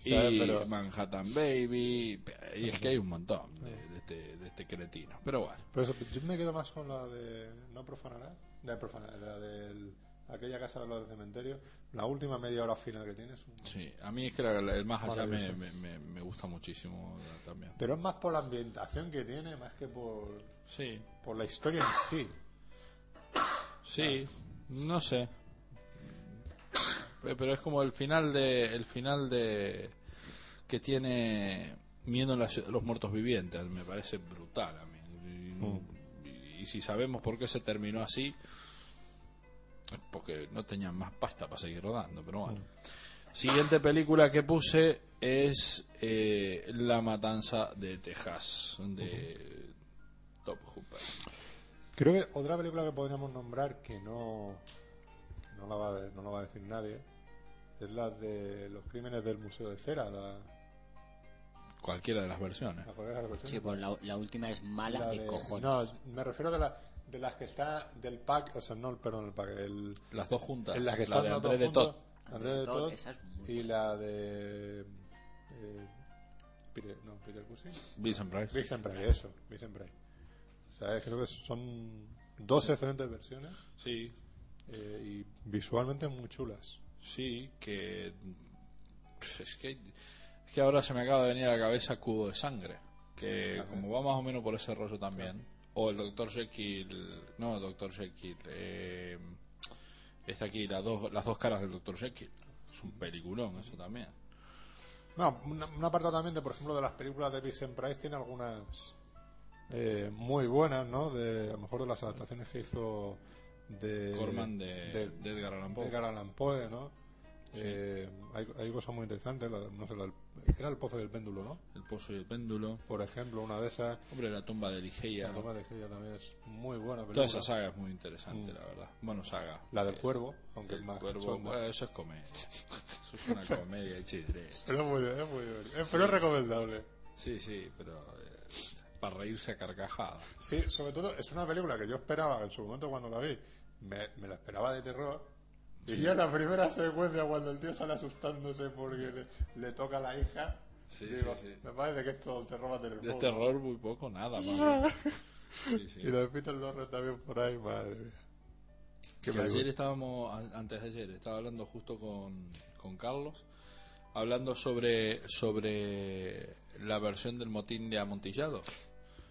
S2: ¿Sabes?
S1: y
S2: Pero-
S1: Manhattan Baby. Y es que hay un montón de, de este, de este cretino. Pero bueno.
S2: Pero eso, yo me quedo más con la de No profanarás, de profanar, la del aquella casa de los del cementerio, la última media hora final que tienes. un-
S1: Sí, a mí es que la- la- el más allá me,
S2: Maravilloso.
S1: me- me- me gusta muchísimo la- también.
S2: Pero es más por la ambientación que tiene, más que por,
S1: Sí,
S2: por la historia en sí.
S1: sí, no sé. Pe- Pero es como el final de. El final de. Que tiene. Miedo en la ciudad de los muertos vivientes. Me parece brutal a mí. Y, y si sabemos por qué se terminó así. es Porque no tenían más pasta para seguir rodando, pero bueno. Siguiente película que puse es eh, La Matanza de Texas, de Top Hooper.
S2: Creo que otra película que podríamos nombrar que no, que no, la va, a- no lo va a decir nadie Es la de los crímenes del Museo de Cera, la,
S1: Cualquiera de las versiones.
S2: la primera versión.
S3: Sí, pues la, la última es mala
S2: La
S3: de,
S2: de-
S3: cojones.
S2: No, me refiero de, la- de las que está del pack, o sea, no, perdón, el pack, el,
S1: Las dos juntas.
S2: en las que
S1: la
S2: están
S1: de
S2: los
S1: Andrés de
S2: dos juntos,
S1: Todd.
S2: Andrés de Todd
S3: esa es muy
S2: y la de... eh, Peter, no, Peter Cushing.
S1: Vincent Price.
S2: Vincent Price, eso, Vincent Price. O sea, creo que son dos excelentes versiones
S1: Sí,
S2: eh, y visualmente muy chulas.
S1: sí, que. pues Es que. Es que ahora se me acaba de venir a la cabeza Cubo de Sangre. Que como va más o menos por ese rollo también. O el Dr. Jekyll. No, el Dr. Jekyll. eh, está aquí, las dos, las dos caras del Dr. Jekyll. Es un peliculón, eso también.
S2: No, una, un apartado también de, por ejemplo, de las películas de Vincent Price tiene algunas eh, muy buenas, ¿no? De, a lo mejor de las adaptaciones que hizo de...
S1: Corman de,
S2: de-
S1: de Edgar Allan Poe.
S2: de Edgar Allan Poe, ¿no?
S1: Sí.
S2: Eh, hay, hay cosas muy interesantes, la- no sé, la- era el pozo del péndulo, ¿no?
S1: El Pozo y el Péndulo.
S2: Por ejemplo, una de esas,
S1: Hombre, la tumba de Ligeia.
S2: la toma de Heya también es muy buena película.
S1: Toda esa saga es muy
S2: Mm.
S1: interesante, la verdad. Bueno, saga.
S2: La del cuervo, aunque es
S1: El
S2: más
S1: cuervo,
S2: cachonda.
S1: bueno, eso es comedia. Eso es una comedia y chidrés.
S2: Pero es muy, es muy divertido. Eh, Pero es recomendable.
S1: Sí, sí, pero eh, para reírse a carcajadas.
S2: Sí, sobre todo es una película que yo esperaba en su momento cuando la vi, me, me la esperaba de terror. Y ya la primera secuencia cuando el tío sale asustándose porque le, le toca a la hija,
S1: Sí,
S2: digo,
S1: sí, sí.
S2: me parece que esto te roba del
S1: De terror muy poco, nada. más bien. Sí, sí.
S2: Y lo de Peter Lorre también por ahí, madre mía. Qué
S1: Que ayer
S2: película.
S1: estábamos, a- antes de ayer, estaba hablando justo con, con Carlos, hablando sobre, sobre la versión del motín de Amontillado.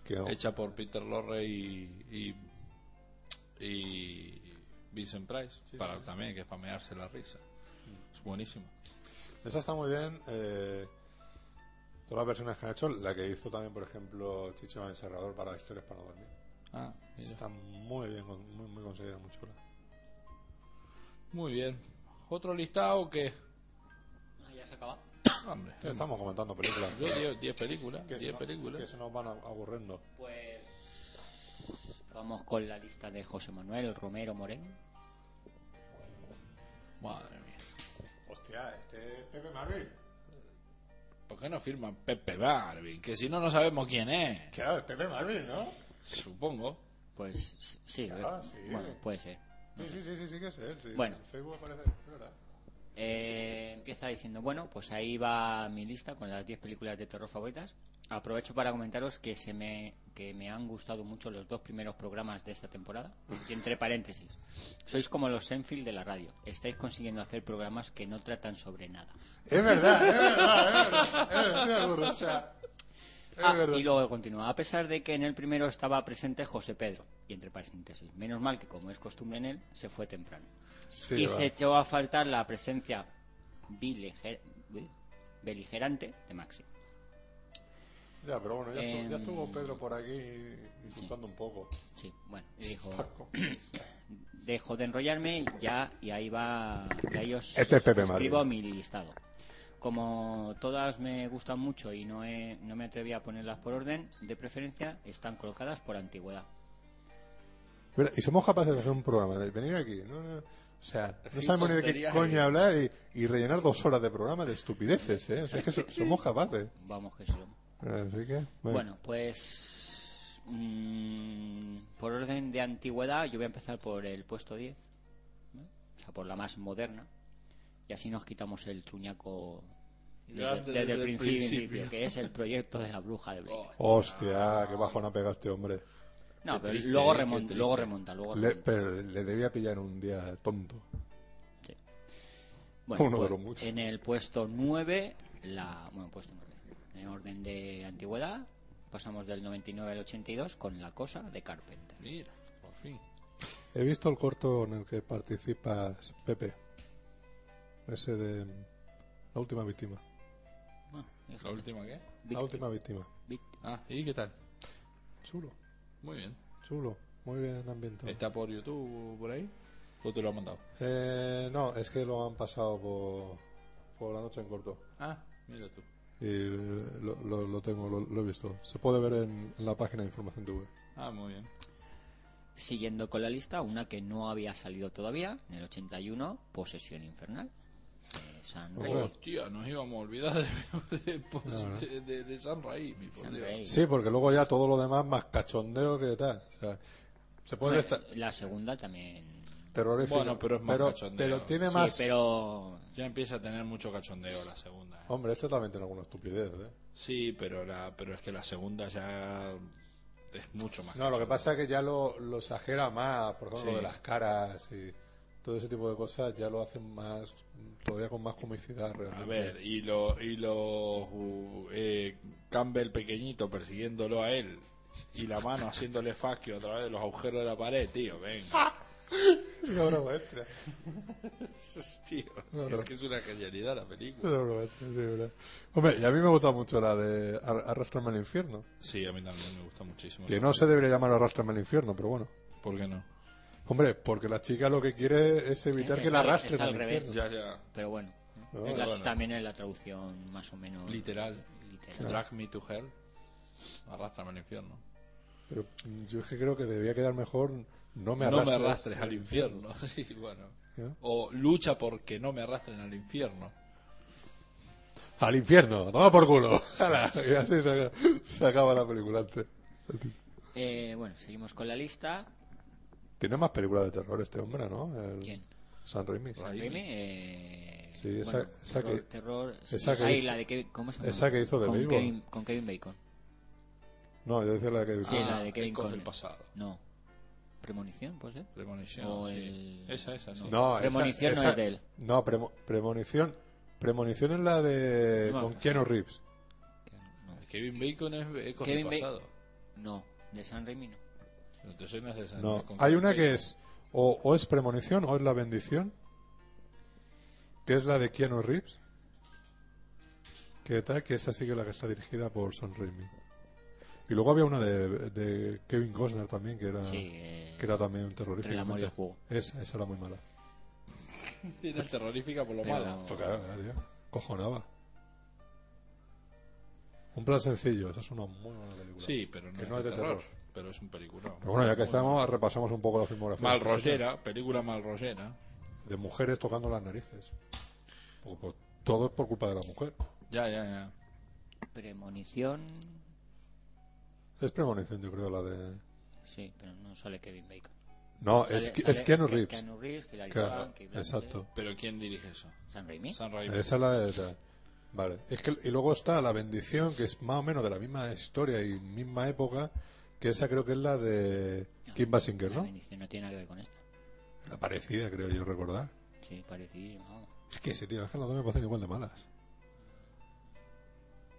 S2: Qué-
S1: hecha por Peter Lorre y, y, y Vincent Price, para también que es para mearse la risa. Es buenísimo.
S2: Esa está muy bien. eh, todas las versiones que han hecho, la que hizo también, por ejemplo, Chicho Encerrador para Historias para no dormir.
S1: Ah, mira.
S2: Está muy bien, con- muy, muy conseguida, muy chula.
S1: Muy bien. ¿Otro listado que
S3: Ah, ya se acaba.
S1: Hombre,
S2: Sí, Estamos comentando películas.
S1: yo 10 10 películas,
S2: que,
S1: 10
S2: se nos, que
S1: películas.
S2: se nos van a- aburriendo.
S3: Pues vamos con la lista de José Manuel Romero Moreno.
S1: Madre mía.
S2: Hostia, este es Pepe Marvin.
S1: ¿Por qué no firman Pepe Marvin? Que si no, no sabemos quién es.
S2: Claro, es Pepe Marvin, ¿no?
S1: Supongo.
S3: Pues s- sí,
S2: Ah,
S3: eh,
S2: sí.
S3: bueno, puede ser.
S2: Sí, sí, sí, sí, sí que es él. sí.
S3: Bueno.
S2: En Facebook aparece, es verdad.
S3: Eh, empieza diciendo, bueno, pues ahí va mi lista con las 10 películas de terror favoritas. Aprovecho para comentaros que se me que me han gustado mucho los dos primeros programas de esta temporada. Y entre paréntesis, sois como los Senfield de la radio. Estáis consiguiendo hacer programas que no tratan sobre nada.
S2: Es verdad, es verdad, es verdad. Es verdad, estoy de acuerdo, o sea, es
S3: Ah,
S2: verdad.
S3: y luego continúa. A pesar de que en el primero estaba presente José Pedro, y entre paréntesis, menos mal que como es costumbre en él, se fue temprano.
S2: Sí,
S3: y
S2: va.
S3: se echó a faltar la presencia biliger- beligerante de Maxi.
S2: Ya, pero bueno, ya, estuvo, ya
S3: Em,
S2: estuvo Pedro por aquí insultando un poco.
S3: Sí, bueno, y dijo,
S2: Paco.
S3: dejo de enrollarme ya y ahí va, y ahí os
S2: Este es Pepe
S3: escribo
S2: Madrid.
S3: mi listado. Como todas me gustan mucho y no, he- no me atreví a ponerlas por orden, de preferencia están colocadas por antigüedad.
S2: Pero, y somos capaces de hacer un programa, de venir aquí, ¿no? no, o sea, no
S1: Sí,
S2: sabemos ni de qué
S1: tonterías
S2: coño
S1: y-
S2: hablar y, y rellenar dos horas de programa de estupideces, ¿eh? O sea, es que so- somos capaces.
S3: Vamos que sí. vamos.
S2: Así que,
S3: Bueno, pues mm, por orden de antigüedad yo voy a empezar por el puesto 10, ¿no? o sea, por la más moderna, y así nos quitamos el truñaco desde,
S1: Grande
S3: desde
S1: desde
S3: el
S1: el
S3: principio,
S1: principio.
S3: que es el proyecto de la bruja de Blair.
S1: Oh,
S2: Hostia, qué bajón ha pegado este hombre.
S3: no,
S1: qué
S3: pero
S1: triste,
S3: luego,
S1: eh, qué
S3: remonta,
S1: triste.
S3: luego remonta, luego
S2: Le-
S3: remonta.
S2: pero le debía pillar un día tonto.
S3: sí.
S2: uno de
S3: pues,
S2: los muchos.
S3: en el puesto 9, la, bueno, puesto 9, en orden de antigüedad, pasamos del 99 al 82 con La Cosa de Carpenter.
S1: mira, por fin.
S2: He visto el corto en el que participas, Pepe. Ese de mm, La última víctima.
S3: Ah, fíjate.
S1: ¿La última qué?
S2: La
S3: Víctima.
S2: última víctima.
S3: Víctima.
S1: Ah, ¿y qué tal?
S2: Chulo,
S1: Muy bien.
S2: chulo. Muy bien ambientado.
S1: ¿Está por YouTube o por ahí? ¿O te lo han mandado?
S2: Eh, no, es que lo han pasado por, por la noche en corto.
S1: Ah, mira tú.
S2: Y eh, lo, lo- lo tengo, lo, lo he visto. Se puede ver en, en la página de Información TV.
S1: Ah, muy bien.
S3: Siguiendo con la lista, una que no había salido todavía, en el 81, Posesión Infernal. Eh, San
S2: Ojo.
S3: Raimi.
S1: Oh, Hostia, nos íbamos a olvidar de, de, pues,
S2: No, no.
S1: de- de- de San Raimi, por
S3: San
S1: Dios.
S3: Raimi.
S2: Sí, porque luego ya todo lo demás más cachondeo que tal. O sea, se puede
S3: Bueno,
S2: estar
S3: La segunda también.
S2: terrorífico.
S1: Bueno, pero es más
S2: pero,
S1: cachondeo.
S2: pero tiene
S3: Sí,
S2: más.
S3: pero.
S1: Ya empieza a tener mucho cachondeo la segunda. ¿eh?
S2: Hombre, este también tiene alguna estupidez. ¿eh?
S1: Sí, pero la, pero es que la segunda ya es mucho más.
S2: No, lo que
S1: cachondeo.
S2: pasa es que ya lo, lo exagera más, por ejemplo,
S1: Sí.
S2: lo de las caras y todo ese tipo de cosas ya lo hacen más, todavía con más comicidad realmente.
S1: A ver, y lo y los uh, eh, Campbell pequeñito persiguiéndolo a él y la mano haciéndole faquio a través de los agujeros de la pared, tío, venga.
S2: Una obra maestra,
S1: tío, si es que es una genialidad la película.
S2: una obra maestra, sí, verdad. Hombre, y a mí me gusta mucho la de Ar- Arrastrarme al infierno.
S1: Sí, a mí también me gusta muchísimo.
S2: Que no se debería llamar Arrastrarme al infierno, pero bueno.
S1: ¿Por qué no?
S2: Hombre, porque la chica lo que quiere es evitar
S3: Es-
S2: que la
S3: es al-
S2: arrastren
S3: es al
S2: al
S3: revés.
S2: infierno.
S1: Ya, ya.
S3: Pero bueno.
S2: No,
S3: es la-
S1: bueno.
S3: También es la traducción más o menos.
S1: Literal.
S3: literal.
S1: Drag me to hell. Arrástrame al infierno.
S2: Pero mm, yo es que creo que debería quedar mejor no me
S1: no
S2: arrastres.
S1: me arrastres al infierno. Sí, bueno.
S2: ¿Eh?
S1: O lucha porque no me arrastren al infierno.
S2: Al infierno, toma por culo. Hala, y así se, acaba- se acaba la película antes.
S3: Eh, bueno, seguimos con la lista.
S2: Tiene más películas de terror este hombre, ¿no? El
S3: ¿Quién?
S2: San Raimi.
S1: Raimi.
S3: Raimi, eh,
S2: Sí, esa-
S3: bueno,
S2: esa
S3: terror,
S2: que-
S3: terror, sí,
S2: esa que
S3: ay,
S2: hizo-
S3: la de Kevin, ¿cómo se llama?
S2: esa que hizo de
S3: con
S2: Bilbo.
S3: Kevin, con Kevin Bacon.
S2: No, yo decía la que...
S3: Sí, la de Kevin
S1: Ecos Ah, del
S3: Conner.
S1: pasado.
S3: No. ¿Premonición, puede ser?
S1: Premonición,
S3: O
S1: sí.
S3: el-
S1: Esa, esa, sí.
S2: No, esa-
S3: Premonición no
S2: esa-
S3: es de él.
S2: No, premo- premonición. Premonición es la de...
S3: No,
S2: con
S3: no.
S2: Keanu Reeves.
S3: No,
S1: Kevin Bacon es Ecos
S3: Kevin
S1: del
S3: Ba-
S1: pasado.
S3: no, de San Raimi no.
S1: Entonces no es de San-
S2: No,
S1: con
S2: hay
S1: Kevin
S2: una que
S1: Bacon.
S2: es o, o es premonición o es la bendición, que es la de Keanu Reeves, que tal, que esa sí que es la que está dirigida por San Raimi. Y luego había una de, de Kevin Costner también, que era,
S3: Sí, eh,
S2: Ah. que era también terrorista.
S3: Entre el amor y el juego.
S2: Esa, esa era muy mala.
S1: Era terrorífica por lo
S3: Pero-
S1: mala.
S2: Fue cara, tío. Cojonaba. Un plan sencillo, esa es una muy buena película.
S1: Sí, pero no,
S2: Que
S1: es, de terror, Pero es un película.
S2: Pero bueno, ya que estamos, repasamos un poco la filmografía.
S1: Mal rollera, película mal rollera.
S2: de mujeres tocando las narices. Por- por- todo es por culpa de la mujer.
S1: Ya, ya, ya.
S3: Premonición,
S2: Es premonición, yo creo, la de.
S3: sí, pero no sale Kevin Bacon.
S2: No,
S3: Sale-
S2: es,
S3: sale
S2: es Keanu
S3: Ke-
S2: Reeves.
S3: Keanu Reeves, Hilary
S2: Claro,
S3: Swank, Kate Blanchett.
S2: exacto.
S1: Pero ¿quién dirige eso?
S3: San Raimi.
S1: San Raimi.
S2: Esa es la de. la- Vale. Es que, y luego está La Bendición, que es más o menos de la misma historia y misma época, que esa creo que es la de Kim Basinger,
S3: La
S2: ¿no?
S3: bendición no tiene nada que ver con esta.
S2: La parecida, creo yo recordar.
S3: Sí, parecido, no.
S2: Es que sí, tío, es que las dos me parecen igual de malas.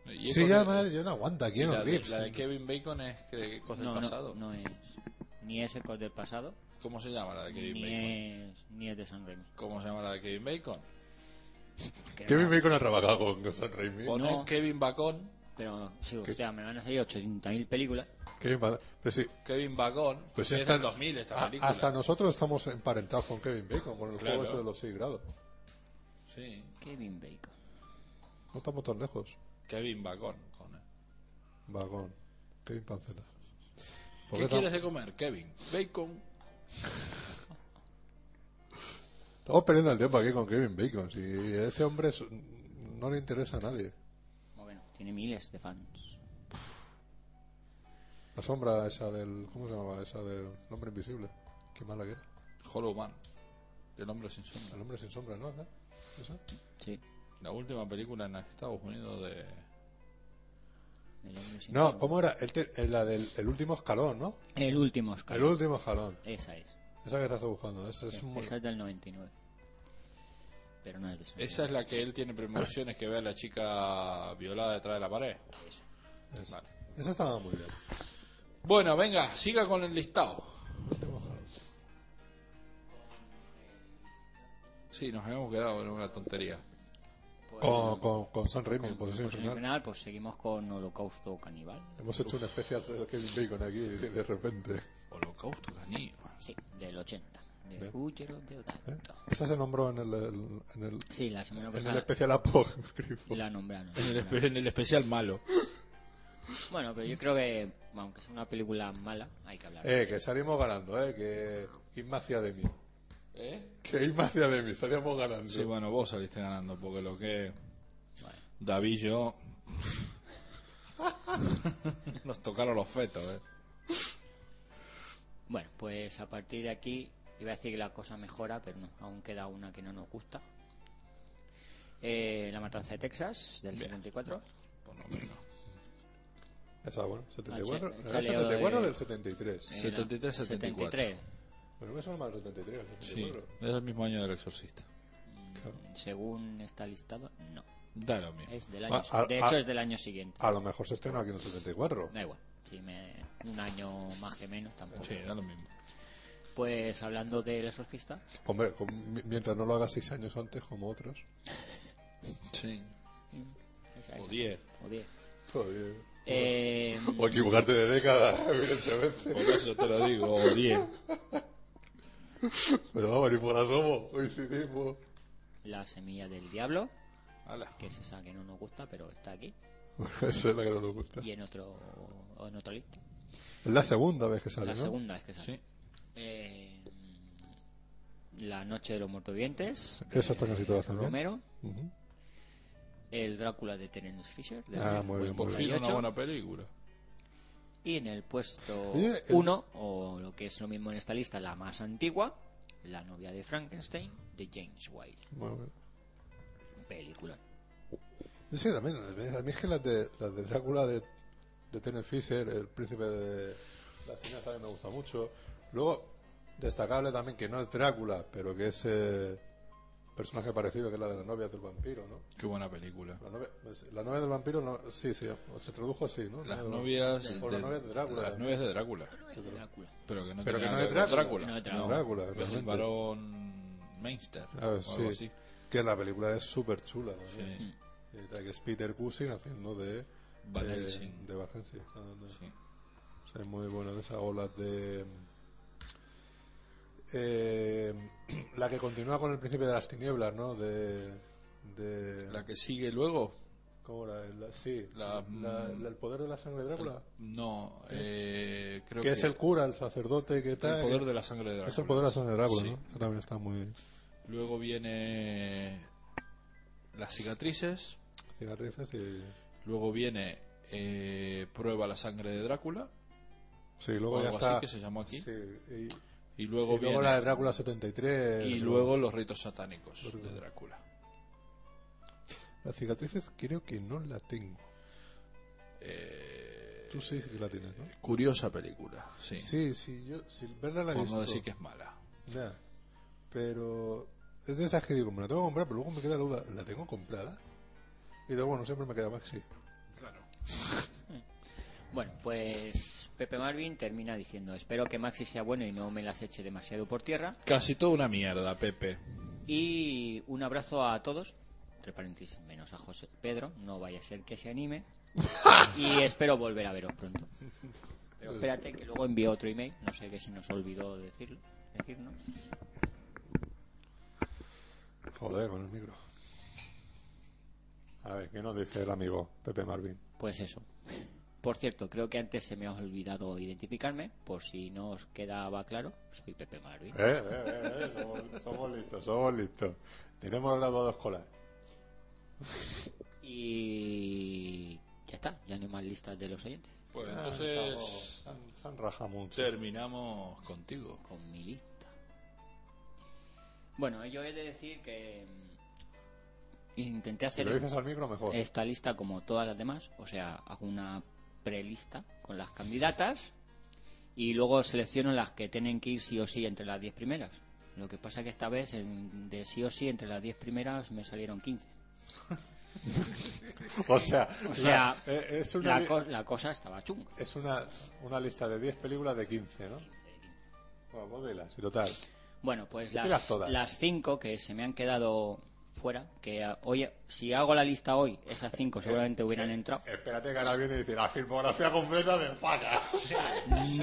S1: Y
S2: Sí,
S1: Ecos
S2: ya,
S1: de-
S2: madre, yo no aguanto a
S1: y
S2: Keanu
S1: la, de,
S2: Reeves.
S1: la de Kevin Bacon es que- Ecos del
S3: No,
S1: pasado.
S3: no, no es. Ni es Ecos del pasado,
S1: ¿Cómo se llama la de Kevin
S3: ni
S1: Bacon?
S3: es, ni es de San Raimi.
S1: ¿Cómo se llama la de Kevin Bacon?
S3: Que
S2: Kevin
S3: no,
S2: Bacon ha trabajado con San Raimi.
S1: Pone
S3: No.
S1: Kevin Bacon,
S3: Pero, sí, hostia, me van a salir 80.000 películas.
S2: Kevin Ba- Pero sí,
S1: Kevin Bacon.
S2: Pues
S1: es
S2: esta-
S1: del 2000 esta
S2: a-
S1: película.
S2: Hasta nosotros estamos emparentados con Kevin Bacon, con el
S1: Claro.
S2: juego ese de los 6 grados.
S1: Sí,
S3: Kevin Bacon.
S2: No estamos tan lejos.
S1: Kevin Bacon. pone.
S2: Vagón. Kevin Pancela. ¿Por
S1: ¿Qué
S2: tam-
S1: quieres de comer, Kevin? Bacon.
S2: Estamos perdiendo el tiempo aquí con Kevin Bacon. Si ese hombre es- no le interesa a nadie.
S3: Bueno, tiene miles de fans.
S2: La sombra esa del... ¿Cómo se llamaba? Esa del hombre invisible. Qué mala que era.
S1: Hollow Man. El hombre sin sombra.
S2: El hombre sin sombra, ¿no? ¿Esa? ¿Esa?
S3: Sí.
S1: La última película en Estados Unidos de.
S3: El hombre sin
S2: No,
S3: sombra.
S2: ¿cómo era? El te- eh, la del el último escalón, ¿no?
S3: El último Oscar.
S2: El último escalón.
S3: Esa es.
S2: Esa que estás buscando. Esa es
S3: Esa
S2: muy-
S3: es del 99. Pero no es de San Raimi.
S1: Esa es la que él tiene premoniciones que ve a la chica violada detrás de la pared.
S2: esa.
S1: Vale.
S2: Esa estaba muy bien.
S1: Bueno, venga, siga con el listado.
S2: El último escalón.
S1: Sí, nos habíamos quedado en una tontería.
S3: Pues,
S2: Con, con, con San Raimi, en
S3: con
S2: posición
S3: Posición
S2: final.
S3: Infernal, pues seguimos con Holocausto Caníbal.
S2: Hemos hecho un especial de Kevin Bacon aquí de repente.
S1: Holocausto caníbal.
S3: Sí, del 80. De Ruggiero de Oranto.
S2: Esa se nombró en el, el- en el,
S3: Sí, la semana
S2: ¿Eh? en el
S3: pasada
S2: especial apócrifo.
S3: la nombraron.
S1: En el, espe- en el especial malo.
S3: Bueno, pero yo creo que, aunque sea una película mala, hay que hablar.
S2: Eh, que salimos ganando, eh, que Kim me hacía de mí.
S1: ¿Eh?
S2: Seguid más hacia de mí, salíamos ganando.
S1: Sí, bueno, vos saliste ganando, porque lo que David y yo nos tocaron los fetos, ¿eh?
S3: Bueno, pues a partir de aquí iba a decir que la cosa mejora, pero no, aún queda una que no nos gusta. Eh, la matanza de Texas, del
S1: Bien.
S3: 74.
S1: Por lo menos.
S2: Esa, bueno, 74.
S3: Ah, sí,
S2: ¿Era el
S3: salió
S2: 74 o
S3: de-
S2: del 73?
S1: 73, 74.
S3: 73.
S2: Pero me suena más el 73, el
S1: Sí,
S2: 74.
S1: es el mismo año del exorcista.
S2: Claro.
S3: Según está listado, no.
S1: Da lo mismo.
S3: Es del año,
S2: Ah, ah,
S3: de hecho,
S2: ah.
S3: es del año siguiente.
S2: A lo mejor se estrenó aquí en el 74.
S3: Da igual. Si me, un año más que menos tampoco.
S1: Sí, da lo mismo.
S3: Pues hablando del exorcista,
S2: Hombre, con- mi- mientras no lo haga 6 años antes como otros.
S1: Sí.
S3: esa,
S1: O
S3: esa.
S2: eh.
S1: 10.
S3: O diez.
S2: Joder.
S3: Eh,
S2: O equivocarte de década, evidentemente.
S1: Por eso te lo digo, o 10.
S2: Pero vamos, ni por asomo. Coincidimos.
S3: la semilla del diablo,
S1: Ala.
S3: que es esa que no nos gusta, pero está aquí.
S2: Eso es la que no nos gusta.
S3: Y en otro, o en otra lista.
S2: Es la segunda vez que sale,
S3: La
S2: ¿no?
S3: segunda es que sale.
S1: Sí.
S3: Eh, la noche de los mortovientes.
S2: Esa está casi toda también.
S3: Romero.
S2: Ujú.
S3: El Drácula de Terence Fisher. del
S2: Ah, muy bien, muy
S1: Por fin una
S3: 48.
S1: buena película.
S3: Y en el puesto
S2: Oye, el-
S3: 1, o lo que es lo mismo en esta lista, la más antigua, La novia de Frankenstein, de James White.
S2: Muy bueno.
S3: Película.
S2: Sí, también. A mí es que las de, las de Drácula de, de Terence Fisher, el príncipe de las cineas, a mí me gusta mucho. Luego, destacable también que no es Drácula, pero que es eh, personaje parecido, que es la de la novia del vampiro, ¿no?
S1: Qué buena película.
S2: La novia, es- la novia del vampiro, no, sí, sí, o se tradujo así, ¿no?
S1: Las
S2: No,
S1: novias
S2: por
S1: de,
S2: las novias de Drácula.
S1: Las novias de Drácula.
S3: Drácula.
S1: Pero que no,
S2: Pero
S1: tiene nada
S2: que no
S1: que
S2: es
S1: ver con
S2: Drácula.
S3: No es
S1: No,
S2: Drácula,
S1: que es el
S2: realmente.
S1: varón Mainster.
S2: A ver,
S1: o algo
S2: Ah, sí.
S1: así.
S2: Que la película es súper chula. ¿no?
S1: Sí.
S2: Eh, que es Peter Cushing haciendo de...
S1: Van
S2: de-
S1: Helsing.
S2: De Van Helsing. Ah, no.
S1: Sí.
S2: O sea, es muy bueno de esas olas de... Eh, la que continúa con el príncipe de las tinieblas, ¿no? De... de
S1: La que sigue luego.
S2: ¿Cómo era? La- sí.
S1: La- mm,
S2: la- la- el poder de la sangre de Drácula.
S1: No, eh, creo
S2: que
S1: que
S2: es el cura, el sacerdote que
S1: El
S2: tal.
S1: poder de la sangre de Drácula.
S2: Es el poder de la sangre de Drácula,
S1: Sí.
S2: ¿no? Eso también está muy...
S1: Luego viene las cicatrices.
S2: Cigarrizas y...
S1: Luego viene eh, prueba la sangre de Drácula.
S2: Sí,
S1: O
S2: luego ya
S1: algo
S2: está...
S1: así que se llamó aquí.
S2: Sí, y-
S1: Y
S2: Y
S1: luego
S2: luego
S1: viene
S2: la de Drácula 73.
S1: y
S2: o-
S1: luego los ritos satánicos
S2: Los
S1: de
S2: ritos.
S1: Drácula.
S2: Las cicatrices creo que no la tengo.
S1: Eh,
S2: Tú sí que la tienes, ¿no?
S1: curiosa película, sí.
S2: Sí, sí, yo... Si verla la he
S1: Por no
S2: visto.
S1: decir que es mala.
S2: Ya. Pero... Es de esas que digo, me la tengo que comprar, pero luego me queda la duda. ¿La tengo comprada? Y luego, bueno, siempre me queda Maxi.
S3: Bueno, pues Pepe Marvin termina diciendo, espero que Maxi sea bueno y no me las eche demasiado por tierra.
S1: Casi toda una mierda, Pepe.
S3: Y un abrazo a todos, entre paréntesis, menos a José Pedro, no vaya a ser que se anime. y espero volver a veros pronto. Pero espérate, que luego envío otro email, no sé qué se nos olvidó decirlo, decirnos.
S2: Joder, con el micro. A ver, ¿qué nos dice el amigo Pepe Marvin?
S3: Pues eso. Por cierto, creo que antes se me ha olvidado identificarme, por si no os quedaba claro, soy Pepe Marvin.
S2: Eh, eh, eh, eh, somos, somos listos, somos listos. Tenemos graduado escolar.
S3: Y ya está, ya no hay más listas de los oyentes.
S1: Pues
S2: Estamos-
S1: entonces
S2: se han- se han rajado mucho.
S1: terminamos contigo.
S3: Con mi lista. Bueno, yo he de decir que mm, intenté
S2: Si
S3: hacer
S2: lo
S3: esta,
S2: dices al micro, mejor.
S3: esta lista como todas las demás, o sea, hago una prelista con las candidatas y luego selecciono las que tienen que ir sí o sí entre las 10 primeras. Lo que pasa que esta vez en- de sí o sí entre las 10 primeras me salieron 15.
S2: O sea,
S3: O sea,
S2: una- eh, es, una,
S3: la,
S2: li-
S3: co- la cosa estaba chunga.
S2: es una, una lista de 10 películas de 15, ¿no? Bueno, vos dilas, y total.
S3: Bueno, pues
S2: Dilas
S3: las,
S2: todas.
S3: las cinco que se me han quedado fuera, que ah, hoy, si hago la lista hoy, esas cinco seguramente hubieran entrado.
S2: Espérate que ahora viene y dice la filmografía completa de Paca.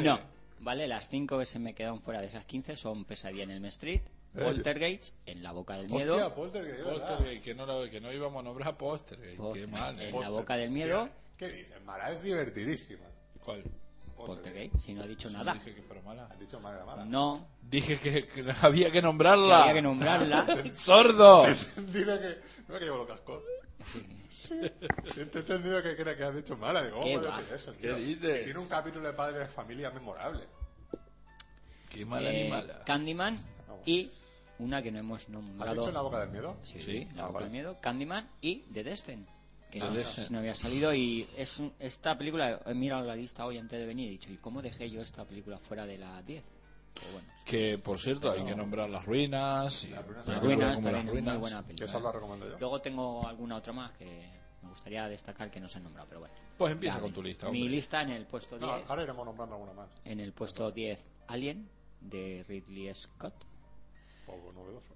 S3: No, ¿vale? Las cinco que se me quedaron fuera de esas 15 son Pesadilla en el Street, Poltergeist, En la Boca del
S2: Eh, Hostia,
S3: Miedo,
S2: Poltergeist, ¿verdad?
S1: Poltergeist, eh, que no, la- que no íbamos a nombrar Poster. Qué
S3: Poltergeist,
S1: mal,
S3: En
S1: eh.
S3: la Boca del Miedo,
S2: ¿Qué dices, Mala? Es divertidísima.
S1: ¿Cuál?
S3: Poltergeist, si no ha dicho
S1: Si no
S3: nada.
S1: Dije que fuera mala.
S2: Has dicho mala, mala.
S3: No,
S1: Dije que, que había que nombrarla.
S3: que había que nombrarla.
S1: ¡Sordo!
S2: Dile que. No es que llevo los cascos. Sí. Te he entendido que crees que has dicho mala. Digo,
S3: ¿Qué
S2: ¿cómo puede
S3: va?
S2: decir eso? el
S1: ¿Qué
S2: tío?
S1: dices?
S2: Tiene un capítulo de padres de familia memorable.
S1: ¡Qué mala
S3: Eh,
S1: ni mala!
S3: Candyman y una que no hemos nombrado.
S2: ¿Has dicho en la boca del miedo?
S3: Sí,
S1: Sí.
S3: La
S2: Ah,
S3: Boca
S2: vale.
S3: del Miedo, Candyman y The Destin. Que
S1: The
S3: no,
S1: Descent.
S3: no había salido y es un- esta película, he mirado la lista hoy antes de venir y he dicho, ¿y cómo dejé yo esta película fuera de la 10? Pero bueno,
S1: Que, por cierto, hay que nombrar las ruinas. y-
S3: Las
S1: películas
S3: Ruinas,
S1: como
S3: también
S1: las
S3: es muy
S1: ruinas.
S3: buena
S2: Que esa la
S3: película.
S2: recomiendo yo.
S3: Luego tengo alguna otra más que me gustaría destacar que no se ha nombrado, pero bueno.
S1: Pues empieza
S3: Vale.
S1: con tu lista,
S3: Mi
S1: hombre.
S3: lista en el puesto
S2: No,
S3: 10.
S2: ahora iremos nombrando alguna más.
S3: En el puesto 10, Alien, de Ridley Scott.
S2: Poco novedoso.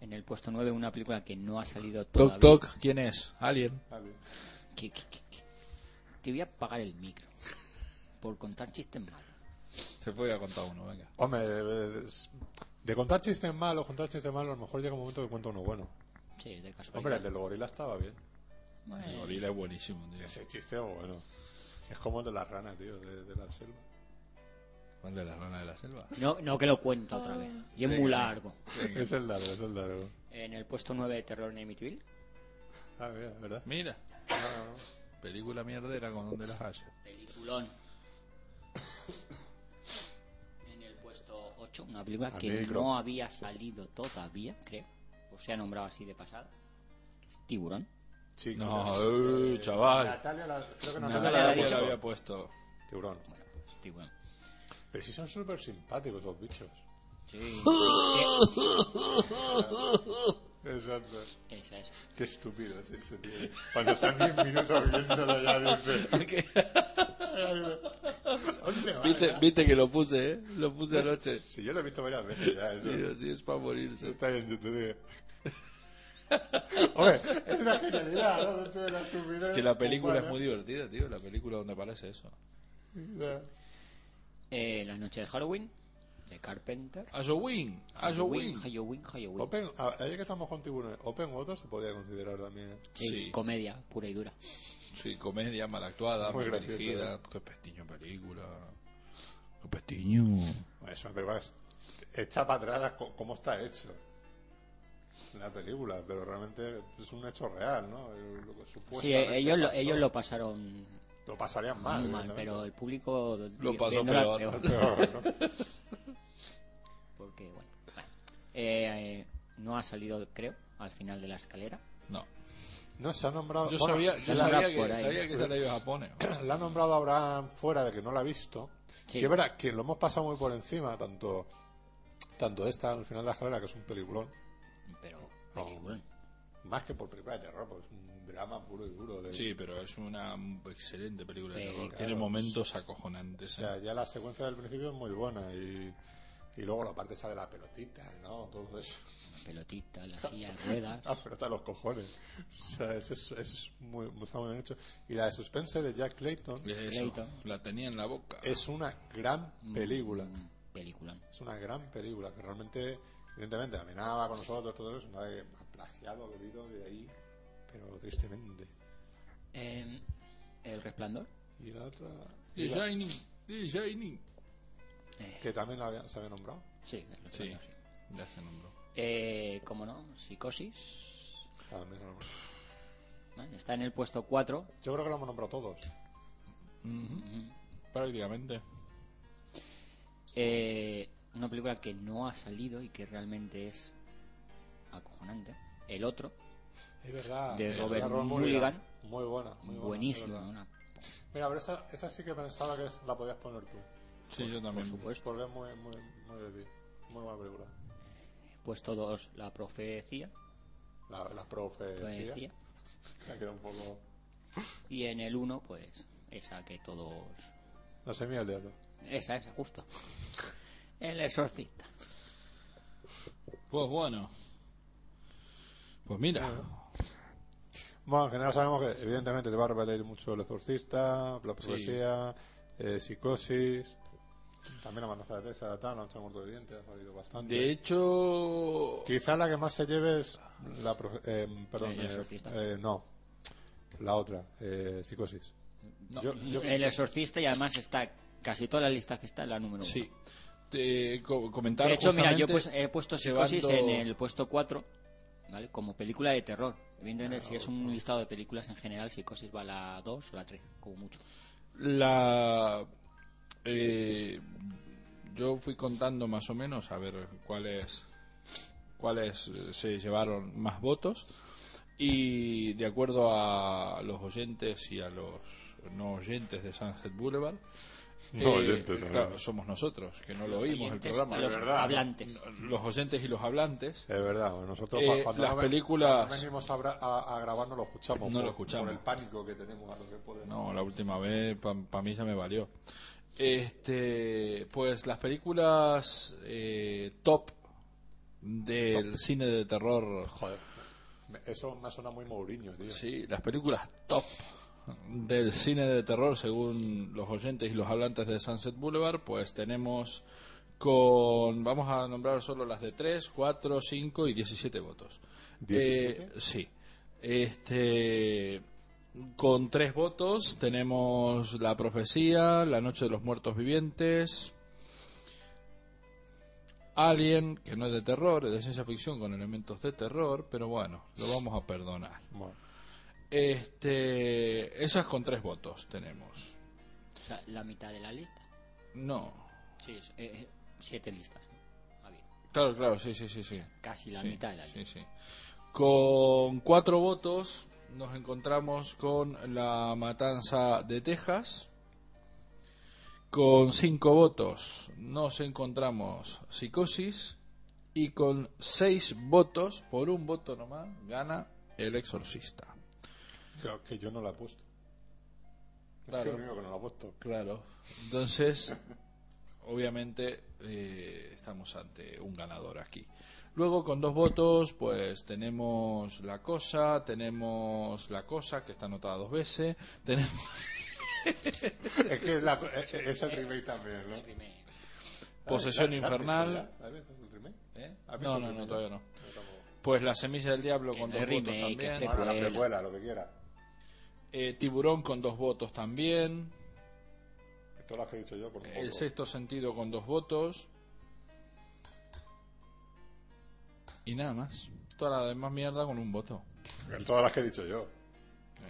S3: En el puesto 9, una película que no ha salido todavía.
S1: Toc, toc, ¿quién es? Alien.
S2: Ah, bien.
S3: Que- que- que- que- Te voy a pagar el micro por contar chistes malos.
S1: Se podía contar uno, venga.
S2: Hombre, eh, es- de contar chistes malos, contar chistes malos, a lo mejor llega un momento que cuento uno bueno.
S3: Sí, de casualidad.
S2: Hombre, el del gorila estaba bien.
S3: Bueno,
S1: El gorila es buenísimo, tío.
S2: Ese chiste es bueno. Es como el de la rana, tío, de, de la selva.
S1: ¿Cuál de la rana de la selva?
S3: no, no que lo cuenta otra vez. Y es muy largo.
S2: Es el largo, es el largo.
S3: En el puesto 9, Terror en Amityville.
S2: Ah, mira, ¿verdad?
S1: Mira,
S2: No, no, no.
S1: película mierdera con donde las haya.
S3: Peliculón. En el puesto 8, una película
S2: Al
S3: que
S2: micro.
S3: no había salido todavía, creo. O se ha nombrado así de pasada. Tiburón.
S2: Sí,
S1: No,
S2: mira.
S1: eh, chaval.
S2: Natalia, la- creo que
S1: Nunca
S2: Natalia la
S3: Natalia
S1: la
S3: había
S2: había
S3: dicho.
S1: había puesto.
S2: Tiburón.
S3: Bueno, pues tiburón.
S2: Pero si son súper simpáticos los bichos.
S3: Sí.
S2: Exacto.
S3: esa es.
S2: Qué estúpido es ese tío. Cuando están 10 minutos viéndolo ya dice. ¿Dónde va?
S1: Viste,
S2: ya?
S1: viste que lo puse, ¿eh? Lo puse anoche.
S2: Si yo lo he visto varias veces ya, eso.
S1: Y así es para
S2: Eso
S1: morirse.
S2: está en YouTube. Hombre, es una genialidad, ¿no? Esto de la estupidez
S1: Es que la película es muy
S2: humana.
S1: divertida, tío. La película donde aparece eso.
S2: Ya.
S3: Eh, la noche de Halloween, de Carpenter.
S1: Halloween, Halloween.
S3: Halloween, Halloween.
S2: Open, a- ayer que estamos con tiburones, Open Water se podía considerar también. ¿eh?
S3: Sí,
S1: Sí.
S3: comedia pura y dura.
S1: Sí, comedia mal actuada,
S2: Muy
S1: mal
S2: gracioso,
S1: dirigida. Qué pestiño película. Qué pestiño.
S2: Bueno, Es una película que es- está para atrás la co- cómo está hecho la película, pero realmente es un hecho real, ¿no? Lo que
S1: Pues
S3: Sí,
S2: supuestamente
S3: eh, ellos lo,
S2: pasó.
S3: ellos lo pasaron
S2: Lo pasarían mal,
S3: muy mal,
S2: evidentemente.
S3: pero el público vi-
S1: pasó
S3: viéndola
S1: peor.
S2: Peor, ¿no?
S3: Porque, bueno, bueno. Eh, eh, no ha salido, creo, al final de la escalera.
S1: No.
S2: No se ha nombrado.
S1: Yo
S2: bueno,
S1: sabía, yo
S3: la
S1: sabía
S3: habrá
S1: que,
S3: por ahí.
S1: sabía que se la iba a Japón. eh.
S2: La ha nombrado Abraham fuera de que no la ha visto.
S3: Sí.
S2: Y es verdad que lo hemos pasado muy por encima, tanto, tanto esta al final de la carrera, que es un peliculón,
S3: Pero,
S1: Oh.
S2: No.
S3: peliculón.
S2: más que por película de terror, pues es un drama puro y duro. De,
S1: Sí, pero es una excelente película de
S3: Sí,
S1: terror.
S3: claro.
S1: Tiene momentos acojonantes.
S2: O
S1: eh.
S2: sea, ya la secuencia del principio es muy buena y, y luego la parte esa de la pelotita, ¿no? Todo eso.
S3: La pelotita, la silla, ruedas.
S1: Ah,
S2: La pelota de los cojones. O sea, eso, es- eso es muy, está muy bien hecho. Y la de suspense de Jack Clayton
S1: Eso,
S3: Clayton.
S1: la tenía en la boca.
S2: es una gran película.
S3: Mm, Peliculón.
S2: Es una gran película que realmente, evidentemente, amenaba con nosotros, todo eso, nada que ha plagiado, bebido de ahí, pero tristemente.
S3: Eh, el resplandor.
S2: Y la otra,
S1: The
S2: y la-
S1: Shining, The Shining.
S2: que también la había- se había nombrado.
S3: Sí, el resplandor.
S1: Sí,
S3: sí.
S1: ya se nombró.
S3: Eh, ¿Cómo no? Psicosis.
S2: También la nombró.
S3: Vale, Está en el puesto 4.
S2: Yo creo que la hemos nombrado todos.
S1: Prácticamente.
S3: Eh, una película que no ha salido y que realmente es acojonante. El otro,
S2: Es verdad.
S3: De
S2: es
S3: Robert
S2: verdad,
S3: Mulligan.
S2: Eh, Muy buena, muy buena.
S3: buenísimo.
S2: es verdad.
S3: una-
S2: Mira, pero esa, esa sí que pensaba que la podías poner tú.
S1: Sí, yo también.
S2: Pues porque es muy, muy, muy de ti. Muy buena película.
S3: Puesto 2, pues La Profecía.
S2: La, la profe.
S3: profecía.
S2: La que era un poco.
S3: Y en el 1, pues, esa que todos.
S2: La semilla del diablo.
S3: Esa, esa, justo. El exorcista.
S1: Pues bueno. Pues mira.
S2: Bueno, en general sabemos que evidentemente te va a repeler mucho el exorcista, la profecía, eh, psicosis, también la matanza de Tessa, tal, la noche del muerto viviente, ha salido bastante.
S1: De hecho,
S2: Quizá la que más se lleve es la profe- eh, perdón,
S3: El
S2: eh,
S3: exorcista.
S2: eh, no, la otra, eh, psicosis. Yo- yo-
S3: El exorcista, y además está casi todas las listas que están, la número uno.
S1: Sí. Te, co- comentar
S3: De hecho, mira, yo
S1: justamente
S3: pues, he puesto
S1: llevando-
S3: Psicosis en el puesto 4, ¿vale? Como película de terror. Evidentemente, si es un listado de películas en general, Psicosis va a la 2 o la 3, como mucho.
S1: La. eh, yo fui contando más o menos a ver cuáles cuáles eh, se llevaron más votos y de acuerdo a los oyentes y a los no oyentes de Sunset Boulevard eh,
S4: No oyentes, no.
S1: claro, somos nosotros que no lo
S3: Los
S1: oímos el
S3: oyentes,
S1: programa
S3: los
S1: los,
S2: verdad, ¿no?
S3: hablantes.
S1: oyentes y los hablantes
S2: Es verdad, bueno, nosotros
S1: Eh,
S2: cua- cuando
S1: las
S2: no ven-
S1: películas-
S2: cuando venimos a, bra- a- a grabar no lo escuchamos.
S1: No
S2: por,
S1: lo escuchamos.
S2: Por el pánico que tenemos a lo que puede.
S1: No, la última vez para mí ya me valió. Este, pues las películas eh, top del cine de terror.
S2: Joder, me- eso me suena muy Mourinho, tío.
S1: Sí, las películas top del cine de terror según los oyentes y los hablantes de Sunset Boulevard, pues tenemos con vamos a nombrar solo las de 3, 4, 5 y 17 votos.
S2: ¿17?
S1: Eh, sí. Este con tres votos tenemos La profecía, La noche de los muertos vivientes, Alien, que no es de terror, es de ciencia ficción con elementos de terror, pero bueno, lo vamos a perdonar.
S2: Bueno,
S1: Este, esas con tres votos tenemos.
S3: O sea, la mitad de la lista.
S1: No.
S3: Sí, es, eh, eh, siete listas. ¿no? Ah, bien.
S1: Claro, claro, sí, sí, sí, sí.
S3: Casi la
S1: Sí,
S3: mitad de la lista.
S1: sí, sí. Con cuatro votos nos encontramos con la matanza de Texas. Con cinco votos nos encontramos psicosis. Y con seis votos, por un voto nomás, gana el exorcista.
S2: creo que yo no la he puesto.
S1: Claro.
S2: Es el único que no la ha puesto.
S1: Claro. Entonces, obviamente, eh, estamos ante un ganador aquí. Luego, con dos votos, pues tenemos La Cosa, tenemos La Cosa, que está anotada dos veces, tenemos
S2: es que la- es, es el remake también, ¿no?
S3: El remake.
S1: Posesión
S2: ¿La- la-
S1: Infernal.
S2: la- la- la- el remake?
S1: ¿Eh?
S2: ¿Has visto
S1: No,
S2: el
S1: no, no,
S2: remake?
S1: todavía no.
S2: Yo tampoco.
S1: Pues La Semilla del Diablo
S3: Que
S1: con
S3: no
S1: dos
S3: es
S1: votos
S3: remake, que es
S1: también.
S3: precuela.
S2: Bueno, la
S3: Precuela.
S2: precuela, lo que quiera.
S1: Eh, tiburón con dos votos también.
S2: Todas las que he dicho yo, por
S3: Eh,
S2: un
S1: El
S2: poco.
S1: sexto sentido con dos votos. Y nada más. Toda la demás mierda con un voto.
S2: Todas las que he dicho yo.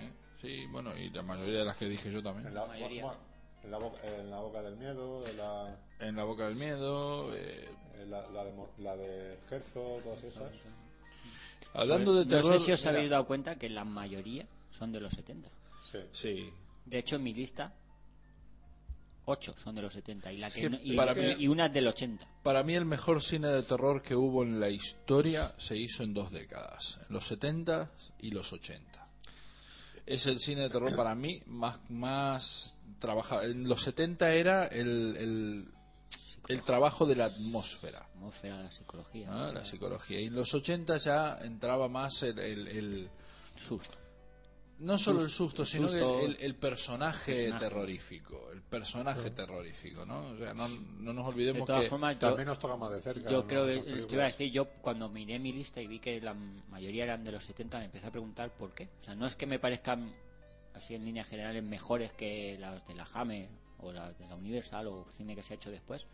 S1: ¿Eh? Sí, bueno, y la mayoría de las que dije yo
S2: En
S1: también.
S2: la,
S3: mayoría.
S2: bueno, en la, boca, en la boca del miedo, en la,
S1: En la boca del miedo. eh,
S2: en la, la de, Mo- la de Herzog, todas esas.
S1: Hablando de
S3: No
S1: terror.
S3: sé si os
S1: mira,
S3: habéis dado cuenta que la mayoría son de los 70.
S2: Sí.
S1: Sí.
S3: De hecho, en mi lista, 8 son de los 70 y, la
S1: Es
S3: que
S1: que
S3: no- y,
S1: para
S3: y-
S1: mí-
S3: y una es del 80.
S1: Para mí el mejor cine de terror que hubo en la historia se hizo en dos décadas, en los 70 y los 80. Es el cine de terror para mí más, más trabajado. En los 70 era el, el, el trabajo de la atmósfera.
S3: Atmósfera, la psicología,
S1: ¿no? la psicología. Y en los 80 ya entraba más el- el- el,
S3: susto.
S1: No solo el
S3: Susto,
S1: susto,
S3: el
S1: sino que
S3: susto.
S1: el, el personaje,
S3: Personaje.
S1: terrorífico. El personaje terrorífico, ¿no? O sea, no, no nos
S3: De
S1: olvidemos
S3: todas
S1: que.
S3: formas, yo,
S2: También nos toca más de cerca.
S3: yo
S2: ¿no?
S3: creo
S2: Esas
S3: que te iba a
S2: películas.
S3: decir, yo cuando miré mi lista y vi que la mayoría eran de los 70, me empecé a preguntar por qué. O sea, no es que me parezcan así en líneas generales mejores que las de la Jame o las de la Universal o cine que se ha hecho después.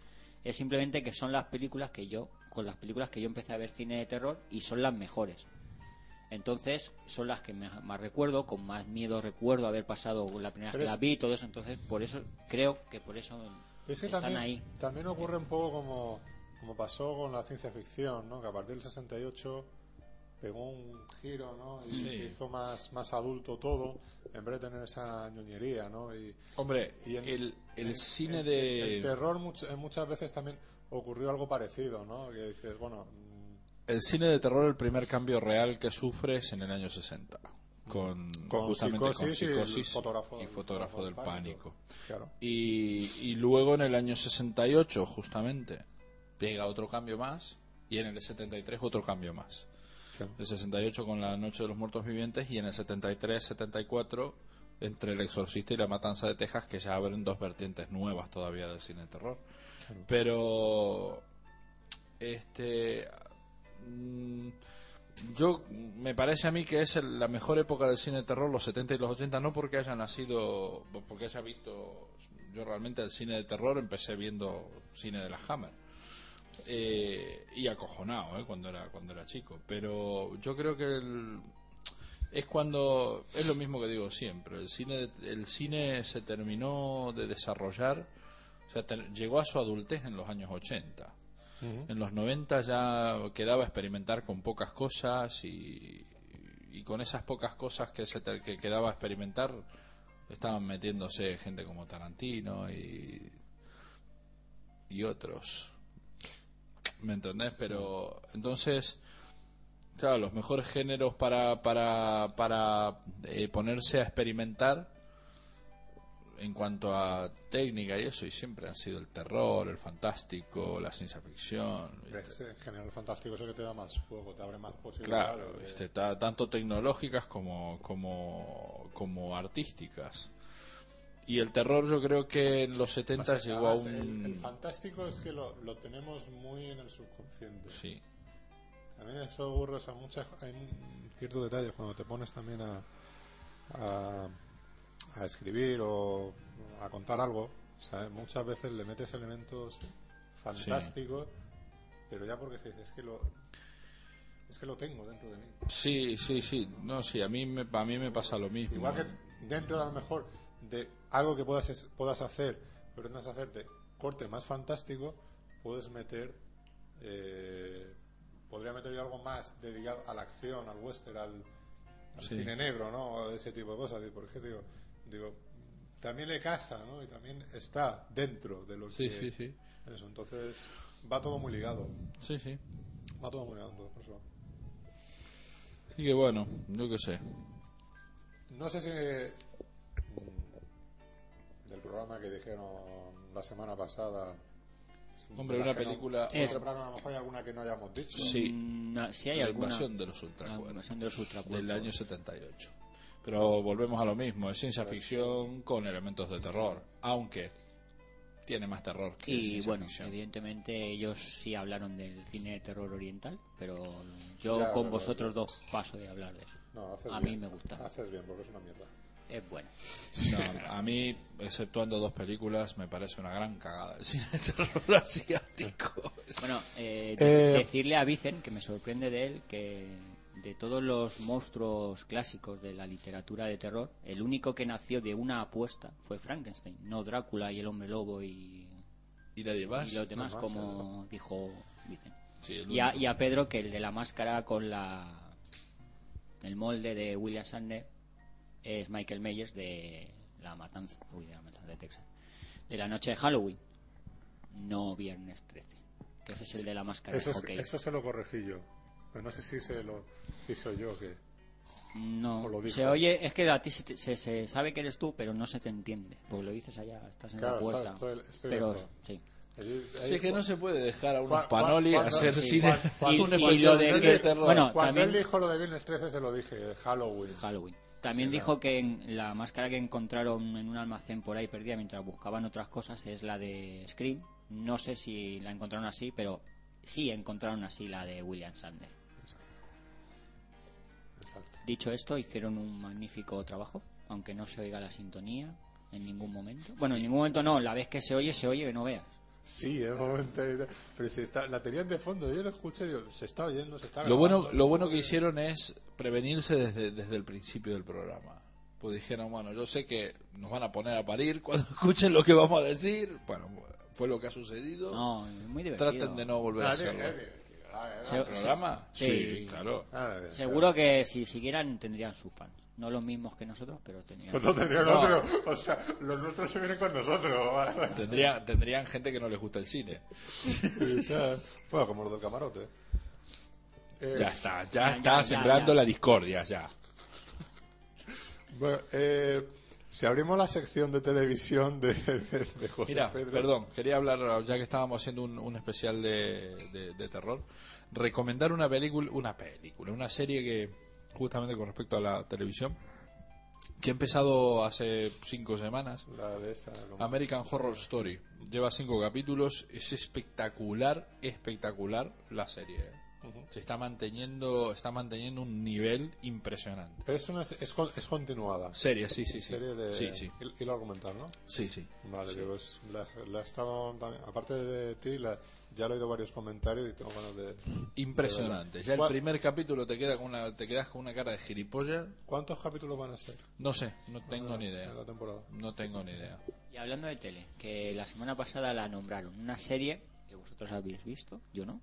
S3: Es simplemente que son las películas que yo, con las películas que yo empecé a ver cine de terror y son las mejores. Entonces son las que me- más recuerdo, con más miedo recuerdo haber pasado la primera
S2: Pero
S3: vez que
S2: es-
S3: la vi y todo eso. Entonces por eso creo que por eso
S2: Es que
S3: están
S2: también,
S3: ahí.
S2: también ocurre un poco como, como pasó con la ciencia ficción, ¿no? Que a partir del 68 pegó un giro, ¿no? Y se hizo más, más adulto todo, en vez de tener esa ñoñería, ¿no? Y,
S1: Hombre,
S2: y en-
S1: el, el
S2: en-
S1: cine
S2: en-
S1: de.
S2: El terror much- eh, muchas veces también ocurrió algo parecido, ¿no? Que dices, bueno, mm,
S1: El cine de terror, el primer cambio real que sufre es en el año 60. Con,
S2: Con
S1: justamente con
S2: Psicosis y el
S1: psicosis y fotógrafo,
S2: fotógrafo del-
S1: del pánico.
S2: claro.
S1: Y, y luego en el año 68, justamente, llega otro cambio más. Y en el 73, otro cambio más.
S2: Claro.
S1: El 68 con la Noche de los Muertos Vivientes y en el 73, 74 entre El Exorcista y La Matanza de Texas, que ya abren dos vertientes nuevas todavía del cine de terror. Pero este mm, yo me parece a mí que es el- la mejor época del cine de terror los 70 y los 80 no porque haya nacido porque haya visto Yo realmente el cine de terror empecé viendo cine de la Hammer. Eh, y acojonado eh, cuando era cuando era chico pero yo creo que el- es cuando es lo mismo que digo siempre el cine el cine se terminó de desarrollar o sea ter- llegó a su adultez en los años 80 en los 90 ya quedaba experimentar con pocas cosas y, y con esas pocas cosas que se te- que quedaba experimentar estaban metiéndose gente como Tarantino y y otros ¿Me entendés? Pero entonces, claro, los mejores géneros para, para, para eh, ponerse a experimentar en cuanto a técnica y eso, y siempre han sido el terror, el fantástico, la ciencia ficción. ¿viste?
S2: Es el género eh, fantástico eso que te da más juego, te abre más posibilidades. eh,
S1: Claro,
S2: de-
S1: este, ta- tanto tecnológicas como, como, como artísticas. Y el terror yo creo que en los 70
S2: Además,
S1: llegó a un...
S2: el, el fantástico es que lo, lo tenemos muy en el subconsciente.
S1: Sí,
S2: A mí eso ocurre, o sea, muchas, hay un- ciertos detalles cuando te pones también a, a, a escribir o a contar algo, ¿sabes? muchas veces le metes elementos fantásticos, pero ya porque dices, es que lo es que lo tengo dentro de mí.
S1: sí, sí, sí. No, sí, a mí me, a mí me pasa lo mismo.
S2: Igual que dentro a lo mejor de algo que puedas, es- puedas hacer, pero pretendas hacerte corte más fantástico, puedes meter, eh, podría meter yo algo más dedicado a la acción, al western, al, al
S1: Sí.
S2: cine negro, ¿no? Ese tipo de cosas, digo, porque digo, digo, también le casa, ¿no? Y también está dentro de lo
S1: Sí,
S2: que
S1: sí, sí.
S2: eso. Entonces va todo muy ligado,
S1: Sí, sí.
S2: va todo muy ligado, entonces, por eso.
S1: Así que bueno, yo qué sé.
S2: No sé si mm, del programa que dijeron la semana pasada.
S1: Hombre,
S2: de las
S1: una
S2: que no-
S1: película-
S2: otra
S3: Es-
S2: película, a lo mejor hay alguna que no hayamos dicho.
S1: Sí.
S3: Mm, no, si hay
S1: la
S3: alguna.
S1: invasión de los
S3: La
S1: ultracuerpos.
S3: invasión de los ultracuerpos.
S1: Del año 78. Pero volvemos a lo mismo, es ciencia ficción con elementos de terror, aunque tiene más terror que
S3: Y
S1: ciencia
S3: bueno,
S1: ficción.
S3: evidentemente ellos sí hablaron del cine de terror oriental, pero yo
S2: Ya,
S3: con
S2: pero-
S3: vosotros dos paso de hablar de eso.
S2: No, haces
S3: a
S2: bien. Ah.
S3: mí me gusta.
S2: Haces bien, porque es una mierda.
S3: Es bueno.
S1: No, a mí, exceptuando dos películas, me parece una gran cagada el cine de terror asiático.
S3: Bueno, eh,
S2: Eh,
S3: de- decirle a Vicen, que me sorprende de él, que de todos los monstruos clásicos de la literatura de terror, el único que nació de una apuesta fue Frankenstein, no Drácula y el hombre lobo y,
S1: ¿Y nadie
S2: Ah,
S1: más?
S3: y los demás,
S2: demás,
S3: como dijo Vicen.
S1: Sí, el
S3: Y a,
S1: único.
S3: y a Pedro que el de la máscara con la el molde de William Shatner es Michael Myers de la matanza, uy, de la matanza de Texas, de la noche de Halloween, no viernes 13, que ese es el de la máscara. de
S2: Eso, es-
S3: hockey.
S2: eso se lo corregí yo. Pero no sé si, se lo, si soy yo que.
S3: No,
S2: o lo dijo.
S3: se oye, es que a ti se, te- se- se sabe que eres tú, pero no se te entiende, porque lo dices allá, estás en
S2: Claro,
S3: la puerta.
S2: está- estoy- estoy
S3: pero
S2: lejos.
S3: sí.
S2: Allí-
S1: Sí,
S2: ahí-
S1: es que no se puede dejar a unos
S2: Cuan- cuan-
S1: panoli
S2: cuando-
S1: hacer
S2: sí,
S1: cine.
S2: cuan- cuan-
S3: Y-
S1: un
S3: y
S1: especial
S3: lo de
S1: cine
S3: que-
S1: terror.
S3: bueno,
S2: Cuando él
S3: también-
S2: dijo lo de Viernes 13, se lo dije, Halloween.
S3: Halloween. También
S2: Claro.
S3: dijo que en- la máscara que encontraron en un almacén por ahí perdida mientras buscaban otras cosas es la de Scream. No sé si la encontraron así, pero sí encontraron así la de William Sander.
S2: Exacto.
S3: Dicho esto, hicieron un magnífico trabajo, aunque no se oiga la sintonía en ningún momento. Bueno, en ningún momento no, la vez que se oye, se oye que no veas.
S2: Sí, es momento. Pero si está, la tenían de fondo, yo lo escuché, digo, se está oyendo, se está
S1: Lo bueno,
S2: grabando.
S1: lo bueno que hicieron es prevenirse desde, desde el principio del programa. Pues dijeron, bueno, yo sé que nos van a poner a parir cuando escuchen lo que vamos a decir. Bueno, fue lo que ha sucedido.
S3: No, es muy divertido.
S1: Traten de no volver a
S2: Ah,
S1: hacerlo.
S2: eh, eh, ah, eh,
S3: Se-
S1: ¿El programa?
S3: Sí.
S1: claro.
S2: ah, eh,
S3: Seguro que si siguieran tendrían sus fans. No los mismos que nosotros, pero tendrían.
S2: Pues no tendría el
S1: No.
S2: otro. O sea, los nuestros se vienen con nosotros.
S1: Tendría, tendrían gente que no les gusta el cine.
S2: bueno, como los del camarote. Eh,
S1: Ya está, ya
S3: ya,
S1: está
S3: ya,
S1: sembrando
S3: ya.
S1: la discordia, ya.
S2: Bueno, eh, si abrimos la sección de televisión de, de- de José
S1: Mira,
S2: Pedro.
S1: perdón, quería hablar, ya que estábamos haciendo un, un especial de, de- de terror, recomendar una película, una película, una serie que, justamente con respecto a la televisión, que ha empezado hace cinco semanas,
S2: La de esa, como-
S1: American Horror Story. Lleva cinco capítulos, es espectacular, espectacular la serie. ¿eh? Se está manteniendo, está manteniendo un nivel impresionante.
S2: Pero es, una, es, con- es continuada.
S1: Serie, sí, sí, sí.
S2: Serie de
S1: Sí, sí.
S2: hil- hilo argumental, ¿no?
S1: Sí, sí.
S2: Vale,
S1: Sí.
S2: digo, es- la, la he estado también- aparte de ti, la- ya le he oído varios comentarios y tengo ganas de...
S1: Impresionante. Ya el
S2: ¿Cuál-
S1: primer capítulo te queda con una, te quedas con una cara de gilipollas.
S2: ¿Cuántos capítulos van a ser
S1: No sé, no tengo ni idea.
S2: en la temporada?
S1: No tengo ni idea.
S3: Y hablando de tele, que la semana pasada la nombraron una serie que vosotros habéis visto, yo no,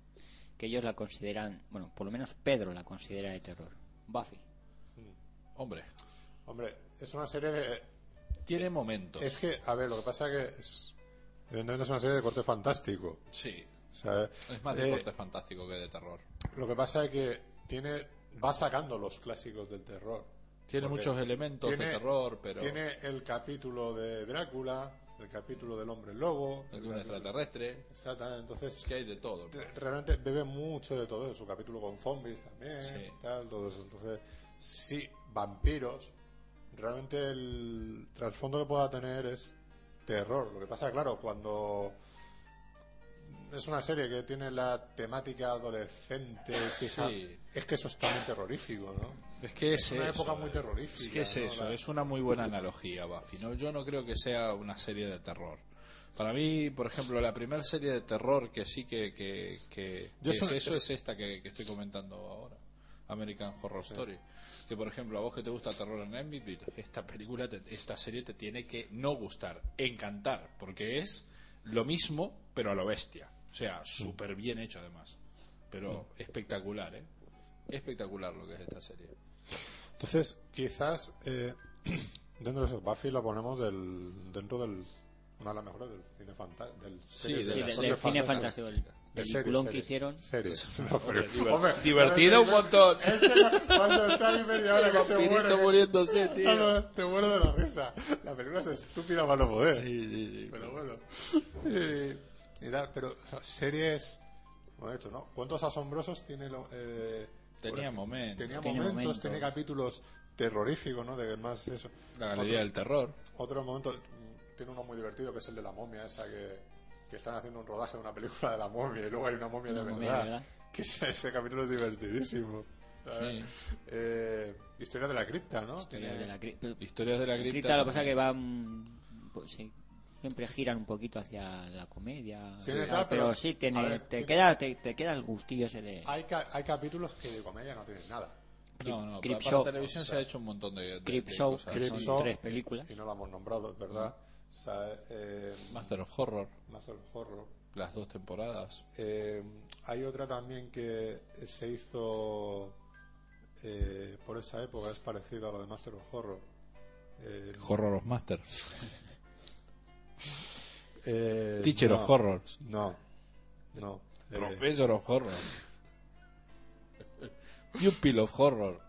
S3: que ellos la consideran, bueno, por lo menos Pedro la considera de terror. Buffy.
S1: Hombre,
S2: Hombre, es una serie de...
S1: tiene momentos.
S2: Es que, a ver, lo que pasa que es... Evidentemente es una serie de corte fantástico.
S1: Sí.
S2: o sea,
S1: Es más de
S2: eh,
S1: corte fantástico que de terror.
S2: Lo que pasa es que tiene va sacando los clásicos del terror.
S1: Tiene
S2: Porque
S1: muchos elementos de
S2: tiene-
S1: terror, pero
S2: Tiene el capítulo de Drácula, el capítulo del hombre lobo.
S1: de
S2: el
S1: un
S2: capítulo-
S1: extraterrestre.
S2: Exactamente, entonces
S1: Es que hay de todo.
S2: re- realmente bebe mucho de todo eso. Su capítulo con zombies también,
S1: Sí.
S2: tal, todo eso. Entonces, sí, vampiros. Realmente el trasfondo que pueda tener es terror. Lo que pasa, claro, cuando es una serie que tiene la temática adolescente, chica,
S1: Sí.
S2: es que eso es también terrorífico, ¿no?
S1: Es que es,
S2: una
S1: eso,
S2: época muy
S1: eh.
S2: terrorífica,
S1: Es que es
S2: ¿no?
S1: eso,
S2: La-
S1: es una muy buena analogía, Buffy. ¿no? Yo no creo que sea una serie de terror. Para mí, por ejemplo, la primera serie de terror que sí que, que, que-
S2: Yo
S1: que es
S2: soy-
S1: eso
S2: es-
S1: es esta que, que estoy comentando ahora. American Horror Story. Que, por ejemplo, a vos que te gusta terror en Enmity, esta película, te- esta serie te tiene que no gustar, encantar, porque es lo mismo, pero a lo bestia. O
S2: Mm.
S1: sea, súper bien hecho además. Pero espectacular, ¿eh? Espectacular lo que es esta serie.
S2: Entonces, quizás eh, dentro de eso, Buffy la ponemos del, dentro del. Una de las mejores del cine fantástico. Del serie-
S1: de
S3: Sí,
S1: la
S3: del,
S2: serie
S3: del cine
S2: fantástica.
S3: fantástico, el
S2: De series,
S3: peliculón que
S2: series,
S3: hicieron.
S2: Series. No, pero-
S1: diver-
S2: hombre,
S1: divertido un montón.
S2: Es que cuando está ahí media hora que se muere.
S1: Vampirito muriéndose, tío.
S2: Ah, no, te muero de la risa. La película es estúpida para no poder.
S1: Sí, sí, sí.
S2: Pero bueno. Eh, mira, pero series. Bueno, de hecho, ¿no? ¿Cuántos asombrosos tiene lo, eh,
S1: Tenía momentos.
S2: Tenía
S3: Tiene
S2: momentos,
S3: momentos.
S2: tiene capítulos terroríficos, ¿no? De más eso.
S1: La Galería del Terror.
S2: Otro momento, mm, tiene uno muy divertido que es el de la momia, esa que, que están haciendo un rodaje de una película de la momia y luego hay una momia, de,
S3: Una
S2: verdad,
S3: momia de verdad.
S2: Que ese, ese capítulo es divertidísimo.
S1: Sí.
S2: Eh, historia de la cripta, ¿no?
S3: Historias
S2: Tiene-
S3: de la cri- pero-
S1: Historias de la Cripta.
S3: Cripta, lo que pasa que
S1: también.
S3: van. Pues, sí, siempre giran un poquito hacia la comedia.
S2: Tiene
S3: tal,
S2: tal,
S3: pero,
S2: pero-
S3: sí,
S2: a
S3: tiene,
S2: ver,
S3: te,
S2: tiene-
S3: Queda, te, te queda el gustillo ese de.
S2: Hay, ca- hay capítulos que de comedia no tienen nada.
S1: No, no,
S3: Crip
S1: para, para
S3: Show.
S1: televisión se ha hecho un montón de, de-
S3: Crip
S1: de
S3: Show.
S1: cosas.
S3: Crip
S1: Son-
S3: Show. tres películas.
S2: Y no la hemos nombrado, es ¿verdad? O sea, eh,
S1: Master of Horror,
S2: Master of Horror.
S1: las dos temporadas.
S2: Eh, hay otra también que se hizo eh, por esa época, es parecido a lo de Master of Horror. Eh,
S1: Horror of Master.
S2: eh,
S1: Teacher
S2: no,
S1: of Horror.
S2: No, no. eh,
S1: Professor of Horror. Pupil of Horror.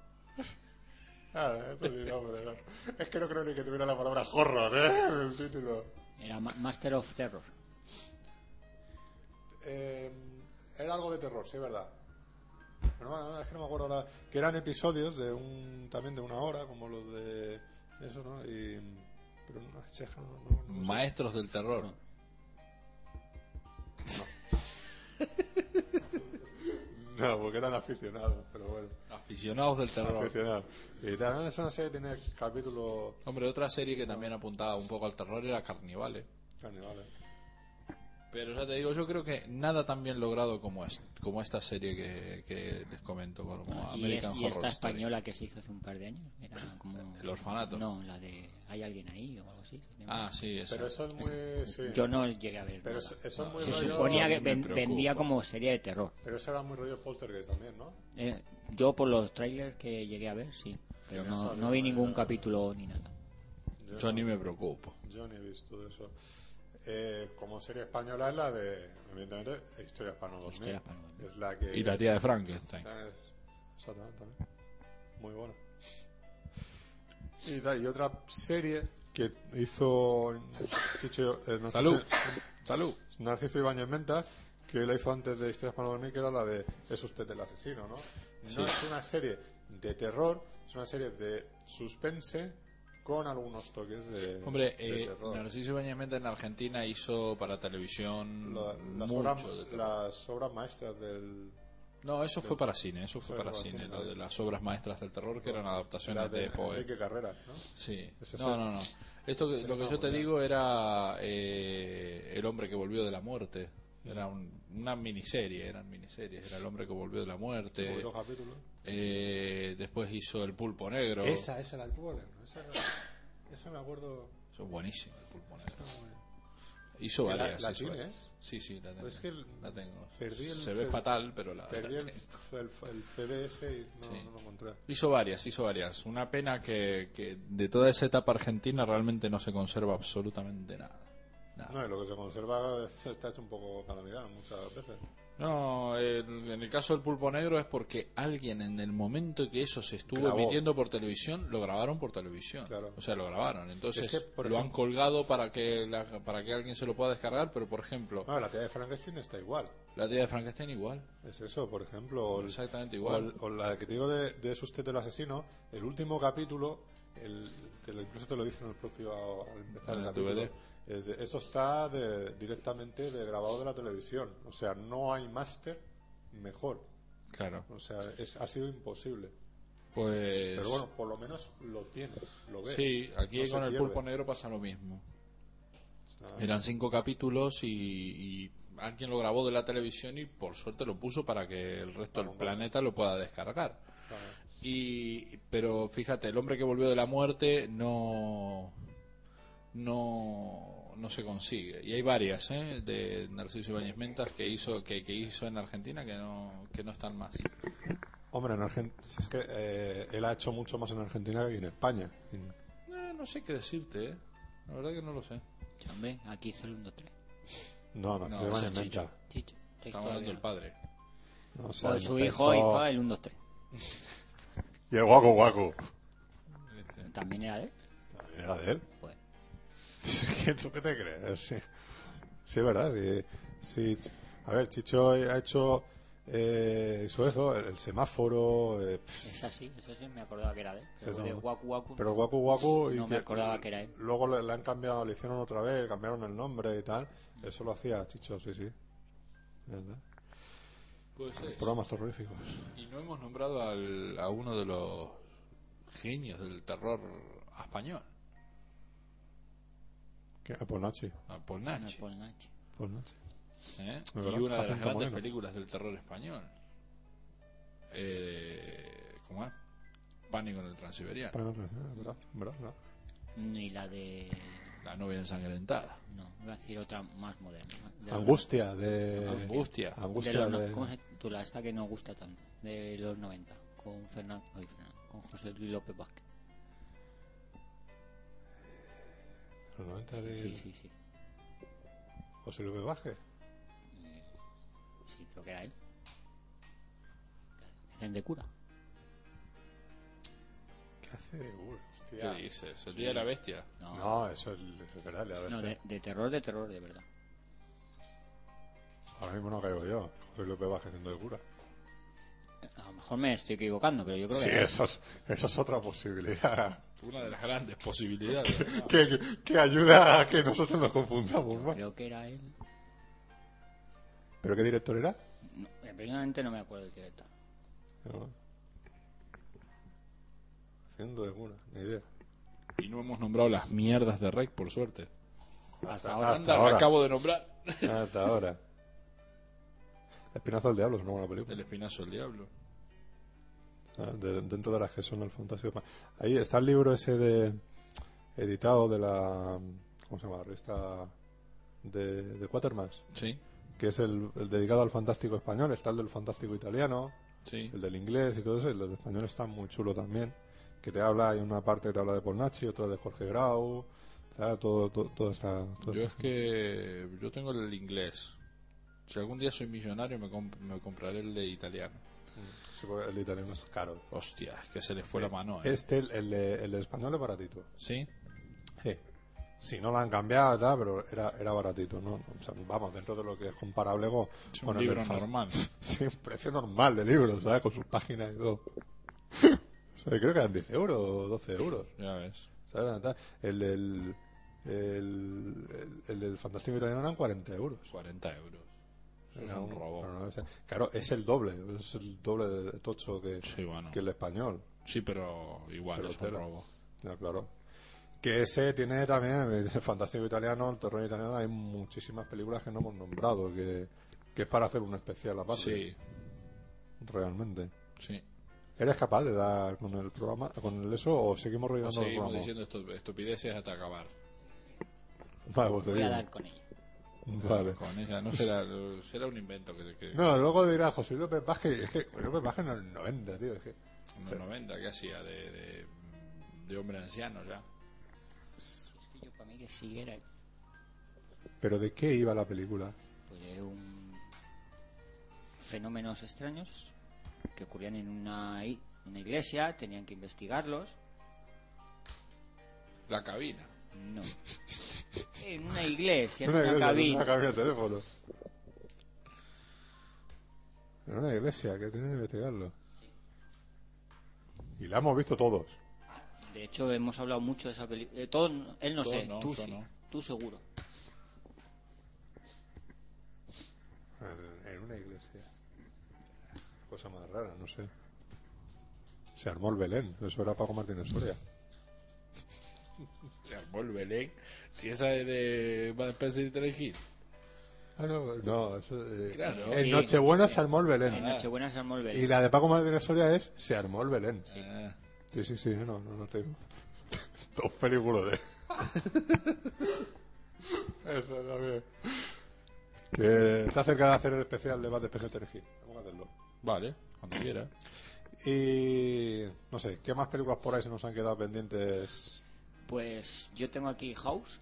S2: ah, esto sí, hombre, no. Es que no creo ni que tuviera la palabra horror, ¿eh? en El título.
S3: Era Ma- Master of Terror.
S2: Eh, era algo de terror, sí, es verdad. Pero no, no, es que no me acuerdo ahora. Que eran episodios de un, también de una hora, como los de eso, ¿no? Y, pero no, es que no- no- no me sé.
S1: Maestros del Terror.
S2: No, porque eran aficionados, pero bueno.
S1: Aficionados del Terror.
S2: Aficionados. Y también es una serie que tiene capítulos
S1: Hombre, otra serie que también apuntaba un poco al terror era Carnivales.
S2: caníbales.
S1: Pero ya te digo, yo creo que nada tan bien logrado como es, como esta serie que, que les comento, como
S3: Y, es-
S1: American
S3: y
S1: Horror
S3: esta
S1: Story. Pues,
S3: española que se hizo hace un par de años. Era como...
S1: El orfanato.
S3: No, la de Hay alguien ahí o algo así.
S1: Ah, sí, esa.
S2: Pero eso es muy. Sí.
S3: Yo no llegué a ver.
S2: Pero
S3: nada.
S2: eso, eso es muy
S3: se
S2: rollo.
S3: suponía
S1: a mí
S3: que
S1: me
S3: ven-
S1: preocupa.
S3: vendía como serie de terror.
S2: Pero eso era muy rollo Poltergeist también, ¿no?
S3: Eh, yo por los trailers que llegué a ver, sí. Pero
S2: Ya
S3: no,
S2: salió,
S3: no vi
S2: ya.
S3: ningún capítulo ni nada.
S1: Yo ni me preocupo.
S2: Yo ni he visto eso. Eh, como serie española es la de. Evidentemente, Historias para no dormir.
S3: Historias para no dormir.
S2: Es la que.
S1: Y la tía de Frankenstein.
S2: Es- Exactamente, también. Muy buena. Y, tal, y otra serie que hizo Chicho, eh, Narciso-
S1: Salud. Salud.
S2: Narciso Ibáñez Menta, que la hizo antes de Historias para no dormir, que era la de Es usted el asesino, ¿no? No es una serie de terror, es una serie de suspense con algunos toques de,
S1: Hombre,
S2: de
S1: eh,
S2: terror.
S1: Narciso Ibáñez Menta en Argentina hizo para televisión
S2: La- las,
S1: mucho
S2: obras,
S1: de terror.
S2: las obras maestras del,
S1: No, eso fue para cine, eso fue
S2: Fue
S1: para
S2: para
S1: cine,
S2: cine,
S1: lo
S2: ¿no?
S1: de las obras maestras del terror que eran
S2: La
S1: adaptaciones
S2: de
S1: de Poe.
S2: Enrique Carreras, ¿no?
S1: Sí.
S2: Ese es
S1: No,
S2: el-
S1: no, no. Esto que, lo que yo te digo era eh, El hombre que volvió de la muerte. Era un- una miniserie, eran miniseries. Era El hombre que volvió de la
S2: Como
S1: muerte.
S2: dos capítulos.
S1: Eh, después hizo El pulpo negro.
S2: Esa, esa la tuvo, ¿no? esa, era- esa me acuerdo.
S1: Eso es buenísimo, El pulpo negro.
S2: estaba muy bien.
S1: Hizo
S2: ¿Que la-
S1: varias.
S2: la
S1: hizo
S2: tienes?
S1: varias. Sí, sí, la tengo.
S2: Pues es que el-
S1: la tengo.
S2: perdí el
S1: Se ve
S2: cel-
S1: fatal, pero la,
S2: Perdí
S1: la
S2: el,
S1: tengo.
S2: el, el CD ese y no,
S1: Ah, Sí.
S2: no lo encontré.
S1: Hizo varias, hizo varias. Una pena que, que de toda esa etapa argentina realmente no se conserva absolutamente nada. Nada.
S2: No, y lo que se conserva es- está hecho un poco calamidad muchas veces.
S1: No, el- en el caso del pulpo negro es porque alguien en el momento que eso se estuvo
S2: Grabó.
S1: emitiendo por televisión, lo grabaron por televisión.
S2: Claro.
S1: O sea, lo grabaron. Entonces
S2: Es que, por
S1: lo han
S2: ejemplo-
S1: colgado para que, la- para que alguien se lo pueda descargar, pero por ejemplo,
S2: No, la tía de Frankenstein está igual.
S1: la tía de Frankenstein igual.
S2: Es eso, por ejemplo. o el-
S1: Exactamente igual.
S2: O, o la que te digo de, de Es usted el asesino, el último capítulo, el, te lo- incluso te lo dicen el propio al empezar
S1: En
S2: el
S1: el
S2: capítulo.
S1: DVD.
S2: eh, de- eso está de- directamente de grabado de la televisión. O sea, no hay máster mejor.
S1: Claro.
S2: O sea, es, ha sido imposible.
S1: Pues...
S2: Pero bueno, por lo menos lo tienes, lo ves.
S1: Sí, aquí
S2: pues, No se
S1: con el
S2: pierde.
S1: pulpo negro pasa lo mismo.
S2: Ah.
S1: Eran cinco capítulos y, y alguien lo grabó de la televisión y por suerte lo puso para que el resto del planeta lo pueda descargar. Y, pero fíjate, el hombre que volvió de la muerte no, no, no se consigue. Y hay varias, ¿eh? De Narciso Ibáñez Mentas que hizo, que, que hizo en Argentina que no, que no están más.
S2: Hombre, en Argentina. Es que eh, él ha hecho mucho más en Argentina que en España. En-
S1: Eh, no sé qué decirte, ¿eh? La verdad que no lo sé.
S3: Hombre, aquí hice el 1-3.
S2: No, no,
S1: No,
S2: se
S1: ese
S2: van
S1: es
S2: en
S1: Chicho.
S2: menta.
S3: Chicho, te
S1: Estamos hablando
S3: todavía
S1: del
S3: no.
S1: padre.
S2: No, o sea,
S3: O de su
S2: empezó-
S3: hijo y fue el 1-2-3.
S2: Y el guaco guaco.
S1: Este,
S3: También era de él.
S2: Era de él.
S3: Joder.
S2: ¿Qué, ¿Tú qué te crees? Sí, Sí, es verdad. Sí, sí. A ver, Chicho ha hecho eh, hizo eso, el, el semáforo. eh, pff,
S3: Es así, eso sí me acordaba que era de él. Pero
S2: Sí,
S3: de
S2: no.
S3: Waku Waku.
S2: pero el guaco guaco. y
S3: No me acordaba que era él.
S2: Luego le, le han cambiado, le hicieron otra vez, cambiaron el nombre y tal. Eso lo hacía Chicho, sí, sí. Es verdad.
S1: puede ser.
S2: Programas terroríficos.
S1: Y no hemos nombrado al- a uno de los genios del terror español,
S2: ¿Qué? Ah, Pues Nachi.
S1: a Paul
S3: No,
S1: Nachi,
S3: Paul Nachi.
S2: Pues Nachi.
S1: ¿eh?
S2: Me
S1: y
S2: verdad,
S1: una de las
S2: Jacinto
S1: grandes
S2: Moreno.
S1: películas del terror español. Eh, ¿Cómo es? Pánico en el Transiberiano,
S2: Bueno, eh, ¿Verdad? ¿Verdad? ¿Verdad?
S3: Ni la de.
S1: La novia ensangrentada,
S3: No, iba a decir otra más moderna. De-
S2: Angustia de...
S1: Angustia.
S3: de
S2: Angustia
S3: los, no-
S2: de...
S3: ¿Cómo se titula esta que no gusta tanto? De los 90. Con Fernando. ay, Fernando, con José Luis López Vázquez.
S2: Los 90 de
S3: Sí, sí, sí.
S2: José Luis Baje.
S3: Sí, creo que era él. Que hacen de cura.
S2: ¿Qué hace de Ur?
S1: ¿Qué
S2: Hostia.
S1: dices? El día de la bestia.
S3: No, no,
S2: No, eso es, es verdad. le habrá-
S3: de, de terror, de terror, de verdad.
S2: Ahora mismo no caigo yo. José Luis Baje haciendo de cura.
S3: A lo mejor me estoy equivocando, pero yo creo
S2: Sí,
S3: que. era él.
S2: eso es, eso es otra posibilidad.
S1: Una de las grandes posibilidades.
S2: que, que- que ayuda a que nosotros nos confundamos más.
S3: Creo que era él.
S2: ¿Pero qué director era?
S3: No, eh, precisamente no me acuerdo del director.
S2: No. Haciendo de cura, ni idea.
S1: y no hemos nombrado las mierdas de Rec, por suerte.
S3: Hasta ahora.
S1: Anda, la
S2: ahora.
S1: acabo de nombrar.
S2: Hasta ahora. Espinazo del Diablo es una buena película.
S1: El espinazo del diablo.
S2: Ah, de- dentro de las que son el fantasma. Ahí está el libro ese de editado de la ¿cómo se llama? La revista de, de Quatermass,
S1: Sí,
S2: que es el, el dedicado al fantástico español, está el del fantástico italiano,
S1: sí.
S2: el del inglés y todo eso, y el del español está muy chulo también, que te habla, hay una parte que te habla de Pornachi, otra de Jorge Grau, tal, todo, todo, todo está... todo
S1: Yo es
S2: está-
S1: que yo tengo el inglés. Si algún día soy millonario me, comp- me compraré el de italiano.
S2: sí, porque el italiano es caro.
S1: Hostia, es que se le fue la mano. ¿eh?
S2: Este, el, el, el español es baratito.
S1: ¿Sí?
S2: Sí. Sí, no la han cambiado, y tal, pero era, era baratito, ¿no? O sea, vamos, dentro de lo que es comparable con,
S1: Es un
S2: con el
S1: libro
S2: del fan-
S1: normal.
S2: Sí, un precio normal de libros, ¿sabes? Con sus páginas y todo. O sea, creo que eran 10 euros o 12 euros.
S1: Ya ves.
S2: ¿sabes? El, el, el, el, el del Fantástico Italiano eran 40 euros.
S1: 40 euros. es
S2: Era
S1: un
S2: pero
S1: robo.
S2: no es- claro, es el doble, es el doble de tocho que,
S1: Sí, bueno.
S2: que el español.
S1: Sí, pero igual es un
S2: Pelotero.
S1: robo.
S2: Ya, claro. Que ese tiene también, el fantástico italiano, el terror italiano, hay muchísimas películas que no hemos nombrado, que, que es para hacer un especial aparte,
S1: Sí,
S2: realmente.
S1: sí.
S2: ¿Eres capaz de dar con el programa, con el eso, o seguimos
S1: No
S2: rellenando el
S1: Pues seguimos
S2: programa?
S1: diciendo estu- estupideces hasta acabar.
S2: Vale, pues
S3: Voy a
S2: seguimos.
S3: dar con ella.
S2: Vale.
S1: Con ella, no será, será un invento que, que
S2: No, luego dirá José López Vázquez, es que José López Vázquez en el 90, tío, es que...
S1: en los 90 que hacía de, de, de hombre anciano ya.
S3: Es que yo para mí que sí era
S2: ¿Pero de qué iba la película?
S3: pues, de un... fenómenos extraños que ocurrían en una, i- una iglesia, tenían que investigarlos.
S1: La cabina.
S3: No. En una iglesia, en
S2: Una
S3: una,
S2: iglesia,
S3: cabina.
S2: Una cabina de teléfono. En una iglesia, que tienen que investigarlo. Y la hemos visto todos.
S3: De hecho, hemos hablado mucho de esa película. todo, él no
S1: Todos
S3: sé,
S1: no,
S3: tú
S1: yo
S3: sí,
S1: no.
S3: tú seguro.
S2: En, en una iglesia. Cosa más rara, no sé. Se armó el Belén, eso era Paco Martínez Soria.
S1: Se armó el Belén. Si esa es de Bad Spencer y Terry Hill.
S2: Ah, no, no, eso. eh,
S1: Claro.
S2: En
S3: Sí.
S2: Nochebuena se armó el
S3: En
S2: Belén.
S3: Nochebuena se armó el
S2: Y
S3: Belén.
S2: la de Paco Martínez Soria es Se armó el Belén.
S1: Ah,
S2: Sí, sí, sí, no, no, no te digo. Dos películas de. Eso también. Que está cerca de hacer el especial de Bad Special Tergil. Vamos a hacerlo.
S1: vale, cuando quiera.
S2: Y. No sé, ¿qué más películas por ahí se nos han quedado pendientes?
S3: Pues yo tengo aquí House.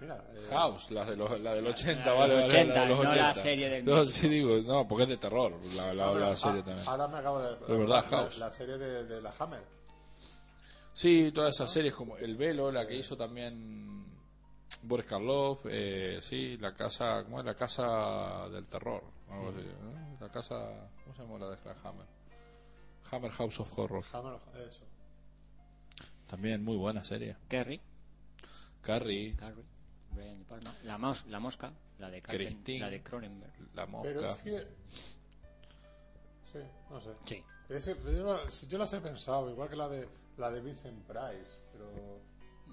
S2: Mira, eh,
S1: House, la, de los, la del 80,
S3: la
S1: Ah, vale,
S3: del
S1: vale, la de
S3: 80,
S1: los
S3: no la
S1: 80.
S3: serie del
S1: No,
S3: México.
S1: sí digo, no, porque es de terror, la, la, la
S2: ah,
S1: serie también.
S2: Ahora me acabo de.
S1: De verdad,
S2: la,
S1: House.
S2: La serie de, de la Hammer.
S1: Sí, todas esas series como El Velo, la que hizo también Boris Karloff, eh, sí, la casa, ¿cómo es? La casa del terror, o algo así, ¿no? La casa, ¿cómo se llama la de Hammer? Hammer House of Horror,
S2: Hammer, eso.
S1: también muy buena serie.
S3: Kerry.
S1: Carrie,
S3: Carrie, Brian De Palma. La, mos- la mosca, la de Carpen-
S1: Christine.
S3: la de Cronenberg.
S1: La Mosca.
S2: Pero es que. Sí, no sé.
S3: Sí.
S2: Es que yo, la- yo las he pensado, igual que la de la de Vincent Price, pero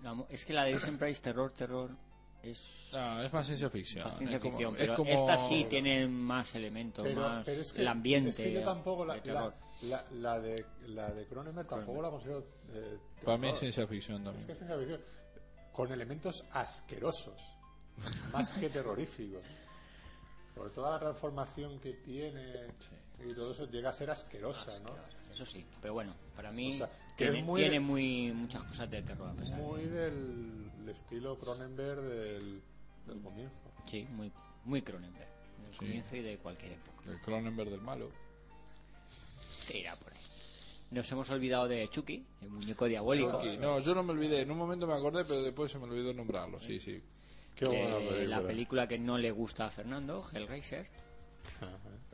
S3: La mo- es que la de Vincent Price, terror, terror, es
S1: No, es más ciencia ficción.
S3: más ciencia
S1: es como-
S3: ficción.
S1: es
S3: Pero
S1: como-
S3: esta sí tiene más elementos,
S2: pero,
S3: más
S2: pero es que
S3: el ambiente.
S2: Es que yo tampoco la,
S3: de
S2: la,
S3: terror.
S2: la, la de la de Cronenberg tampoco la considero eh,
S1: Para mí
S2: terror.
S1: es ciencia ficción
S2: Es
S1: también.
S2: que es ciencia ficción. con elementos asquerosos, más que terroríficos. Por toda la transformación que tiene y todo eso llega a ser asquerosa, ¿no?
S3: Eso sí, pero bueno, para mí
S2: O sea, que es
S3: tiene,
S2: muy-
S3: tiene muy, muchas cosas de terror a pesar.
S2: Muy del estilo Cronenberg del, del comienzo.
S3: Sí, muy, muy Cronenberg. Del comienzo y de cualquier época.
S1: El Cronenberg del malo.
S3: Te irá por ahí. Nos hemos olvidado de Chucky, el muñeco diabólico.
S1: Chucky. No, yo no me olvidé. En un momento me acordé, pero después se me olvidó nombrarlo. Sí, sí.
S2: Qué
S3: que
S2: buena
S3: la
S2: película.
S3: película que no le gusta a Fernando, Hellraiser,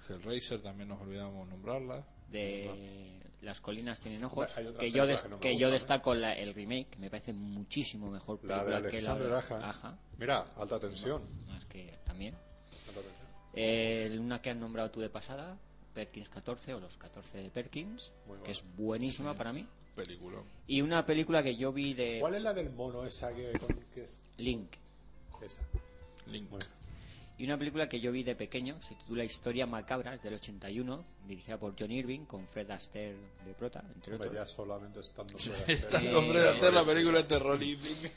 S1: Hellraiser también nos olvidamos nombrarla.
S3: de Las colinas tienen ojos,
S2: Hay otra
S3: que yo,
S2: película
S3: des-
S2: que
S3: que
S2: no me
S3: yo
S2: gusta, ¿eh?
S3: destaco la- el remake, que me parece muchísimo mejor
S2: La
S3: película
S2: de
S3: que la
S2: Alexander
S3: de
S2: Aja.
S3: Aja,
S2: Mira, alta tensión.
S3: más que también.
S2: Alta tensión.
S3: Eh, una que has nombrado tú de pasada, Perkins 14 o los 14 de Perkins, que es buenísima para mí.
S1: Película.
S3: Y una película que yo vi de
S2: ¿Cuál es la del mono esa que, con- que es
S3: Link.
S2: esa?
S1: Link.
S3: Y una película que yo vi de pequeño, se titula Historia Macabra, es del 81, dirigida por John Irving, con Fred Astaire de prota, entre
S2: Hombre,
S3: otros.
S2: Pues ya solamente estando fuera.
S1: Tanto hombre de hacer la película es terrorífica.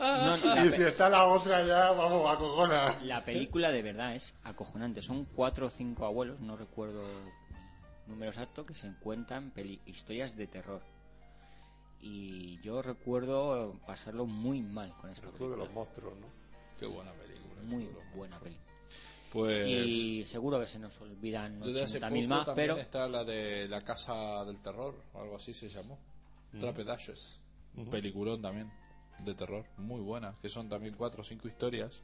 S3: no, no, la,
S2: Y
S3: pe-
S2: si está la otra ya, vamos, a cojona.
S3: la película de verdad es acojonante. Son cuatro o cinco abuelos, no recuerdo número exacto, que se encuentran peli- historias de terror. Y yo recuerdo pasarlo muy mal con esta
S2: El club de
S3: película.
S2: los monstruos, ¿no?
S1: Qué buena película.
S3: Muy buena película.
S1: Pues.
S3: Y seguro que se nos olvidan
S1: desde hace poco
S3: 80.000 más,
S1: también
S3: pero
S1: está la de La Casa del Terror, o algo así se llamó. Trapped Ashes. Un Peliculón también, de terror, muy buena. Que son también cuatro o cinco historias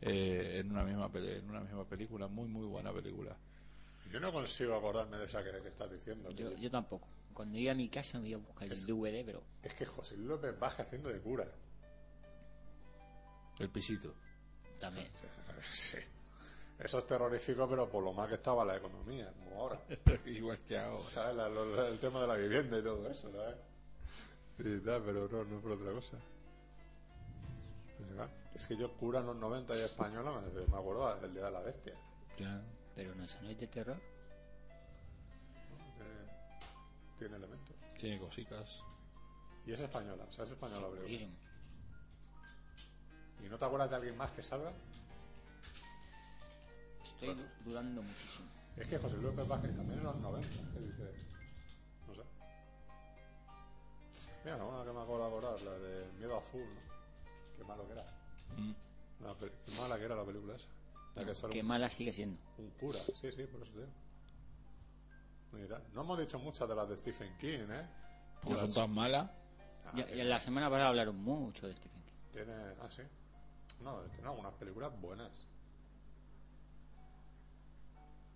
S1: eh, en, una misma pele- en una misma película. Muy, muy buena película.
S2: Yo no consigo acordarme de esa que, que estás diciendo.
S3: yo,
S2: tío.
S3: yo tampoco. Cuando llegué a mi casa me iba a buscar el DVD, pero
S2: Es que José Luis López baja haciendo de cura.
S1: El pisito.
S3: También.
S2: Sí. Eso es terrorífico, pero por lo más que estaba la economía, como ahora.
S1: Igual que ahora.
S2: ¿Sabes? La- lo- lo- el tema de la vivienda y todo eso, ¿sabes? Y tal, pero no, no por otra cosa. Pues, ¿verdad? Es que yo cura en los 90 y española me, me acuerdo del Día de la Bestia.
S1: Ya.
S3: Pero no, eso no es de terror.
S2: Tiene, tiene elementos.
S1: Tiene cositas.
S2: Y es española, o sea, es española. pero-
S3: Segurísimo.
S2: ¿Y no te acuerdas de alguien más que salga?
S3: Estoy du- dudando muchísimo.
S2: Es que José Luis Pérez Vázquez también en los 90. ¿Qué dice? No sé. Mira, la una que me acabo de acordar, la de Miedo Azul, ¿no? Qué malo que era. La pe- qué mala que era la película esa. La que sale
S3: Qué
S2: un,
S3: mala sigue siendo.
S2: un cura. Sí, sí, por eso te digo. Mira, no hemos dicho muchas de las de Stephen King, ¿eh?
S1: Porque son tan malas.
S2: Ah,
S3: Ya- ya la semana pasada hablaron mucho de este Stephen King.
S2: Tiene... Ah, sí. No, tiene algunas películas buenas.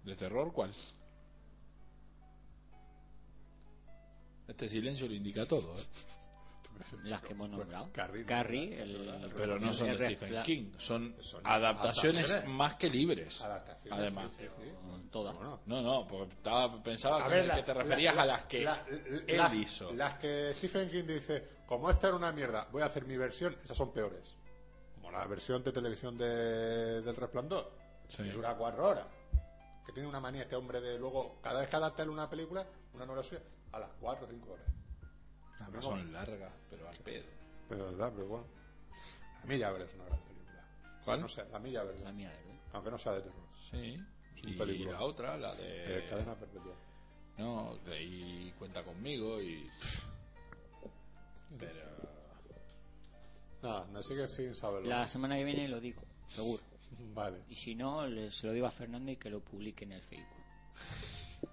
S1: ¿De terror cuál? Este silencio lo indica todo, ¿eh?
S3: Las que hemos nombrado.
S2: Carrie, ¿no?
S3: el,
S1: Pero no son
S3: el
S1: de
S3: Red
S1: Stephen
S3: Flag,
S1: King, son
S2: Son
S1: adaptaciones
S2: adaptaciones.
S1: más que libres.
S2: Adaptaciones.
S1: Además.
S2: sí, sí, sí.
S3: con Todas.
S2: Bueno,
S1: No, no, porque estaba, pensaba
S2: A
S1: que,
S2: ver, la-
S1: que te referías
S2: la-
S1: a las que
S2: la-
S1: él
S2: las-
S1: hizo.
S2: Las que Stephen King dice, como esta era una mierda, voy a hacer mi versión, esas son peores. Como la versión de televisión de, del Resplandor,
S1: Sí.
S2: que dura cuatro horas. Que tiene una manía este hombre de luego, cada vez que adapta él una película, una novela suya, a las cuatro o cinco horas.
S1: Además son largas, pero al pedo.
S2: Pero, ¿verdad? Pero bueno. La Milla Verde es una gran película.
S1: ¿Cuál?
S2: No sé, La Milla Verde.
S3: La mía, ¿verdad?
S2: Aunque no sea de terror.
S1: Sí.
S2: Es un
S1: Y
S2: película.
S1: la otra, la
S2: Eh,
S1: de...
S2: cadena perpetua.
S1: No, de y cuenta conmigo y... Pero...
S2: Nada, me sigue sin saberlo.
S3: La semana que viene lo digo, seguro.
S2: Vale.
S3: Y si no, les se lo digo a Fernando y que lo publique en el Facebook.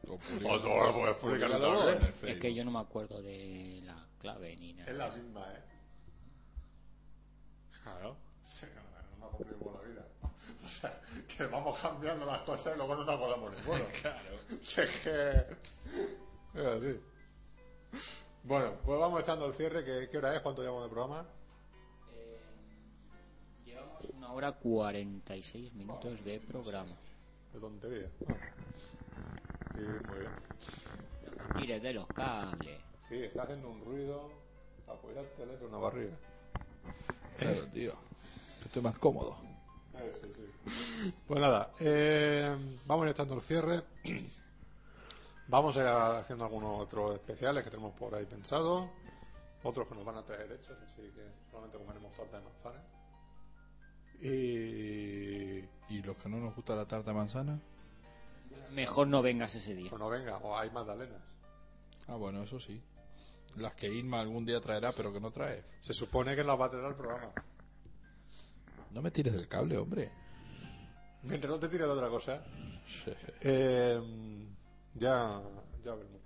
S1: O publica-
S2: Otro, pues, publicarlo
S1: publicarlo
S2: también.
S1: en el
S3: Es
S1: Facebook.
S3: que yo no me acuerdo de la clave ni
S2: Es
S3: nada.
S2: la misma, ¿eh? Claro. Sí, no, no cumplimos la vida. O sea, que vamos cambiando las cosas y luego no nos acordamos de bueno.
S1: Claro.
S2: Si es que... Es así. Bueno, pues vamos echando el cierre. que- ¿Qué hora es? ¿Cuánto llevamos de programa?
S3: Llevamos una hora 46 minutos de programa.
S2: De tontería. Ah. Sí, muy bien.
S3: Tires de los cables.
S2: Sí, está haciendo un ruido. Apoyarte en una barriga.
S1: Claro, tío. Estoy más cómodo.
S2: Pues nada, eh, vamos a ir echando el cierre. Vamos a ir haciendo algunos otros especiales que tenemos por ahí pensado. Otros que nos van a traer hechos, así que solamente comeremos tarta de manzana. Y.
S1: ¿Y los que no nos gusta la tarta de manzana?
S3: Mejor no vengas ese día.
S2: O pues no venga, o hay magdalenas.
S1: Ah, bueno, eso sí. Las que Irma algún día traerá, pero que no trae.
S2: Se supone que las va a traer al programa.
S1: No me tires del cable, hombre.
S2: Mientras no te tires de otra cosa. Eh, ya, ya veremos.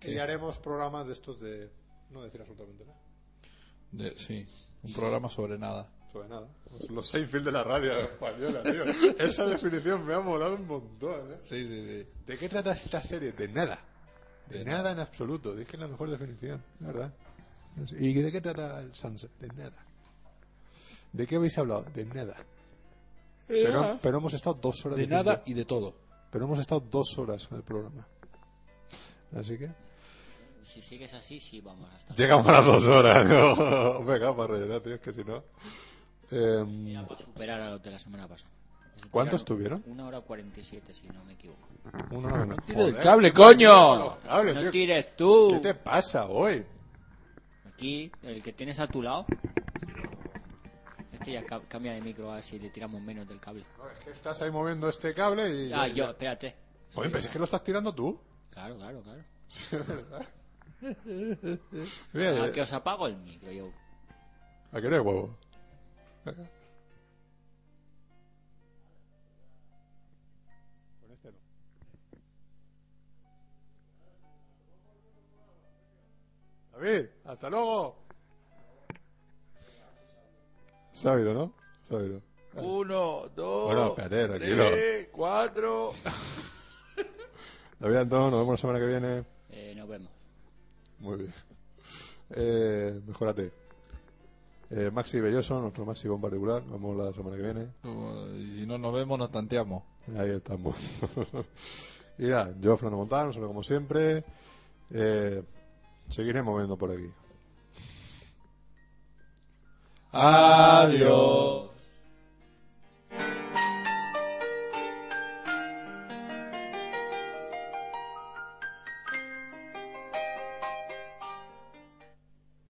S1: ¿Qué?
S2: Y haremos programas de estos de no decir absolutamente nada.
S1: De- sí, un programa sobre nada.
S2: Sobre nada. Pues los Seinfeld de la radio española, tío. Esa definición me ha molado un montón, ¿eh?
S1: Sí, sí, sí.
S2: ¿De qué trata esta serie? De nada. De, nada, en absoluto. Dije la mejor definición, la verdad. No sé. ¿Y de qué trata el Sunset? De nada. ¿De qué habéis hablado? De nada. Pero, pero hemos estado dos horas
S1: De
S2: diciendo-
S1: nada y de todo.
S2: Pero hemos estado dos horas en el programa. Así que.
S3: Si sigues así, sí vamos a estar.
S2: Llegamos a las dos horas. ¿no? Venga, para rellenar, tío, es que si no. Em,
S3: Era para superar a los de la semena pasada.
S2: ¿Cuántos
S3: Superaron
S2: tuvieron?
S3: Una hora 47, si no me equivoco.
S2: una hora menos.
S1: ¡Tire del
S2: Joder,
S1: cable, coño!
S2: cable,
S3: ¡No
S2: tío.
S3: tires tú!
S2: ¿Qué te pasa hoy?
S3: Aquí, el que tienes a tu lado. Es que ya ca- cambia de micro a ver si le tiramos menos del cable.
S2: No, es que estás ahí moviendo este cable y.
S3: Ah, yo, espérate.
S2: Oye, pero es que lo estás tirando tú.
S3: Claro, claro, claro.
S2: Mira,
S3: Ah, que os apago el micro, yo.
S2: ¿A qué eres huevo? Con este no. David, hasta luego. Sabido, ¿no? Sabido.
S1: Uno, dos,
S2: Bueno, espérate, tranquilo.
S1: tres, cuatro.
S2: David Antón, nos vemos la semana que viene.
S3: Eh, nos vemos.
S2: Muy bien. Eh, mejorate. Eh, Maxi Belloso, nuestro Maxi en particular, vamos la semana que viene.
S1: Como, y si no nos vemos, nos tanteamos.
S2: Ahí estamos. y ya, yo, Fernando Montano, solo como siempre. Eh, seguiremos viendo por aquí.
S1: Adiós.